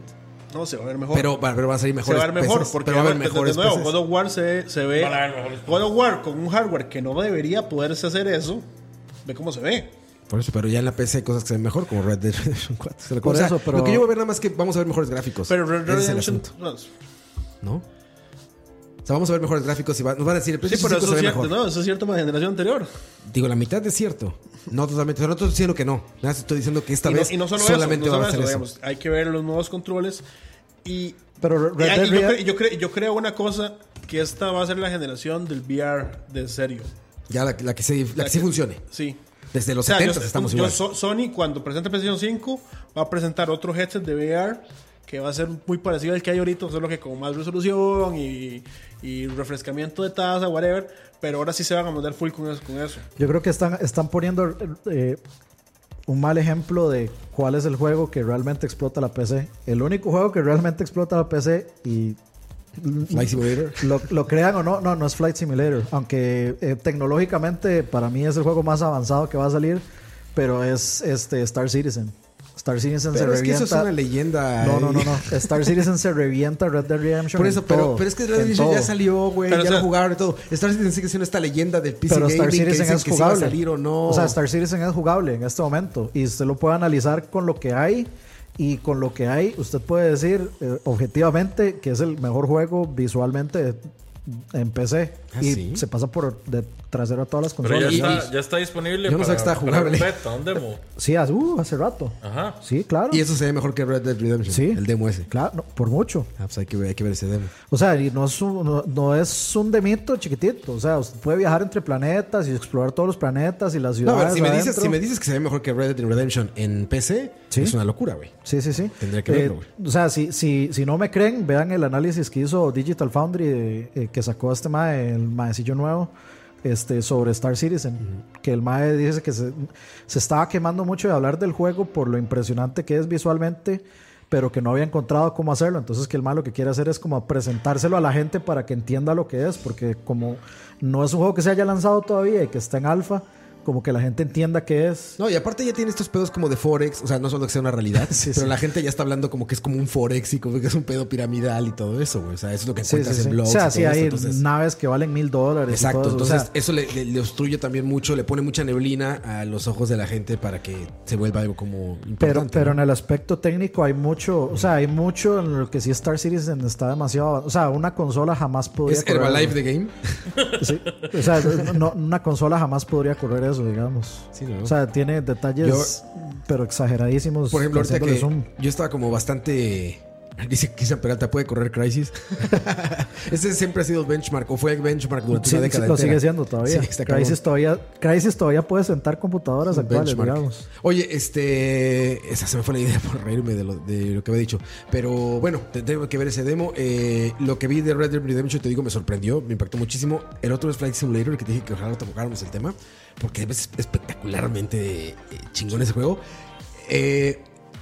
no se va a ver mejor. Pero, va- pero van a salir se mejores va a ver mejor, PCs, porque pero va a haber de- de- mejores de nuevo, PCs. God of War se, se ve. Van a haber mejores. God of War con un hardware que no debería poderse hacer eso. Ve cómo se ve. Por eso, pero ya en la PC hay cosas que se ven mejor, como Red Dead Redemption 4. Se lo- Por o sea, eso, pero- Lo que yo voy a ver nada más es que vamos a ver mejores gráficos. Pero Red Dead Ese es el Redemption. asunto, no, ¿no? O sea, vamos a ver mejores gráficos y va- nos van a decir, el sí, PlayStation pero 5 eso es, se ve cierto, mejor. no, eso es cierto para la generación anterior. Digo, la mitad es cierto. No totalmente. pero no estoy diciendo que no. Nada más estoy diciendo que esta Y no, vez y no solo solamente eso, no va a solo ser eso, eso. digamos, hay que ver los nuevos controles y Pero Red Y- Dead y yo, Red- cre- yo, cre- yo creo una cosa, que esta va a ser la generación del VR de serio. Ya la, la que, se, la que sí funcione. Sí. Desde los O sea, 70 yo- estamos yo- igual. So- Sony cuando presente PlayStation 5 va a presentar otro headset de VR que va a ser muy parecido al que hay ahorita, solo que con más resolución y, y refrescamiento de taza, whatever, pero ahora sí se van a mandar full con eso. Con eso. Yo creo que están, están poniendo eh, un mal ejemplo de cuál es el juego que realmente explota la PC. El único juego que realmente explota la PC y Flight Simulator. Lo, lo crean o no, no, no es Flight Simulator. Aunque eh, tecnológicamente para mí es el juego más avanzado que va a salir, pero es este Star Citizen. Star Citizen se Pero es que revienta. eso es una leyenda. no, no, no, eh. no. Star Citizen se revienta Red Dead Redemption. Por en eso, pero, todo, pero es que Red Dead en Redemption ya todo. salió, güey. Ya Pero, lo o sea- jugaron y todo. Star Citizen sigue siendo esta leyenda del PC Pero gaming Star que Citizen dicen es que si va a jugable. salir o no. O sea, Star Citizen es jugable en este momento. Y usted lo puede analizar con lo que hay. Y con lo que hay, usted puede decir eh, objetivamente que es el mejor juego visualmente en PC. Ah, y sí. se pasa por de trasero a todas las Pero ya consolas. está, ya está disponible. Yo no sé para- que está para jugable. beta, un demo. Sí, hace, uh, hace rato. Ajá. Sí, claro. Ah. Y eso se ve mejor que Red Dead Redemption. Sí. El demo ese. Claro, no, por mucho. Ah, pues hay que ver, hay que ver ese demo. O sea, y no es, un, no, no es un demito chiquitito. O sea, usted puede viajar entre planetas y explorar todos los planetas y las No, ciudades. pero si me, dices, adentro. si me dices que se ve mejor que Red Dead Redemption en PC, Sí. es una locura, güey. Sí, sí, sí. Tendría que Eh, verlo, güey. O sea, si, si, si no me creen, vean el análisis que hizo Digital Foundry de- eh, que sacó este mae, el maecillo nuevo, este, sobre Star Citizen. Que el mae dice que se, se estaba quemando mucho de hablar del juego por lo impresionante que es visualmente, pero que no había encontrado cómo hacerlo. Entonces, que el mae lo que quiere hacer es como presentárselo a la gente para que entienda lo que es, porque como no es un juego que se haya lanzado todavía y que está en alfa, como que la gente entienda qué es. No, y aparte ya tiene estos pedos como de Forex. O sea, no solo que sea una realidad, Sí, pero sí. la gente ya está hablando como que es como un Forex y como que es un pedo piramidal y todo eso, güey. O sea, eso es lo que Sí, encuentras sí, sí. en blogs. o sea, y sí todo esto, hay entonces- naves que valen mil dólares. y Exacto, todo eso, o entonces sea, eso le, le- le obstruye también mucho, le pone mucha neblina a los ojos de la gente para que se vuelva algo como Pero, importante. pero en ¿no? el aspecto técnico hay mucho, o sea, hay mucho en lo que sí Star Citizen está demasiado, o sea, una consola jamás podría es Herbalife the game. Sí, o sea, no- una consola jamás podría correr eso, digamos. Sí, ¿no? O sea, tiene detalles pero exageradísimos. Por ejemplo, ahorita haciéndole que zoom. yo estaba como bastante dice que Cristian Peralta puede correr Crisis. Ese siempre ha sido el benchmark o fue el benchmark durante Sí, una sí, década lo entera. sigue siendo todavía. Sí, está cabrón. Crysis todavía. Crysis todavía puede sentar computadoras Un actuales, benchmark. digamos. Oye, este. Esa se me fue la idea por reírme de lo, de lo que había dicho. Pero bueno, tengo que ver ese demo. Eh, lo que vi de Red Dead Redemption, te digo, me sorprendió, me impactó muchísimo. El otro es Flight Simulator, que te dije que ojalá no tocáramos el tema, porque es espectacularmente eh, chingón ese juego. Eh,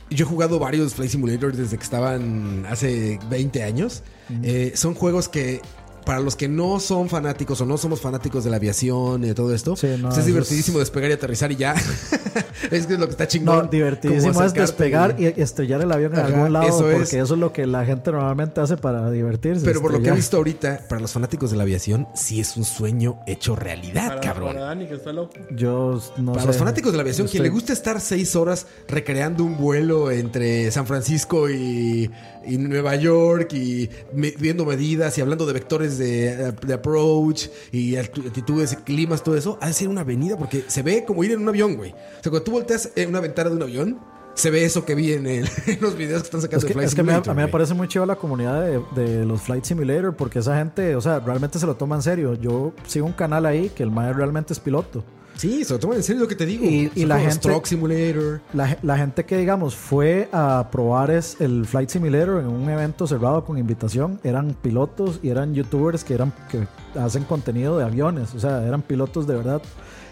Yo he jugado varios Flight Simulators desde que estaban hace 20 años. Eh, son juegos que, para los que no son fanáticos o no somos fanáticos de la aviación y de todo esto, Sí, pues no, eso es es- divertidísimo despegar y aterrizar y ya. es que es lo que está chingón. No, divertidísimo Como es acercarte despegar y estrellar el avión en Ajá, algún lado, eso es. porque eso es lo que la gente normalmente hace para divertirse. Pero por lo que he estrellar. visto ahorita, para los fanáticos de la aviación, sí es un sueño hecho realidad, Para, Ah, cabrón. para Dani, que está loco. Yo no Para sé. los fanáticos de la aviación, Yo quien le estoy- gusta estar seis horas recreando un vuelo entre San Francisco y, y Nueva York y me- viendo medidas y hablando de vectores de, de approach y altu- altitudes, y climas, todo eso, ha de ser una avenida porque se ve como ir en un avión, güey. O sea, cuando tú volteas en una ventana de un avión, se ve eso que vi en, el- en los videos que están sacando Es que, de Flight es que me- Simulator, a mí me güey. parece muy chiva la comunidad de, de los Flight Simulator porque esa gente, o sea, realmente se lo toma en serio. Yo sigo un canal ahí que el mae realmente es piloto. Sí, se lo toman en serio lo que te digo. Y- Son y la como los gente- Truck Simulator. La, ge- la gente que, digamos, fue a probar es el Flight Simulator en un evento cerrado con invitación, eran pilotos y eran youtubers que, eran, que hacen contenido de aviones, o sea, eran pilotos de verdad.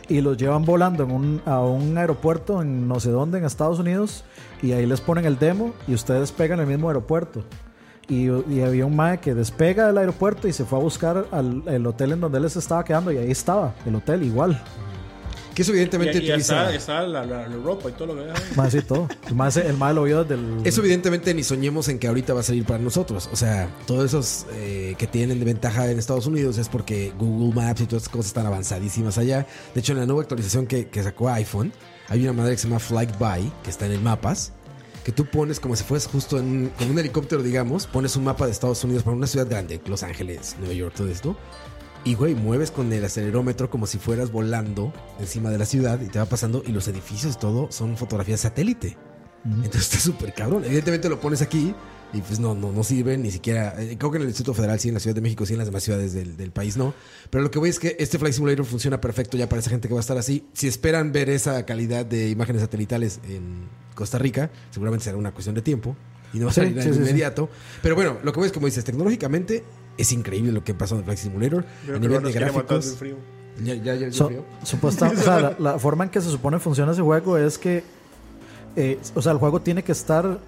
Y los llevan volando en un, a un aeropuerto en no sé dónde, en Estados Unidos, y ahí les ponen el demo y ustedes pegan el mismo aeropuerto. Y, y había un mae que despega del aeropuerto y se fue a buscar al el hotel en donde él se estaba quedando y ahí estaba, el hotel igual. Que eso evidentemente Y, y utiliza... está, está la, la, la Europa y todo lo que hay. Más y todo. El mae, se- el mae lo vio desde el... Eso evidentemente ni soñemos en que ahorita va a salir para nosotros. O sea, todos esos eh, que tienen de ventaja en Estados Unidos es porque Google Maps y todas estas cosas están avanzadísimas allá. De hecho, en la nueva actualización que, que sacó iPhone, hay una madre que se llama Flight By, que está en el mapas, que tú pones como si fueras justo en un, con un helicóptero, digamos, pones un mapa de Estados Unidos para una ciudad grande, Los Ángeles, Nueva York, todo esto. Y, güey, mueves con el acelerómetro como si fueras volando encima de la ciudad y te va pasando. Y los edificios, todo, son fotografías satélite. Entonces está súper cabrón. Evidentemente lo pones aquí y pues no, no, no sirve ni siquiera. eh, Creo que en el Instituto Federal sí, en la Ciudad de México sí, en las demás ciudades del, del país no. Pero lo que voy es que este Flight Simulator funciona perfecto ya para esa gente que va a estar así. Si esperan ver esa calidad de imágenes satelitales en Costa Rica, seguramente será una cuestión de tiempo y no va a Sí, salir sí, sí, sí. inmediato. Pero bueno, lo que voy es, como dices, tecnológicamente es increíble lo que pasó en el Flight Simulator. Yo a creo que nivel nos de quiere matar del gráficos. frío. Ya, ya, ya, ya So- frío. supuesta- o sea, la, la forma en que se supone funciona ese juego es que, eh, o sea, el juego tiene que estar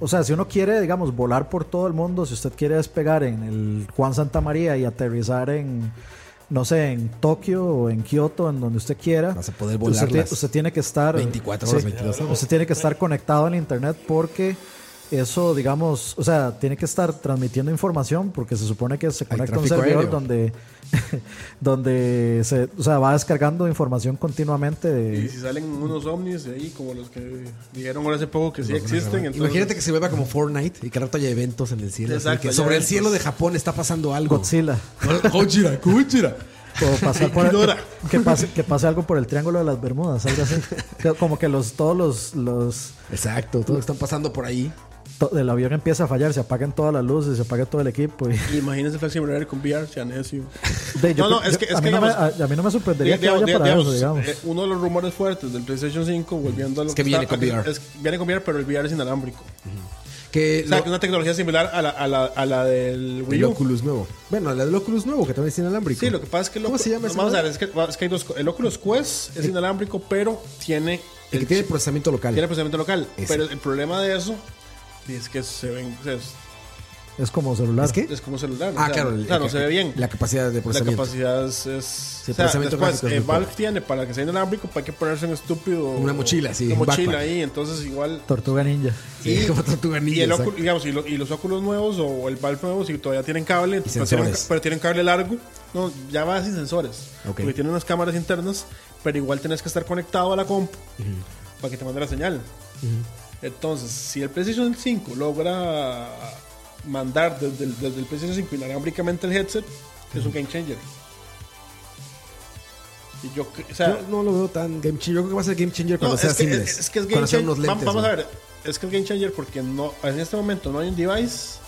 o sea, si uno quiere, digamos, volar por todo el mundo, si usted quiere despegar en el Juan Santa María y aterrizar en, no sé, en Tokio o en Kioto, en donde usted quiera. Vas a poder usted, ti- volarlas. usted tiene que estar 24 horas, sí, 22 horas. Usted tiene que estar conectado al internet porque eso, digamos, o sea, tiene que estar transmitiendo información porque se supone que se conecta a un tráfico servidor aéreo. donde, donde se, o sea, va descargando información continuamente. de- Y si salen unos ovnis de ahí, como los que dijeron ahora hace poco que sí existen. entonces- Imagínate que se vuelva como Fortnite y que al rato haya eventos en el cielo. así Exacto, que ya sobre el eventos. cielo de Japón está pasando algo. Godzilla. Gojira, Gojira. O pasar por Ghidorah. que, pase, que pase algo por el Triángulo de las Bermudas, algo así. Que- Como que los, todos los, los Exacto, todos están pasando por ahí. to- el avión empieza a fallar, se apagan todas las luces, se apaga todo el equipo. y- Imagínense Flag Simulator con VR, sea necio. De- yo No, no, creo- es que- yo- es a, que mí no me, digamos- a- a mí no me sorprendería que Digamos, vaya para digamos, eso, digamos. eh, uno de los rumores fuertes del PlayStation 5, volviendo a lo Es que viene está- con VR. es- viene con VR, pero el VR es inalámbrico. Que O sea, lo- que una tecnología similar a la, a la, a la del Wii el U. Oculus nuevo. Bueno, el del Oculus nuevo, que también es inalámbrico. Sí, lo que pasa es que el ¿Cómo Ocu- se llama ese Vamos a modelo? ver, es que, es que hay dos co- El Oculus Quest es inalámbrico, pero tiene. El que el tiene chip- procesamiento local. tiene procesamiento local. Ese. Pero el problema de eso es que se ven. o sea, es, Es como celular. ¿Es qué? es como celular. Ah, o sea, claro. o el- sea, no el- se ve bien. La capacidad de La procesamiento. capacidad es. es- o sea, procesamiento después, gráfico es eh, muy Valve pobre. tiene para que sea inalámbrico, para que ponerse un estúpido. Una mochila, sí, Una un mochila backpack. ahí, entonces igual. Tortuga Ninja. Sí, como tortuga ninja, y, el exacto. Oculus- digamos, y, lo- y los óculos nuevos o, o el Valve nuevo, si todavía tienen cable, pero tienen, sensores. pero tienen cable largo, no, ya va sin sensores. Ok. Porque tienen unas cámaras internas, pero igual tenés que estar conectado a la comp para que te mande la señal. Entonces, si el PlayStation 5 logra mandar desde el, desde el PlayStation 5 inalámbricamente el headset, es un game changer. Y yo, cre- o sea, Yo no lo veo tan game changer. Yo creo que va a ser game changer cuando no, sea es que, seamless. es- es que es game cuando sean changer. unos Va- lentes, Vamos ¿no? a ver, es que es game changer porque no, en este momento no hay un device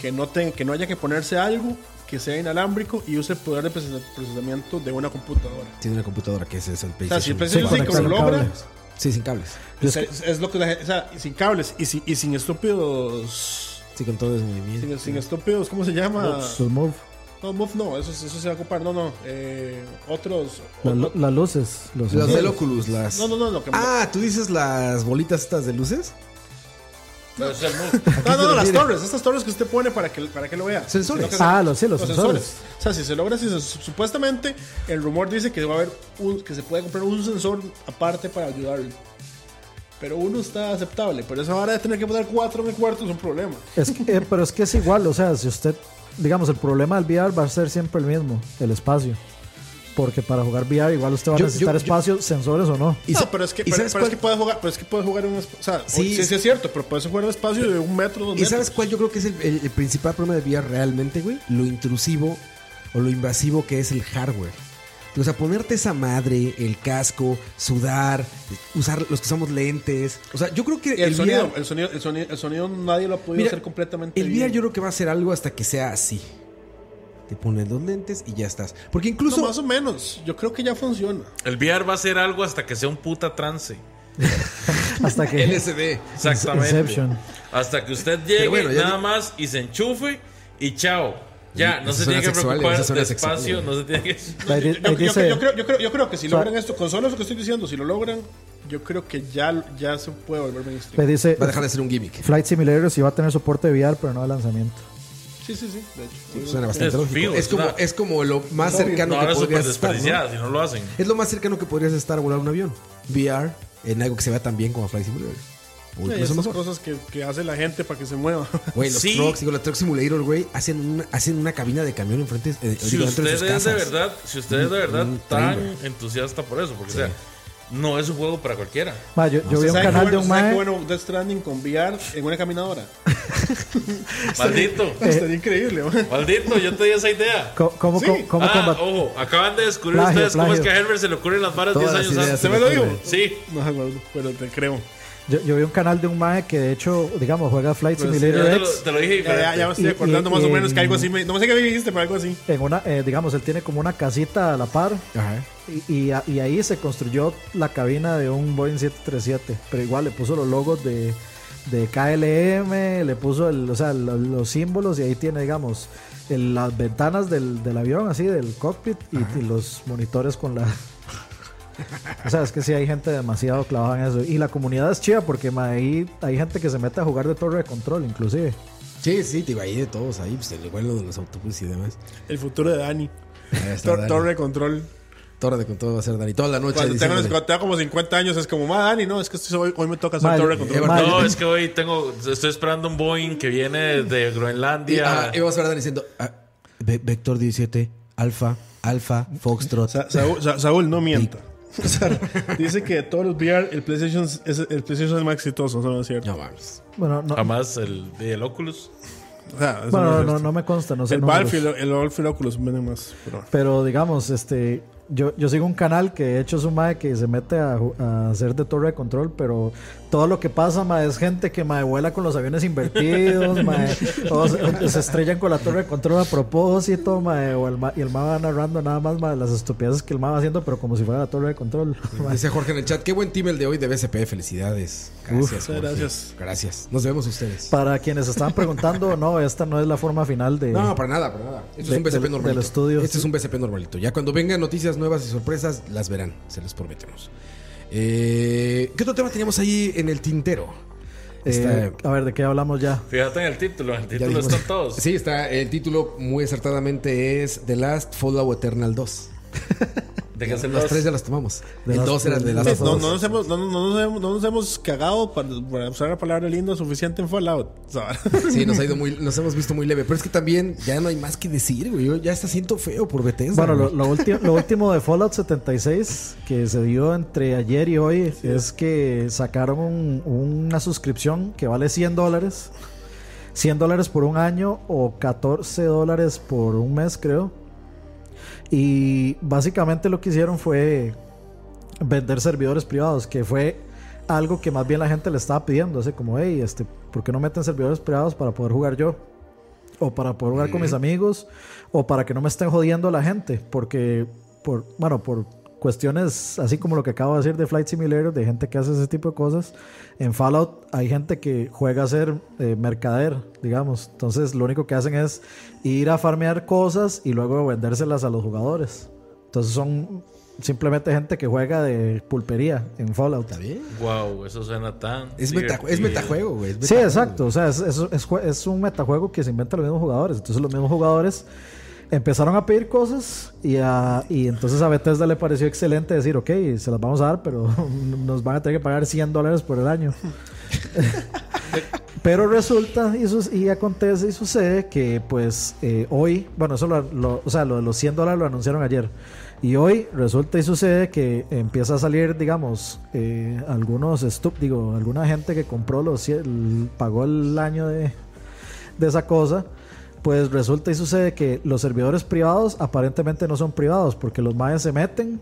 que no, tenga, que no haya que ponerse algo que sea inalámbrico y use el poder de procesa- procesamiento de una computadora. Tiene una computadora que es, es el O sea, si el PlayStation. PlayStation Sí, 5 lo conectar los logra, cables. Sí, sin cables. Yo es, es lo que la gente, o sea, y sin cables y sin, y sin estúpidos. Sí, con todo ese movimiento. Sin, sin estúpidos, ¿cómo se llama? Sus move. No, Move no, eso, eso se va a ocupar, no, no. eh, otros. La lu- otro- las luces. Los Las sensores. del Oculus, las. no, no, no, lo que Ah, tú dices las bolitas estas de luces. No, es el move. No, no, se no, las refiere? torres, estas torres que usted pone para que, para que lo vea. Sensores. Sino que- Ah, los- sí, los O sea, si se logra, si se- supuestamente el rumor dice que va a haber un- que se puede comprar un sensor aparte para ayudarlo. Pero uno está aceptable, pero esa hora de tener que poner cuatro en el cuarto es un problema. Es que- eh, pero es que es igual, o sea, si usted, digamos, el problema del VR va a ser siempre el mismo, el espacio. Porque para jugar VR igual usted va a Yo- yo- necesitar yo- espacio, sensores o no. Y no, sa- pero es que, ¿y pero, sabes pero es cuál- que puedes jugar, pero es que puedes jugar en un espacio. O sea, Sí, sí, sí, sí. es cierto, pero puedes jugar en un espacio de un metro, dos ¿Y metros. sabes cuál yo creo que es el, el- el principal problema de VR realmente, güey? Lo intrusivo o lo invasivo que es el hardware. O sea, ponerte esa madre, el casco, sudar, usar los que usamos lentes. O sea, yo creo que Y el, sonido, VR el sonido, el sonido, el sonido nadie lo ha podido Mira, hacer completamente. El VR bien. yo creo que va a ser algo hasta que sea así. Te pones los lentes y ya estás. Porque incluso... No, más o menos, yo creo que ya funciona. El VR va a ser algo hasta que sea un puta trance. Hasta que LSD. Exactamente. Inception. Hasta que usted llegue bueno, ya nada di- más y se enchufe y chao. Ya, Y no eso se suena tiene que sexual, preocupar eso de suena sexual, espacio, güey. no se tiene que... ahí di- Yo, ahí yo- yo- Eh, dice- yo creo, yo, creo, yo creo que si sea- logran esto, con solo eso que estoy diciendo, si lo logran, yo creo que ya, ya se puede volver me mainstream. dice Va a dejar de ser un gimmick. Flight Simulator si va a tener soporte de VR, pero no de lanzamiento. Pues, Sí, sí, sí, de hecho. Suena bastante Es lógico. vivo, es, como, ¿verdad? es como lo más cercano que No, ahora es súper podrías estar, ¿no? desperdiciada si no lo hacen. Es lo más cercano que podrías estar a volar un avión. VR en algo que se vea tan bien como Flight Simulator. O Sí, pues, incluso esas mejor. cosas que, que hace la gente para que se mueva. Güey, los Sí. trucks, digo, los truck simulator, güey, hacen una, hacen una cabina de camión enfrente, eh, Si digo, dentro usted de es sus de casas. verdad, si usted es de verdad Mm, un tan trailer. entusiasta por eso, porque o sea, no es un juego para cualquiera. Ma, yo, yo vi un ¿Sabe qué canal de bueno, un sabe qué mae. Eh, bueno Death Stranding con VR en una caminadora? Maldito, Estaría increíble, man. maldito, yo te di esa idea. co- ¿Cómo, Sí. co- cómo ah, combat- ojo, acaban de descubrir Plagio, ustedes cómo es que plagio. a Herbert se le ocurren las varas 10 Todas años las ideas antes. se ¿Se me lo digo? Sí, No, me acuerdo, pero te creo. Yo, yo vi un canal de un mae que de hecho, digamos, juega Flight Pero sí, yo Simulator te lo, X. te lo dije Ya, ya, diferente. ya me estoy Y- acordando y- más o y- menos que algo así. me- no sé qué me dijiste, pero algo así. En una, eh, digamos, él tiene como una casita a la par. Ajá. Y, y a- y ahí se construyó la cabina de un Boeing 737. Pero igual le puso los logos de, de KLM, le puso el- o sea, lo- los, símbolos y ahí tiene, digamos, el- las ventanas del, del avión, así, del cockpit y, y los monitores con la... O sea, es que sí hay gente demasiado clavada en eso. Y la comunidad es chida porque ma, ahí hay gente que se mete a jugar de torre de control, inclusive. Sí, sí, te iba ahí de todos ahí, pues el igual lo de los autobuses y demás. El futuro de Dani. Ahí está Tor- Dani. Torre de control. Torre de control va a ser Dani. Toda la noche. Cuando tenga, diciéndole, cuando tenga como 50 años es como, ma, Dani, no, es que esto- hoy, hoy me toca hacer Ma, torre de eh, control. ma, No, es que hoy tengo, estoy esperando un Boeing que viene de y, Groenlandia. ah, y vas a ver a Dani diciendo ah, Ve- Vector 17, Alfa, Alfa, Foxtrot. Sa- Saúl, Sa- Saúl, no mienta. O sea, dice que de todos los VR, el PlayStation es, el PlayStation es más exitoso, eso no es cierto. No mames. Bueno, no, Jamás el, el Oculus. O sea, eso bueno, no, no es no, cierto. me consta, no sé. el números. Battlefield, el Battlefield Oculus vende más. Pero, Pero digamos, este, yo, yo sigo un canal que de hecho es un mae que se mete a, ju- a hacer de torre de control, pero todo lo que pasa, mae, es gente que mae vuela con los aviones invertidos, mae, o se, se estrellan con la torre de control a propósito, mae, o el ma- y el mae va narrando nada más mae, las estupideces que el mae va haciendo, pero como si fuera la torre de control. mae. Dice Jorge en el chat, qué buen team el de hoy de BSP, felicidades. Gracias. Jorge. gracias. Gracias. Nos vemos ustedes. Para quienes estaban preguntando, no, esta no es la forma final de... eh, No, para nada, para nada. Esto de- es un BCP del- normalito. del estudio, este sí. es un BCP normalito. Ya cuando vengan noticias nuevas y sorpresas, las verán, se los prometemos. Eh, ¿Qué otro tema teníamos ahí en el tintero? este, eh, a ver, ¿de qué hablamos ya? Fíjate en el título, en el ya título dijimos- están todos. Sí, está. El título muy acertadamente es The Last Fallout Eternal 2. ¿De qué se Las los- tres ya las tomamos. The el Last 2 era The Fallout. Last of Sí, No, Us. no, nos hemos, no, no- no nos hemos, no nos hemos cagado para, para usar la palabra linda suficiente en Fallout. O sea, Sí, nos ha ido muy, nos hemos visto muy leve. Pero es que también ya no hay más que decir, güey. Yo ya está siento feo por Bethesda. Bueno, lo, güey. lo ulti- lo último de Fallout 76 que se dio entre ayer y hoy es que sacaron un- una suscripción que vale 100 dólares. 100 dólares por un año o 14 dólares por un mes, creo. Y básicamente lo que hicieron fue vender servidores privados, que fue algo que más bien la gente le estaba pidiendo. Así como, hey, este, ¿por qué no meten servidores privados para poder jugar yo? o para poder jugar con mis amigos, o para que no me estén jodiendo la gente, porque, por, bueno, por cuestiones así como lo que acabo de decir de Flight Simulator, de gente que hace ese tipo de cosas, en Fallout hay gente que juega a ser eh, mercader, digamos, entonces lo único que hacen es ir a farmear cosas y luego vendérselas a los jugadores, entonces son simplemente gente que juega de pulpería en Fallout. Está bien. Wow, eso suena tan. Es, meta- es divertido. metajuego, güey. es Sí, metajuego. exacto. O sea, es, es- es jue- es un metajuego que se inventan los mismos jugadores. Entonces los mismos jugadores empezaron a pedir cosas y, a- y entonces a Bethesda le pareció excelente decir, ok, se las vamos a dar, pero nos van a tener que pagar 100 dólares por el año. Pero resulta y, sus- y acontece y sucede que pues eh, hoy, bueno, eso lo, lo- o sea, lo de los 100 dólares lo anunciaron ayer. Y hoy resulta y sucede que empieza a salir, digamos, eh, algunos estup, digo, alguna gente que compró los 100 el- pagó el año de, de esa cosa. Pues resulta y sucede que los servidores privados aparentemente no son privados porque los mayas se meten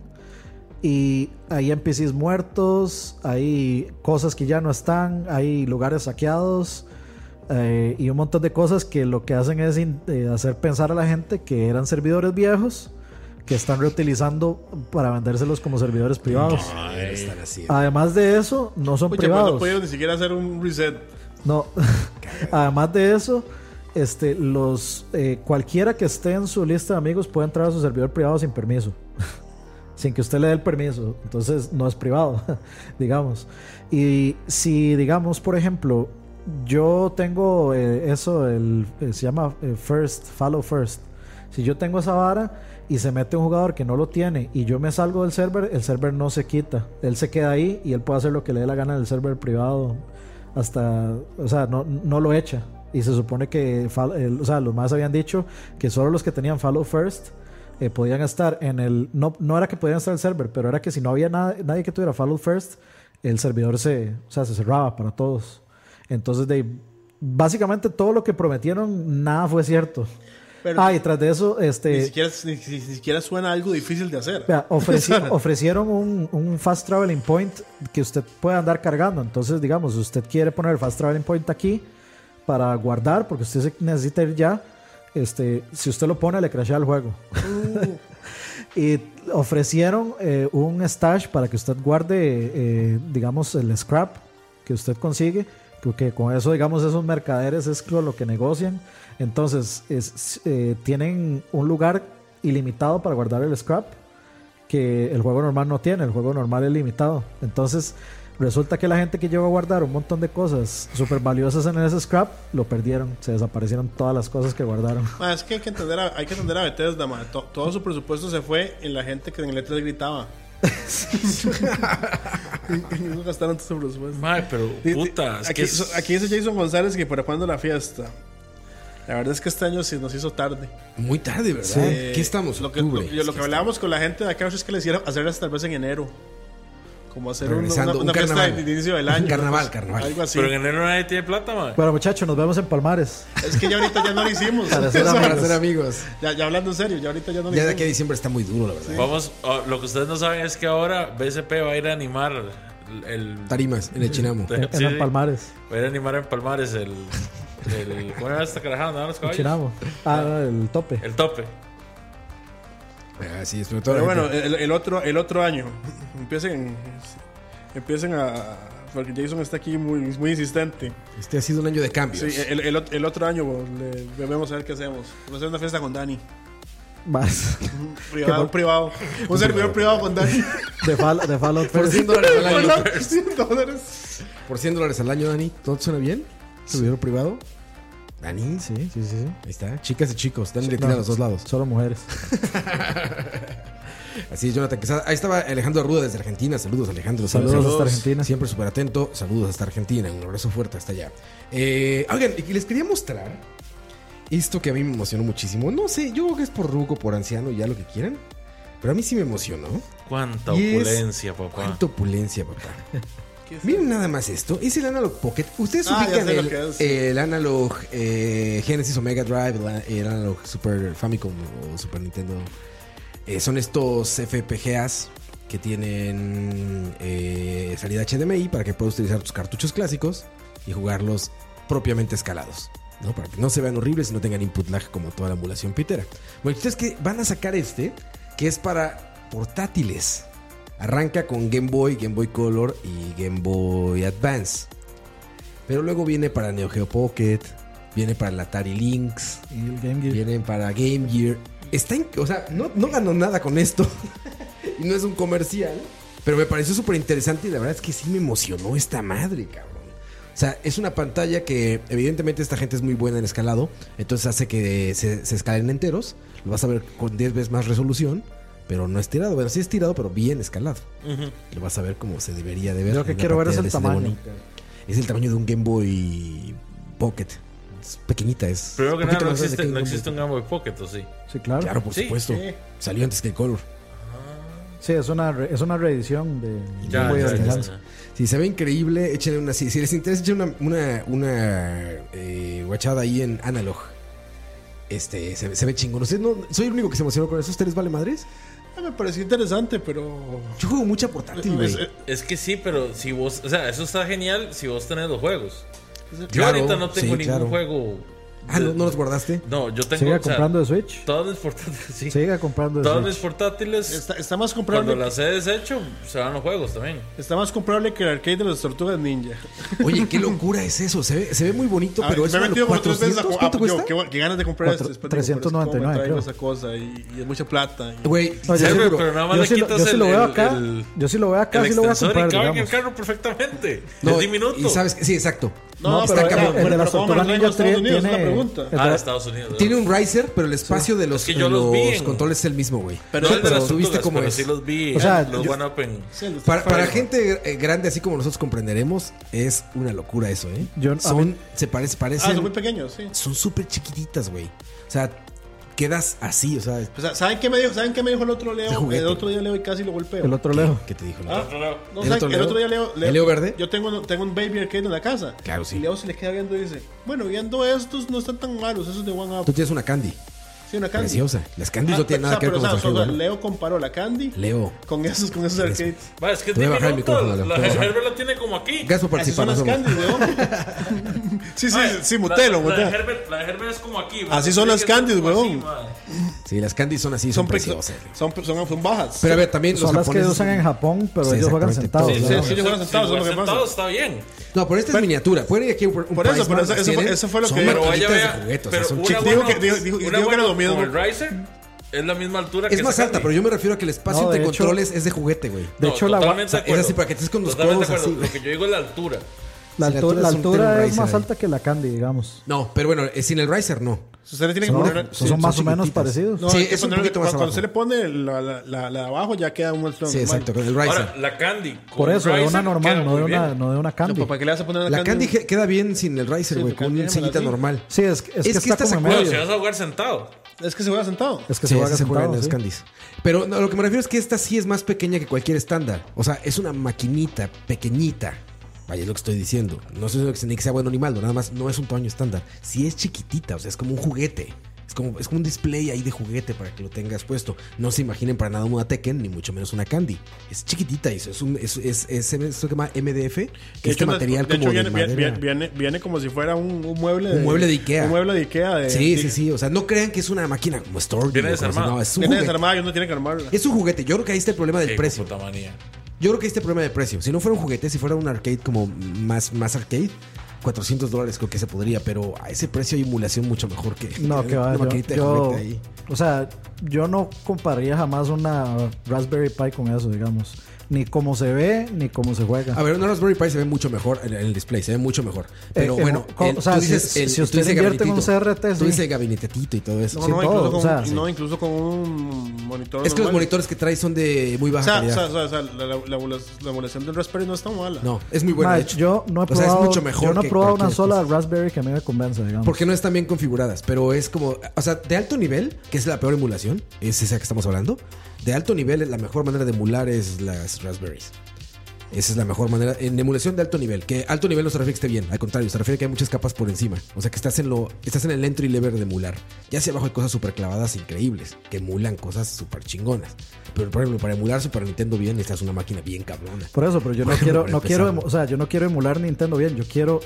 y hay NPCs muertos, hay cosas que ya no están, hay lugares saqueados eh, y un montón de cosas que lo que hacen es in- eh, hacer pensar a la gente que eran servidores viejos que están reutilizando para vendérselos como servidores privados. Ay, lo están haciendo. Además de eso, no son oye, pues privados. no pudieron ni siquiera hacer un reset. No. Además de eso, este, los eh, cualquiera que esté en su lista de amigos puede entrar a su servidor privado sin permiso. sin que usted le dé el permiso. Entonces no es privado, digamos. Y si digamos, por ejemplo, yo tengo eh, eso, el, eh, se llama eh, First, Follow First. Si yo tengo esa vara y se mete un jugador que no lo tiene y yo me salgo del server, el server no se quita. Él se queda ahí y él puede hacer lo que le dé la gana del server privado. Hasta, o sea, no, no lo echa. Y se supone que, fal- el- o sea, los más habían dicho que solo los que tenían Follow First eh, podían estar en el. No, no era que podían estar en el server, pero era que si no había nada- nadie que tuviera Follow First, el servidor se, o sea, se cerraba para todos. Entonces, de, básicamente todo lo que prometieron, nada fue cierto. Pero- ah, y tras de eso, Ni este. siquiera, ni, ni- ni siquiera suena algo difícil de hacer. Vea, ofreci- ofrecieron un, un fast traveling point que usted puede andar cargando. Entonces, digamos, usted quiere poner el fast traveling point aquí para guardar, porque usted se necesita ir ya. Este, si usted lo pone, le crashea el juego. y ofrecieron eh, un stash para que usted guarde, eh, digamos, el scrap que usted consigue. Porque con eso, digamos, esos mercaderes es con lo que negocian. Entonces, es, eh, tienen un lugar ilimitado para guardar el scrap que el juego normal no tiene, el juego normal es limitado. Entonces, resulta que la gente que llegó a guardar un montón de cosas súper valiosas en ese scrap, lo perdieron, se desaparecieron todas las cosas que guardaron. Ma, Ah, es que hay que entender a, hay que entender a Bethesda, ma. To- todo su presupuesto se fue en la gente que en el E3 gritaba. Y- y no gastaron todo su presupuesto. Madre, pero Di- di- puta, es aquí, que es- aquí dice Jason González que para cuándo la fiesta. La verdad es que este año se nos hizo tarde. Muy tarde, ¿verdad? Eh, ¿Qué estamos? Lo que, Octubre. lo, yo- lo que hablábamos con la gente de acá es que le hicieron hacerlas tal vez en enero. Como hacer un- una, Regresando, una, un fiesta carnaval. de inicio del año. Carnaval, ¿no? carnaval. Algo así. pero en enero nadie tiene plata, madre. Pues, Bueno, muchachos, nos vemos en Palmares. Es que ya ahorita ya no lo hicimos. Para hacer Eso- Para ser amigos. ya, ya hablando en serio, ya ahorita ya no Ya lo de hicimos. aquí a diciembre está muy duro, la verdad. Vamos, ah, lo que ustedes no saben es que ahora BCP va a ir a animar el. el- Tarimas en el Chinamo. Sí, En, en sí. el Palmares, va a ir a animar en Palmares el. el ¿Cómo era esta carajada? ¿Dónde van los caballos? Chinamo. Ah, el tope. El tope. Así es, Ah, sobre todo. Pero la bueno, eh, gente- el, el otro, el otro año. Empiecen, empiecen a. Porque Jason está aquí muy, muy insistente. este ha sido un año de Sí, eh, cambios. el, el, ot- el otro año bo, le, debemos saber qué hacemos. Vamos a hacer una fiesta con Dani. Más. Privado, bo- privado. Un servidor privado con Dani. De, Fall- de Fallout por pues 100 First. dólares al año. Hola, 100 dólares. Por 100 dólares al año, Dani. ¿Todo te suena bien? ¿Servidor privado? Dani, sí. Sí, sí, sí. sí. Ahí está. Chicas y chicos, Dani le tira No, a los dos lados. Solo mujeres. Así es, Jonathan Quesada. Ahí estaba Alejandro Arruda desde Argentina. Saludos, Alejandro. Saludos, Saludos. hasta Argentina. Siempre súper atento. Saludos hasta Argentina. Un abrazo fuerte hasta allá. Eh, oigan, y les quería mostrar esto que a mí me emocionó muchísimo. No sé, yo creo que es por ruco, por anciano, ya lo que quieran. Pero a mí sí me emocionó. Cuánta Y es- opulencia, papá. Cuánta opulencia, papá. Miren nada más esto. Es el Analog Pocket. Ustedes Ah, ya ubican sé lo el, que es. el Analog eh, Genesis o Mega Drive, el, a- el Analog Super Famicom o Super Nintendo. Eh, son estos FPGAs que tienen eh, salida HDMI para que puedas utilizar tus cartuchos clásicos y jugarlos propiamente escalados. ¿no? Para que no se vean horribles y no tengan input lag como toda la emulación pitera. Bueno, el chiste es que van a sacar este, que es para portátiles. Arranca con Game Boy, Game Boy Color y Game Boy Advance. Pero luego viene para Neo Geo Pocket, viene para el Atari Lynx, Y el Game Gear. vienen para Game Gear. Está en- o sea, no, no ganó nada con esto. y no es un comercial. Pero me pareció súper interesante y la verdad es que sí me emocionó esta madre, cabrón. O sea, es una pantalla que evidentemente esta gente es muy buena en escalado. Entonces hace que se, se escalen enteros. Lo vas a ver con 10 veces más resolución. Pero no estirado. Bueno, sí estirado, pero bien escalado. Lo vas a ver como se debería de ver. Yo lo que en una quiero ver es pantalla el de este CD tamaño. bonita. Es el tamaño de un Game Boy Pocket. Es pequeñita, es. Primero que un nada, poquito no más grande existe, que un no Game Boy existe un Game Boy Pocket, ¿o sí? Sí, claro. Claro, por Sí. supuesto. Sí. Salió antes que el Color. Sí, es una, re- es una reedición de Ya, Game Boy ya, ya, Advance. ya. Si se ve increíble, échenle una. Si, si les interesa, échenle una, una, una, eh, guachada ahí en Analog. Este, se, se ve chingón. ¿Ustedes no, ¿Soy el único que se emocionó con eso? ¿Ustedes vale madres? Ah, me pareció interesante, pero. Yo juego mucha portátil, güey. Es- es- Es que sí, pero si vos. O sea, eso está genial si vos tenés los juegos. Yo Claro, ahorita no tengo sí, ningún claro. juego. Ah, ¿no, no los guardaste? No, yo tengo. Siga o sea, comprando de Switch. todos mis portátiles. Sí. Siga comprando de Todos Switch. mis portátiles. está, está más Cuando comprable. las he deshecho, se van los juegos también. Está más comprable que el arcade de las tortugas ninja. Oye, qué locura es eso. Se ve, se ve muy bonito, Ah, pero es me he metido como tres veces a 400. jugar. ¿Cuánto Ah, yo, cuesta? qué, qué ganas de comprar este, Cuatro- esto. Después digo, pero es como me 399, traigo creo. esa cosa y, y es mucha plata. y- Güey, No, yo, Sí, sí, pero- lo- pero nada más yo le sí lo- quitas yo sí lo el- veo acá. el- yo sí lo veo acá, el sí lo voy a extensor y comprar. cabe en el digamos. carro perfectamente. no, es diminuto. Ah, Y sabes, que- sí, exacto. No, pero está el- cabrón. Eh, el de las ¿cómo me tortugas lo traigo a ninja Estados tiene- Unidos? Es tiene- la pregunta. Ah, de Estados Unidos. Tiene ¿no? un riser, pero el espacio de los, Es que yo de los vi los en- controles es el mismo, güey. Pero Sí, no el de las lo viste tortugas, como pero es. sí los vi. O sea, los yo- One Open. Sí, los- Para, para Bueno, gente eh, grande así como nosotros comprenderemos, es una locura eso, ¿eh? Yo- a son, mí- se parece, Ah, son muy parecen, pequeños, sí. son súper chiquititas, güey. O sea, quedas así, o sea, O sea, ¿saben qué me dijo? ¿Saben qué me dijo el otro De Leo? juguete. El otro día Leo y casi lo golpeo. El otro leo. ¿qué te dijo? Ah, no, ¿El ¿saben otro Leo? qué? el otro día Leo, ¿El Leo verde? Yo tengo, tengo un baby arcade en la casa. Claro, sí. Y Leo se le queda viendo y dice, bueno, viendo estos no están tan malos, esos de One Up. Tú tienes una candy, Sí, una candy. preciosa. Las Ah, candies no tienen o nada sea, que ver pero, con o sea, los o sea, juegos. Leo comparó la candy Leo. con esos, con esos arcades. Va, es que es Voy a bajar el diminuto. micrófono, Leo. La- Voy a bajar. Herbert lo tiene como aquí. Gracias por Así participar. son las nos vemos. candies, Leo. sí, sí, Mae, sí, la- mutelo, la, de mutelo. Herbert, la de Herbert es como aquí. mae. Así son Tiene las que ser candies, como así, weón. mae. Sí, las candies son así, son Son, pequeños, preciosas. güey. son, son, son bajas. Pero a ver, también los Son las que japoneses- usan en Japón, pero Sí, ellos juegan exactamente, sentados. todos. Sí, ¿verdad? sí, sí. yo juego Si sentado, es lo que juegas pasa. sentado, está bien. No, pero esta es miniatura. Pueden ir aquí un, un Por eso, price pero más eso- las eso fue- tienen. eso fue lo Son que- Pero Pero vaya, marcaditas de vea. juguetes, o sea, Pero son una chiquitas. dijo buena- que- dijo- dijo- una dijo que era buena lo mismo. como el Riser es la misma altura que Es más esa alta, Candy. pero yo me refiero a que el espacio No, de entre hecho- controles es de juguete, güey. De No, hecho, la, O totalmente sea, de es acuerdo. así para que estés con los Totalmente codos de acuerdo. así. Lo que yo digo es la altura. la Si la altura, altura la es un Terry altura es Riser más ahí. alta que la Candy, digamos. No, pero bueno, eh, sin el riser no. Usted le tiene que No, poner. son, más o menos chiquititas. parecidos. Sí, hay que es un ponerle- poquito más cuando, abajo. se le pone la, la, la, la de abajo, ya queda un Ultron Sí, normal. exacto, con el riser. Ahora, la Candy. con Por eso, de Ryzen una queda normal, no muy de bien. una, no de una No, Candy. ¿Para qué le vas a poner a la candy je- queda bien sin el riser, Sí, güey, tu con Candy una déjamela sillita así. normal. Sí, es, que- es Es que que está esta se como en acuerda, Bueno, medio. si vas a jugar sentado. Es que se juega sentado. Es que Sí, se va a esas se gastar. mueven las candies. Pero no, lo que me refiero es que esta sí es más pequeña que cualquier estándar. O sea, es una maquinita pequeñita. Vaya, es lo que estoy diciendo. No sé si- ni que sea bueno ni malo, nada más no es un tamaño estándar. Sí es chiquitita, o sea, es como un juguete. Es como, es como un display ahí de juguete para que lo tengas puesto. No se imaginen para nada una Tekken, ni mucho menos una Candy. Es chiquitita y es, es un, es, es, es- esto que se llama MDF, que De este hecho, no- material de como hecho, de viene, viene, madera. viene- viene como si fuera un, un mueble Un mueble de Ikea. Un mueble de Ikea. De, Sí, sí, sí. O sea, no crean que es una máquina como Store. Viene ni como- desarmada. No, es un Tiene juguete. desarmada y uno tiene que armarla. Es un juguete. Yo creo que ahí está el problema del Qué precio. puta manía. Yo creo que este problema de precio, si no fuera un juguete, si fuera un arcade como más, más arcade, 400 dólares creo que se podría, pero a ese precio hay emulación mucho mejor que No, que que va. una Yo, maquinita de yo- juguete ahí. o sea, yo no compararía jamás una Raspberry Pi con eso, digamos. Ni cómo se ve, ni cómo se juega. A ver, una Raspberry Pi se ve mucho mejor en en el display, se ve mucho mejor. Pero Eh, en bueno, un- co- el- o sea, tú dices, si- el- si tú usted dices invierte en un gabinetito, CRT, Tú sí. dices gabinetito y todo eso. No, Sí, no, todo, incluso con, o sea, no, incluso con un monitor. es que los normal. monitores que traes son de muy O baja sea, o calidad. sea, o sea, o sea, la, la, la emulación- la emulación del Raspberry no es tan mala. no, es muy bueno. Ma, de hecho. yo no he O sea, probado, es mucho mejor yo no he que probado una cualquier sola cosa. Raspberry que a mí me convenza, digamos. Porque no están bien configuradas, pero es como, o sea, de alto nivel, que es la peor emulación, es esa que estamos hablando. De alto nivel, la mejor manera de emular es las Raspberries. Esa es la mejor manera. En emulación de alto nivel, que alto nivel no se refiere que esté bien, al contrario, se refiere que hay muchas capas por encima. O sea, que estás en lo estás en el entry level de emular. Ya hacia abajo hay cosas súper clavadas increíbles, que emulan cosas súper chingonas. Pero por ejemplo, para emular Super Nintendo bien, necesitas una máquina bien cabrona. Por eso, pero yo no Bueno, quiero, para no quiero, empezar. emu- o sea, yo no quiero emular Nintendo bien, yo quiero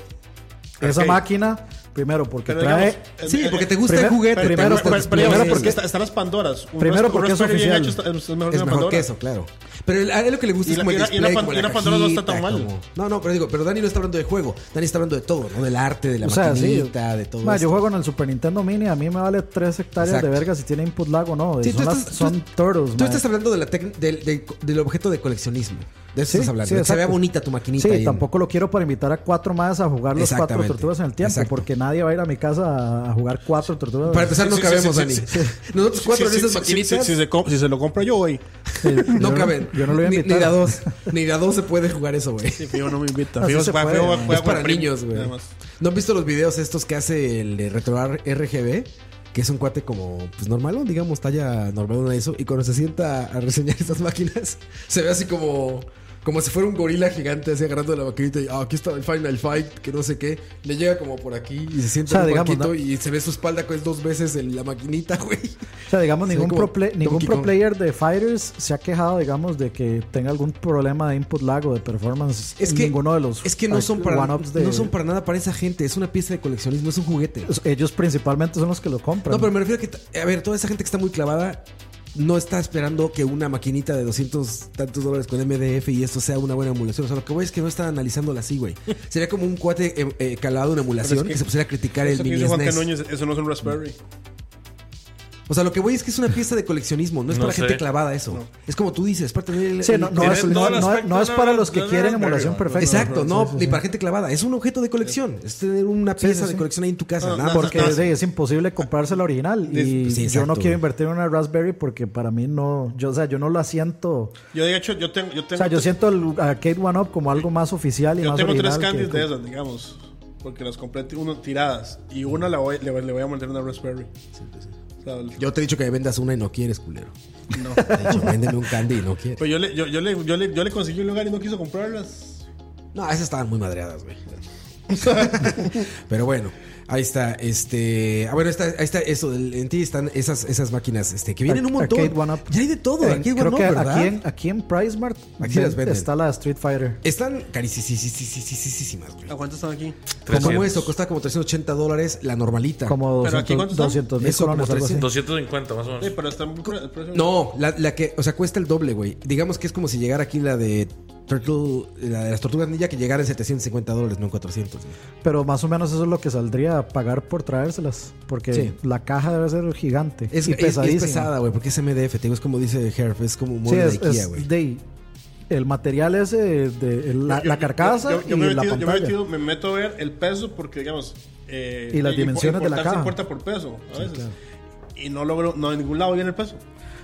esa Ok. máquina primero porque Pero trae digamos, eh, Sí, eh, porque te eh, gusta el primero- juguete, te Primero, gusta el pero- pero- display. primero porque está- están las Pandoras. Un Primero Ras- un porque es Raspberry bien oficial. hecho está- es, es mejor que Es una mejor que Pandora. eso, claro. Pero el- a él lo que le gusta Y es la- como el y la- y la display, pan- como y la la Pandora no está tan cajita, mal. como- No, no, pero digo, pero Dani no está hablando de juego. Dani está hablando de todo, ¿no? Del arte, de la o sea, sí. maquinita, de todo Ma, esto. yo juego en el Super Nintendo Mini, a mí me vale 3 hectáreas Exacto. de verga si tiene input lag o no. y Sí, son las- son turtles, Tú ma. estás hablando de la tec- del, del- del objeto de coleccionismo. De eso Sí, estás hablando. sí, de que se vea exacto. bonita tu maquinita. Sí, ahí en- tampoco lo quiero para invitar a cuatro más a jugar las cuatro Exactamente, tortugas en el tiempo, exacto. porque nadie va a ir a mi casa a jugar cuatro tortugas. Para empezar, Sí, no sí, cabemos, sí, Dani. sí, Nosotros Sí, cuatro sí, en esas sí, sí, maquinitas. sí, sí, se com- Si se lo compro yo hoy. Sí, Eh, yo No caben. Yo no lo voy a Ni- invitar. Ni de a dos. Ni de a dos se puede jugar eso, güey. Sí, Fijo no me invita. Así Fijo se juega- puede, fijo man. juega Es para con Prim, niños, güey. nada más. ¿No han visto los videos estos que hace el de Retroar RGB? Que es un cuate como, pues normalón, digamos, talla normal eso. Y cuando se sienta a reseñar estas máquinas, se ve así como. Como si fuera un gorila gigante así agarrando la maquinita y "Ah, aquí está el Final Fight, que no sé qué. Le llega como por aquí y se sienta O sea, en un digamos, banquito ¿no? y se ve su espalda que es dos veces en la maquinita, güey. O sea, digamos, Se ve ningún, como pro, play- ningún Donkey pro Kong. player de Fighters se ha quejado, digamos, de que tenga algún problema de input lag o de performance. Es que, ninguno de los ah, es que no, son para, one-ups de- pues, no son para nada para esa gente. Es una pieza de coleccionismo, es un juguete. Ellos principalmente son los que lo compran. No, pero me refiero a que, a ver, toda esa gente que está muy clavada no está esperando que una maquinita de 200 tantos dólares con MDF y esto sea una buena emulación. O sea, lo que voy es que no están analizándola así, güey. Sería como un cuate eh, eh, calado en emulación Pero es que, que se pusiera a criticar el Eso que mini dice Juan SNES. Núñez, eso no es un Raspberry. O sea, lo que voy es que es una pieza de coleccionismo, no es No para sé. gente clavada eso. Es como tú dices, es para tener el- Sí, no, no el- Tiene es, todo no- el no- aspecto no es de para una- los de que una quieren Raspberry, emulación ¿no? perfecta. Exacto, no, Sí, sí, ni sí. para gente clavada, es un objeto de colección, es tener una Sí, pieza sí, de sí. colección ahí en tu casa, No, nada más. Ah, Porque sí, es imposible comprarse la original. Y Pues sí, yo exacto, no güey. quiero invertir en una Raspberry porque para mí no. Yo, o sea, yo no la siento. Yo, de hecho, yo tengo. Yo O tengo, sea, yo siento el Arcade One Up como algo más oficial y yo más tengo tres original. candies que- de esas, digamos. Porque las compré t- uno, tiradas. Y una la voy, le, voy- le voy a meter una Raspberry. O sea, el- Yo te he dicho que me vendas una y no quieres, culero. No. Te he dicho, véndeme un candy y no quieres. pues yo le, yo, yo le, yo, le, yo le conseguí un lugar y no quiso comprarlas. No, esas estaban muy madreadas, güey. Pero bueno, ahí está. Este. Ah, bueno, está, ahí está eso. del- en ti están esas, esas máquinas este, que vienen un montón. Arcade One Up. Ya hay de todo. Eh, Arcade One creo Up, que ¿verdad? aquí en, aquí en Price Mart Aquí las venden. está la Street Fighter. Están carísimas, güey. ¿A cuánto están aquí? Como 300. eso, cuesta como 380 dólares la normalita. Como Pero aquí, 200 ¿cuántos son? 200 mil Eso, como colones, algo así. 250 más o menos. Sí, pero están. muy- el precio- No, la, la que, o sea, cuesta el doble, güey. Digamos que es como si llegara aquí la de Turtle, la de las tortugas ninja que llegara en 750 dólares, no en 400. güey. Pero más o menos eso es lo que saldría a pagar por traérselas. Porque Sí. la caja debe ser gigante. Es, y es- es pesadísima. pesada, güey, porque es MDF, te digo, es como dice Herf, es como humor Sí, de es, Ikea, es güey. de- el material ese, de, la, Yo- la yo- carcasa yo- yo y me he la metido- yo me he pantalla. metido- me meto a ver el peso porque, digamos. eh, Y las impo- dimensiones de la importar caja. Se importa por peso a veces. Y no logro, no en ningún lado viene el peso.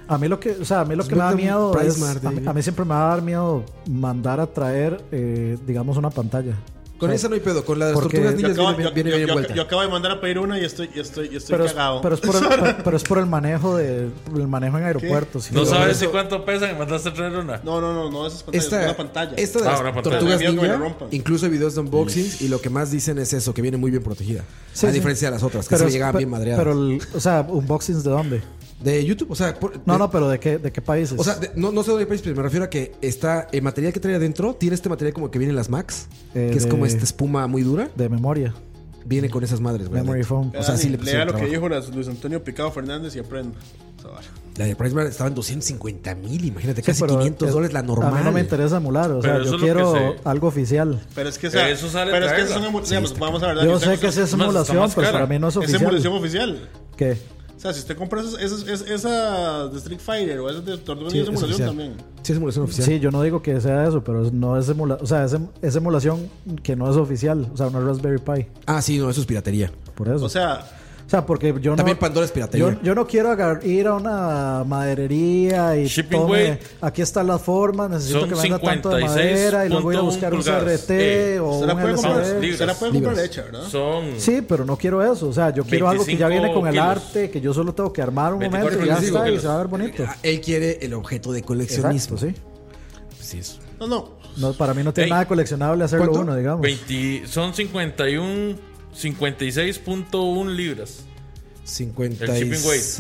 A mí lo que, o sea, a mí lo Pues que me da vete a un miedo Price es, Mart, a, mí, David. a mí siempre me va a dar miedo mandar a traer, eh, digamos, una pantalla. Con O sea, esa no hay pedo, con las porque- tortugas Yo ninjas acabo, viene, yo- viene yo- bien yo- vuelta. yo acabo de mandar a pedir una y estoy, y estoy, y estoy pero, es, cagado. pero, es por el, pero- pero es por el manejo de, por el manejo en aeropuertos. y No todo sabes eso. si cuánto pesa que mandaste a traer una. No, no, no, no, esas pantallas, Esta, una pantalla. esta de Ah, las una pantalla. tortugas Me da miedo que me la ninja, rompan. incluso hay videos de unboxings y lo que más dicen es eso, que viene muy bien protegida. Sí, a sí. diferencia de las otras, que Pero se es- llegaban pe- bien madreadas. Pero, el- o sea, unboxings de dónde? de YouTube, o sea, por- No, de- no, pues. pero de qué, de qué países. O sea, de- no, no sé dónde país, pero me refiero a que está el material que trae adentro, tiene este material como que viene en las Max, Eh, que es como de- esta espuma muy dura, de memoria, viene con esas madres, güey. memory adentro. foam. O sea, sí le Dani, lea pusieron lo que trabajo. dijo las- Luis Antonio Picado Fernández y aprenda. Esa vara. La de Price Mart estaba en 250 mil, imagínate, Sí, casi pero 500 es- dólares la normal. A mí no me interesa emular, o sea, Pero eso yo es lo que quiero se- algo oficial. Pero es que, o sea, Eso sale pero es que traerla. esas son emu- digamos, vamos a ver, Dani, Yo usted- sé que sí es más- está emulación, más pero cara. para mí no es es oficial. emulación oficial. ¿Qué? O sea, si usted compra esas, esas, esas, esas de Street Fighter o esas de Tortuga Sí, Ninja, es es emulación oficial. también. Sí, es emulación oficial. Sí, yo no digo que sea eso, pero es- no es emulación, o sea, es, em- es emulación que no es oficial, o sea, no es Raspberry Pi, Ah, sí, no, eso es piratería. por eso. O sea, O sea, porque yo no. También Pandora es piratería. Yo, yo no quiero agar- ir a una maderería y Shipping tome, weight. aquí están las formas, necesito Son que venda tanto de madera y luego ir a 56.1 buscar un pulgadas. CRT Eh, o se la un puede comprar, LCD. libres. se la puede comprar Libres. hecha, ¿verdad? Son. Sí, pero no quiero eso. O sea, yo quiero algo que ya viene con el 25 arte, que yo solo tengo que armar un 24 momento y ya kilos. está y se va a ver bonito. Ah, Él quiere el objeto de coleccionismo. Exacto, sí. Sí, eso. No, no. No, para mí no tiene Ey. nada coleccionable hacerlo ¿Cuánto? uno, digamos. 20 son 51. 56.1 libras.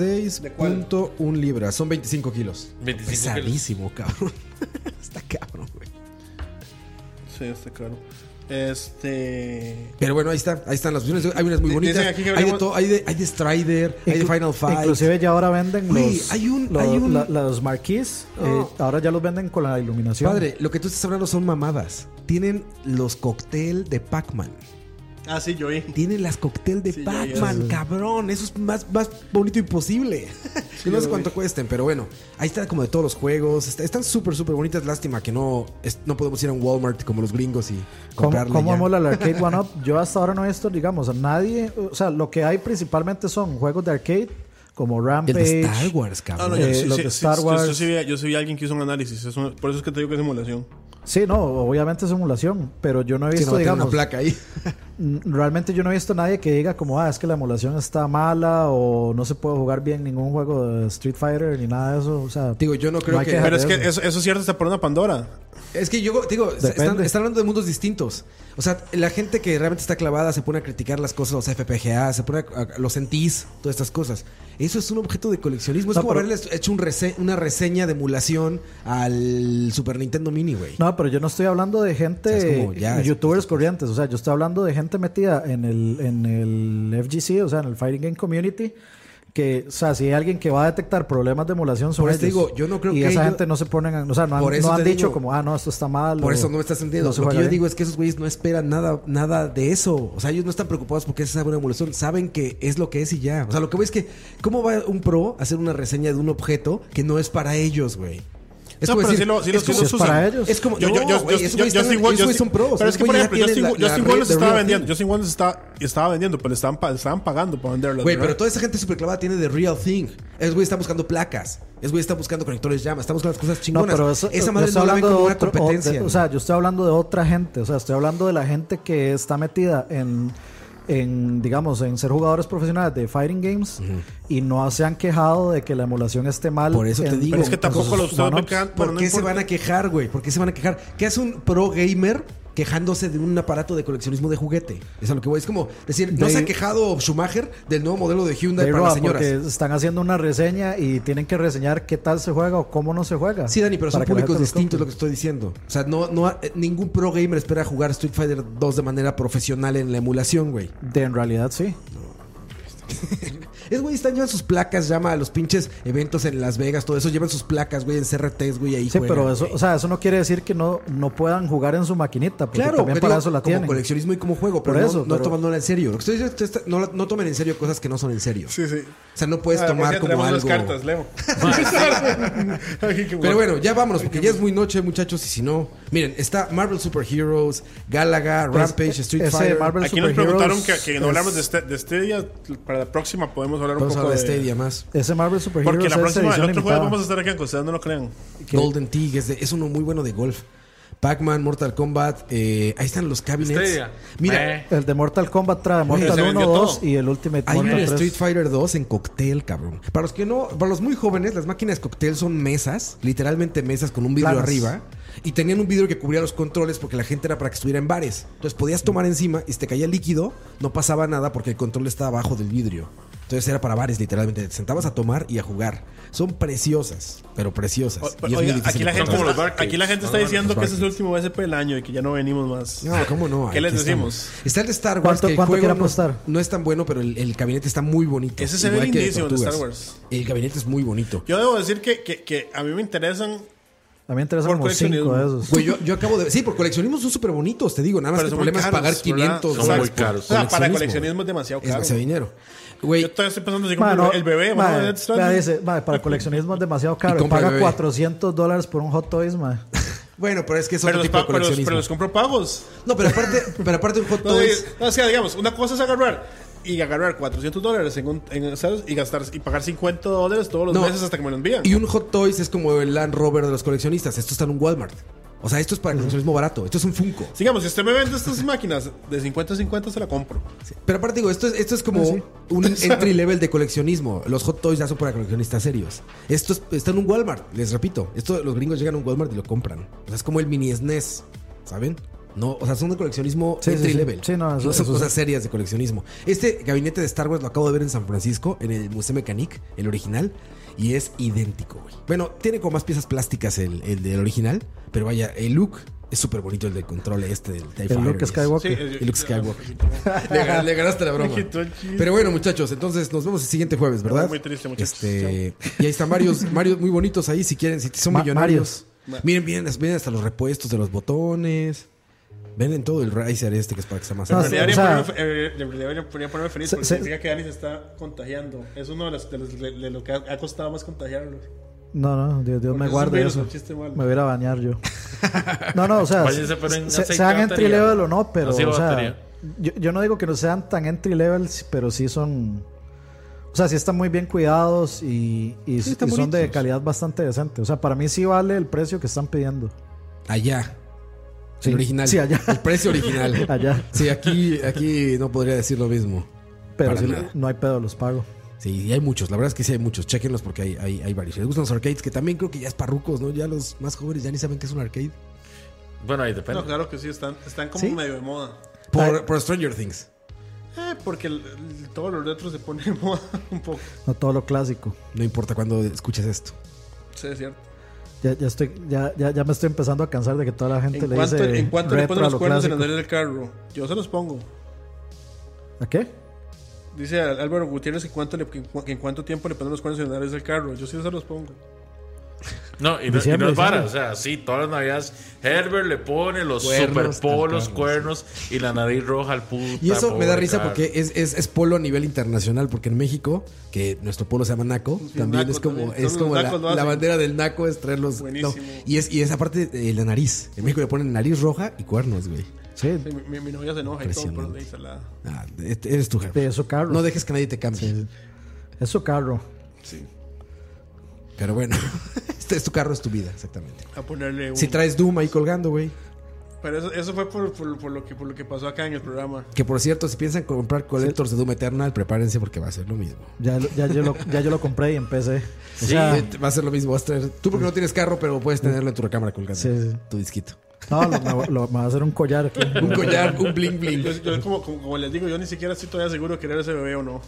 56.1 libras, son 25 kilos. 25 Pesadísimo, cabrón. Está cabrón, güey. Sí, está claro. Este. Pero bueno, ahí está, ahí están las opciones. Hay unas muy Dicen bonitas. aquí que hay de hablemos- todo, hay de, hay de Strider, hay de Inclu- Final Fight. Inclusive ya ahora venden Güey, los, hay un- los, hay un- la- los marquís, eh, No. ahora ya los venden con la iluminación. Padre, lo que tú estás hablando son mamadas. Tienen los cóctel de Pac-Man. Ah, sí, yo vi. Tienen las cóctel de Sí, ya, ya. Pac-Man, cabrón. Eso es más, más bonito imposible. Yo no sé ya, cuánto cuesten, pero bueno. Ahí está como de todos los juegos. Está- están súper, súper bonitas. Lástima que no, es- no podemos ir a un Walmart como los gringos y ¿Cómo, comprarle cómo ya. mola el Arcade One Up? Yo hasta ahora no he visto, digamos, a nadie. O sea, lo que hay principalmente son juegos de arcade como El Rampage. de Star Wars, Ah, cabrón. no, Eh, yo, sí, los sí, de sí, Star yo- Wars. Yo, sí vi, yo sí vi a alguien que hizo un análisis. es una- por eso es que te digo que es emulación. Sí, no, obviamente es emulación, pero yo no he Si visto, no, va a tener una digamos, placa ahí. n- mm, realmente yo no he visto a nadie que diga como, ah, es que la emulación está mala o no se puede jugar bien ningún juego de Street Fighter ni nada de eso. O sea, Digo, yo no creo hay que- quejar Pero es de que eso. eso, eso es cierto, está por una Pandora. Es que yo digo, o sea, están, Depende. están hablando de mundos distintos. O sea, la gente que realmente está clavada se pone a criticar las cosas, los FPGA, se pone a, a- los sentís, todas estas cosas. Eso es un objeto de coleccionismo. Es No, como pero- haberles hecho un rese- una reseña de emulación al Super Nintendo Mini, güey. No, pero yo no estoy hablando de gente, O sea, es como ya, es- pues. youtubers corrientes, o sea, yo estoy hablando de gente metida en el, en el FGC, o sea, en el Fighting Game Community, que, o sea, si hay alguien que va a detectar problemas de emulación sobre eso te digo, yo no creo y que esa ellos- gente no se ponen, a- o sea, no han, Por eso no han te dicho digo. como, ah, no, esto está mal. Por o eso no me estás entendiendo. no se Lo que juega yo bien. digo es que esos güeyes no esperan nada, nada de eso. O sea, ellos no están preocupados porque esa es buena emulación. Saben que es lo que es y ya. O sea, lo que voy es que, ¿cómo va un pro a hacer una reseña de un objeto que no es para ellos, güey? Es No, como pero decir, sí lo- sí lo- es sí como- lo es para usan. ellos. Es como. Yo, yo, no, yo, güey, yo, esos güeyes yo, yo, están- Justin Wall- esos güeyes Justin- son pros. Pero es Esos que, por güeyes ya ejemplo, Justin, tienen la- Justin la Wall red de estaba Real vendiendo. Thing. Justin Wall estaba, estaba vendiendo, pero le estaban, pa- le estaban pagando para venderlas. Güey, ¿verdad? pero toda esa gente súper clavada tiene The Real Thing. Es güey está buscando placas. Es güey está buscando conectores llama. Está buscando las cosas No, chingonas. pero eso- esa yo madre estoy no la ven hablando como de una otro- o- competencia. de- o güey. sea, yo estoy hablando de otra gente, o sea, estoy hablando de la gente que está metida en, en digamos, en ser jugadores profesionales de fighting games y no se han quejado de que la emulación esté mal. Por eso te en- digo. Pero es que en tampoco sus los ustedes me one-ups. quedan. ¿Por qué se van a quejar, güey? ¿Por qué se van a quejar? ¿Qué hace un pro gamer quejándose de un aparato de coleccionismo de juguete? Es a lo que voy. Es como decir, ¿no They- se ha quejado Schumacher del nuevo modelo de Hyundai They para las roban señoras? porque están haciendo una reseña y tienen que reseñar qué tal se juega o cómo no se juega. Sí, Dani, pero son para que la públicos gente los distintos lo compre. que estoy diciendo. O sea, no, no, eh, ningún pro gamer espera jugar Street Fighter 2 de manera profesional en la emulación, güey. De en realidad sí. Es, güey, están llevan sus placas, llama a los pinches eventos en Las Vegas, todo eso. Llevan sus placas, güey, en CRTs, güey, ahí Sí, juegan, pero eso, güey. o sea, eso no quiere decir que no, no puedan jugar en su maquinita, porque Claro, también pero para digo, eso la como tienen. coleccionismo y como juego, pero Por no- eso, no, pero- tomándola en serio. Lo que estoy diciendo es que esta- no, la- no tomen en serio cosas que no son en serio. Sí, sí. O sea, no puedes Ah, por tomar cierto, como tenemos algo. dos cartas, Lemo. Ay, qué Pero bueno. bueno, ya vámonos, porque ya es muy noche, muchachos, y si no... Miren, está Marvel Super Heroes, Galaga, Rampage, Street Pues, Ese Fighter... Marvel Aquí nos Super preguntaron que, Heroes que no es- hablamos de, este, de Stadia. Para la próxima podemos hablar un Vamos a poco hablar de de Stadia más. Ese Marvel Super Porque Heroes la es próxima, el edición otro jueves limitada. vamos a estar aquí, aunque ustedes no lo crean. Golden Teague es, de- es uno muy bueno de golf. Pac-Man, Mortal Kombat, eh, ahí están los cabinets. Stadia. Mira, Meh. El de Mortal Kombat trae Mortal se 1, vendió 2 todo. y el Ultimate Hay un Mortal 3. Street Fighter 2 en cóctel, cabrón. Para los que no, para los muy jóvenes, las máquinas cóctel son mesas, literalmente mesas con un vidrio Planas. arriba. Y tenían un vidrio que cubría los controles porque la gente era para que estuviera en bares. Entonces podías Mm. tomar encima y si te caía líquido, no pasaba nada porque el control estaba abajo del vidrio. Entonces era para bares, literalmente. Te sentabas a tomar y a jugar. Son preciosas, pero preciosas. O- y es muy oiga, difícil aquí, la gente encontrar. como los está, barcades. aquí la gente está No, diciendo los que ese es el barcades. último SP del año y que ya no venimos más. No, ¿cómo no? ¿Qué Aquí les decimos? estamos. Está el de Star Wars. ¿Cuánto- que el cuánto juego quiere no- apostar? No, es tan bueno, pero el, el gabinete está muy bonito. Ese se ve Igual que lindísimo, el de Tortugas. Star Wars. El gabinete es muy bonito. Yo debo decir que, que, que a mí me interesan, A mí me interesan Por como 5 de coleccionismo. esos. Güey, yo, yo acabo de. Sí, porque coleccionismos son súper bonitos, te digo. Nada más pero que el son muy problema caros. es pagar ¿verdad? 500 Son dólares muy por caros. O sea, para coleccionismo. coleccionismo es demasiado Es caro. demasiado dinero. Güey, Yo todavía estoy pensando si Ma, compro no, el bebé, ma, ma, Dead Stranding. vea, dice, ma, para el coleccionismo es demasiado Y caro. compra el Paga bebé. 400 dólares por un Hot Toys, ma. bueno, pero es que es otro pero, los tipo pa- de pero los- coleccionismo. pero los compro pagos. No, pero aparte, pero aparte un hot No, toys. diga- no, o sea, digamos, una cosa es agarrar y agarrar 400 dólares en, un- en- ¿sabes? y gastar y pagar 50 dólares todos los No. meses hasta que me lo envían. Y un Hot Toys es como el Land Rover de los coleccionistas. Esto está en un Walmart. O sea, esto es para coleccionismo barato. Esto es un Funko. Sigamos, si usted me vende estas máquinas de 50 a 50 se la compro. Pero aparte digo, esto es, esto es Ah, como un entry level de coleccionismo. Los hot toys ya son para coleccionistas serios. Esto es- está en un Walmart, les repito. Esto los gringos llegan a un Walmart y lo compran. O sea, es como el mini SNES, ¿saben? No, o sea, son de coleccionismo Sí, sí, entry sí. level. Sí, no, eso- son eso- cosas serias de coleccionismo. Este gabinete de Star Wars lo acabo de ver en San Francisco, en el Museo Mecanic, el original, y es idéntico, güey. Bueno, tiene como más piezas plásticas el, el del original, pero vaya, el look es súper bonito el del control este del TIE El Fighter Luke y eso. Skywalker. eh, Y Luke Skywalker. le, gan- le ganaste la broma. Me quitó el chiste. Pero bueno, muchachos, entonces nos vemos el siguiente jueves, ¿verdad? Muy triste, muchachos. Este, y ahí están varios, varios muy bonitos ahí, si quieren, si son Ma- millonarios. Miren, miren, miren hasta los repuestos de los botones. Venden todo el Riser este que es para que sea más No, alto. En realidad o sea- debería ponerme, eh, en realidad debería ponerme feliz Se- porque se- significa que Dani se está contagiando. Es uno de, las, de, los- de lo que ha, ha costado más contagiarlo. No, no, Dios, Dios Porque me es un guarde virus, eso. un chiste malo. Me voy a ir a bañar yo. No, no, o sea, Váyanse, pero en se- aceite sean de entry batería. level o no, pero Aceite de o sea, batería. yo, yo no digo que no sean tan entry level, pero sí son. O sea, sí están muy bien cuidados y, y- Sí, están y son de bonitos. calidad bastante decente. O sea, para mí sí vale el precio que están pidiendo. Allá. Sí. el original. Sí, allá. El precio original. Allá. Sí, aquí, aquí no podría decir lo mismo. Pero Para sí, nada. no hay pedo, los pago. Sí, y hay muchos, la verdad es que sí hay muchos, chequenlos porque hay, hay, hay varios. Les gustan los arcades, que también creo que ya es parrucos, ¿no? Ya los más jóvenes ya ni saben qué es un arcade. Bueno, ahí No, depende. claro que sí, están, están como ¿Sí? medio de moda. Por, por Stranger Things. Eh, porque el- el- todos los retros se ponen de moda un poco. No todo lo clásico. No importa cuando escuches esto. Sí, es cierto. Ya, ya, estoy, ya, ya, ya me estoy empezando a cansar de que toda la gente ¿En le cuánto, dice. ¿en cuánto le retro ponen a los lo cuernos en clásico. andar del carro? Yo se los pongo. ¿A qué? Dice Álvaro Gutiérrez que, cuánto le- que en cu- que en cuánto tiempo le ponen los cuernos en andar del carro. Yo sí se los pongo. No, y no, y Diciembre, no es vara. diciembre. O sea, sí, todas las navidades. Herbert le pone los Cuernos, superpolos, tal, cuernos y la nariz roja al puta. Y eso me da pobre risa cara. porque es, es, es polo a nivel internacional, porque en México, que nuestro polo se llama Naco, Sí, también naco es como, también. Es Todos como la, los nacos lo hacen. la bandera del Naco es traer los... Buenísimo. y es y esa parte de la nariz. En México le ponen nariz roja y cuernos, güey. Sí, Sí, mi, mi- mi novia se enoja y todo, pero le dice la... Ah, et- eres tu jefe. de su carro. No dejes que nadie te cambie. Es su carro. Pero bueno, este es tu carro, es tu vida, exactamente. A ponerle un... Si traes Doom ahí colgando, güey. Pero eso, eso fue por, por- por lo que, por lo que pasó acá en el programa. Que por cierto, si piensan comprar collectors de Doom Eternal, prepárense porque va a ser lo mismo. Ya, lo- ya, yo, lo, ya yo lo compré y empecé. O Sí, sea, eh, va a ser lo mismo. Vas a traer, tú porque no tienes carro, pero puedes tenerlo en tu recámara colgando. Sí, sí. Tu disquito. no, lo- me, lo- me va a hacer un collar. aquí. Un collar, un bling Yo, bling. yo como, como, como les digo, yo ni siquiera estoy todavía seguro de querer ese bebé o no.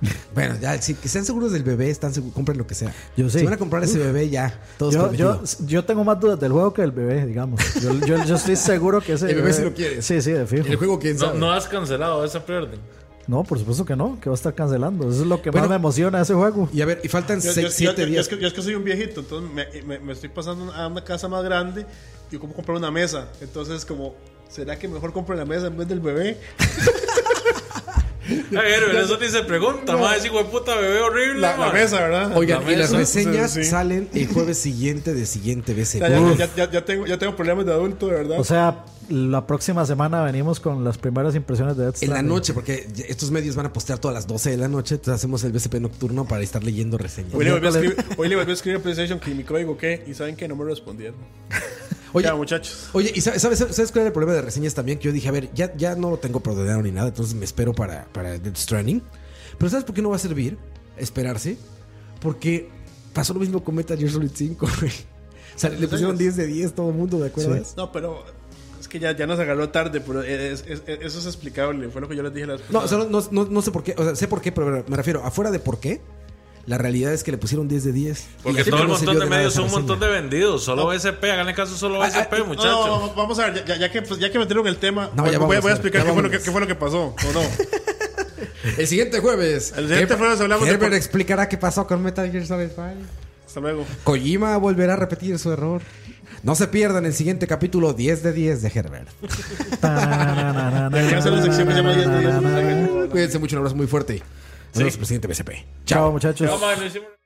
Bueno, ya, si que sean seguros del bebé, están seguros, compren lo que sea. Yo sí. Si van a comprar ese bebé, ya. Todos Yo, yo, permitido. yo tengo más dudas del juego que del bebé, digamos. Yo, yo, yo estoy seguro que ese. El bebé sí lo quieres. Sí, sí, de fijo. El juego, quién No, sabe. no has cancelado esa preorden. No, por supuesto que no, que va a estar cancelando. Eso es lo que Bueno. más me emociona de ese juego. Y a ver, y faltan Yo, 6, yo- 7 yo- yo- yo días. es que, yo es que soy un viejito, entonces me, me- me estoy pasando a una casa más grande y como comprar una mesa. Entonces, como, ¿será que mejor compro la mesa en vez del bebé? A ver, pero eso ni se pregunta, más ese hijo de puta bebé horrible. La, la ma. mesa, ¿verdad? Oigan, La y las mesa, reseñas sí, sí. salen el jueves siguiente de siguiente BC. Ya, ya- ya- ya- ya tengo, ya tengo problemas de adulto, de verdad. O sea, la próxima semana venimos con las primeras impresiones de Death En la Stranding. noche, porque ya- estos medios van a postear todas las 12 de la noche, entonces hacemos el BCP nocturno para estar leyendo reseñas. Hoy le, volví a escribir, hoy le volví a escribir a PlayStation que mi código qué y saben que no me respondieron. Oye, Ya, muchachos. oye, ¿y sabes, sabes- sabes cuál era el problema de reseñas también? Que yo dije, a ver, ya, ya no lo tengo ordenado ni nada, entonces me espero para, para Death Stranding. Pero ¿sabes por qué no va a servir esperarse? Porque pasó lo mismo con Metal Gear Solid 5, güey. O sea, le pusieron 10 de 10 todo el mundo, ¿de acuerdo? No, pero es que ya, ya nos agarró tarde, pero e, es- es- es- eso es explicable. Fue lo que yo les dije la vez No, o sea, pasada. no, no- no- no sé por qué, o sea, sé por qué, pero me refiero, afuera de por qué, la realidad es que le pusieron 10 de 10. Porque Y todo el no montón sirvió de nada medios esa son un montón de reseña. vendidos. Solo BSP, háganle caso solo a ah, no, BSP, No, no, muchachos. no, vamos a ver, ya, ya- ya que, pues, ya que metieron el tema, No, voy, ya voy- voy vámonos, a explicar ya qué fue, lo que, vámonos. qué fue lo que pasó, ¿o no? El siguiente jueves. El siguiente jueves hablamos de Herbert por- explicará qué pasó con Metal Gear Solid 5. Hasta luego. Kojima volverá a repetir su error. No se pierdan el siguiente capítulo 10 de 10 de Herbert. Hay que hacer la sección que se llama 10 de 10. Cuídense mucho, un abrazo muy fuerte. Nos vemos en el siguiente BCP. Chao, muchachos. No, ma, no hicimos-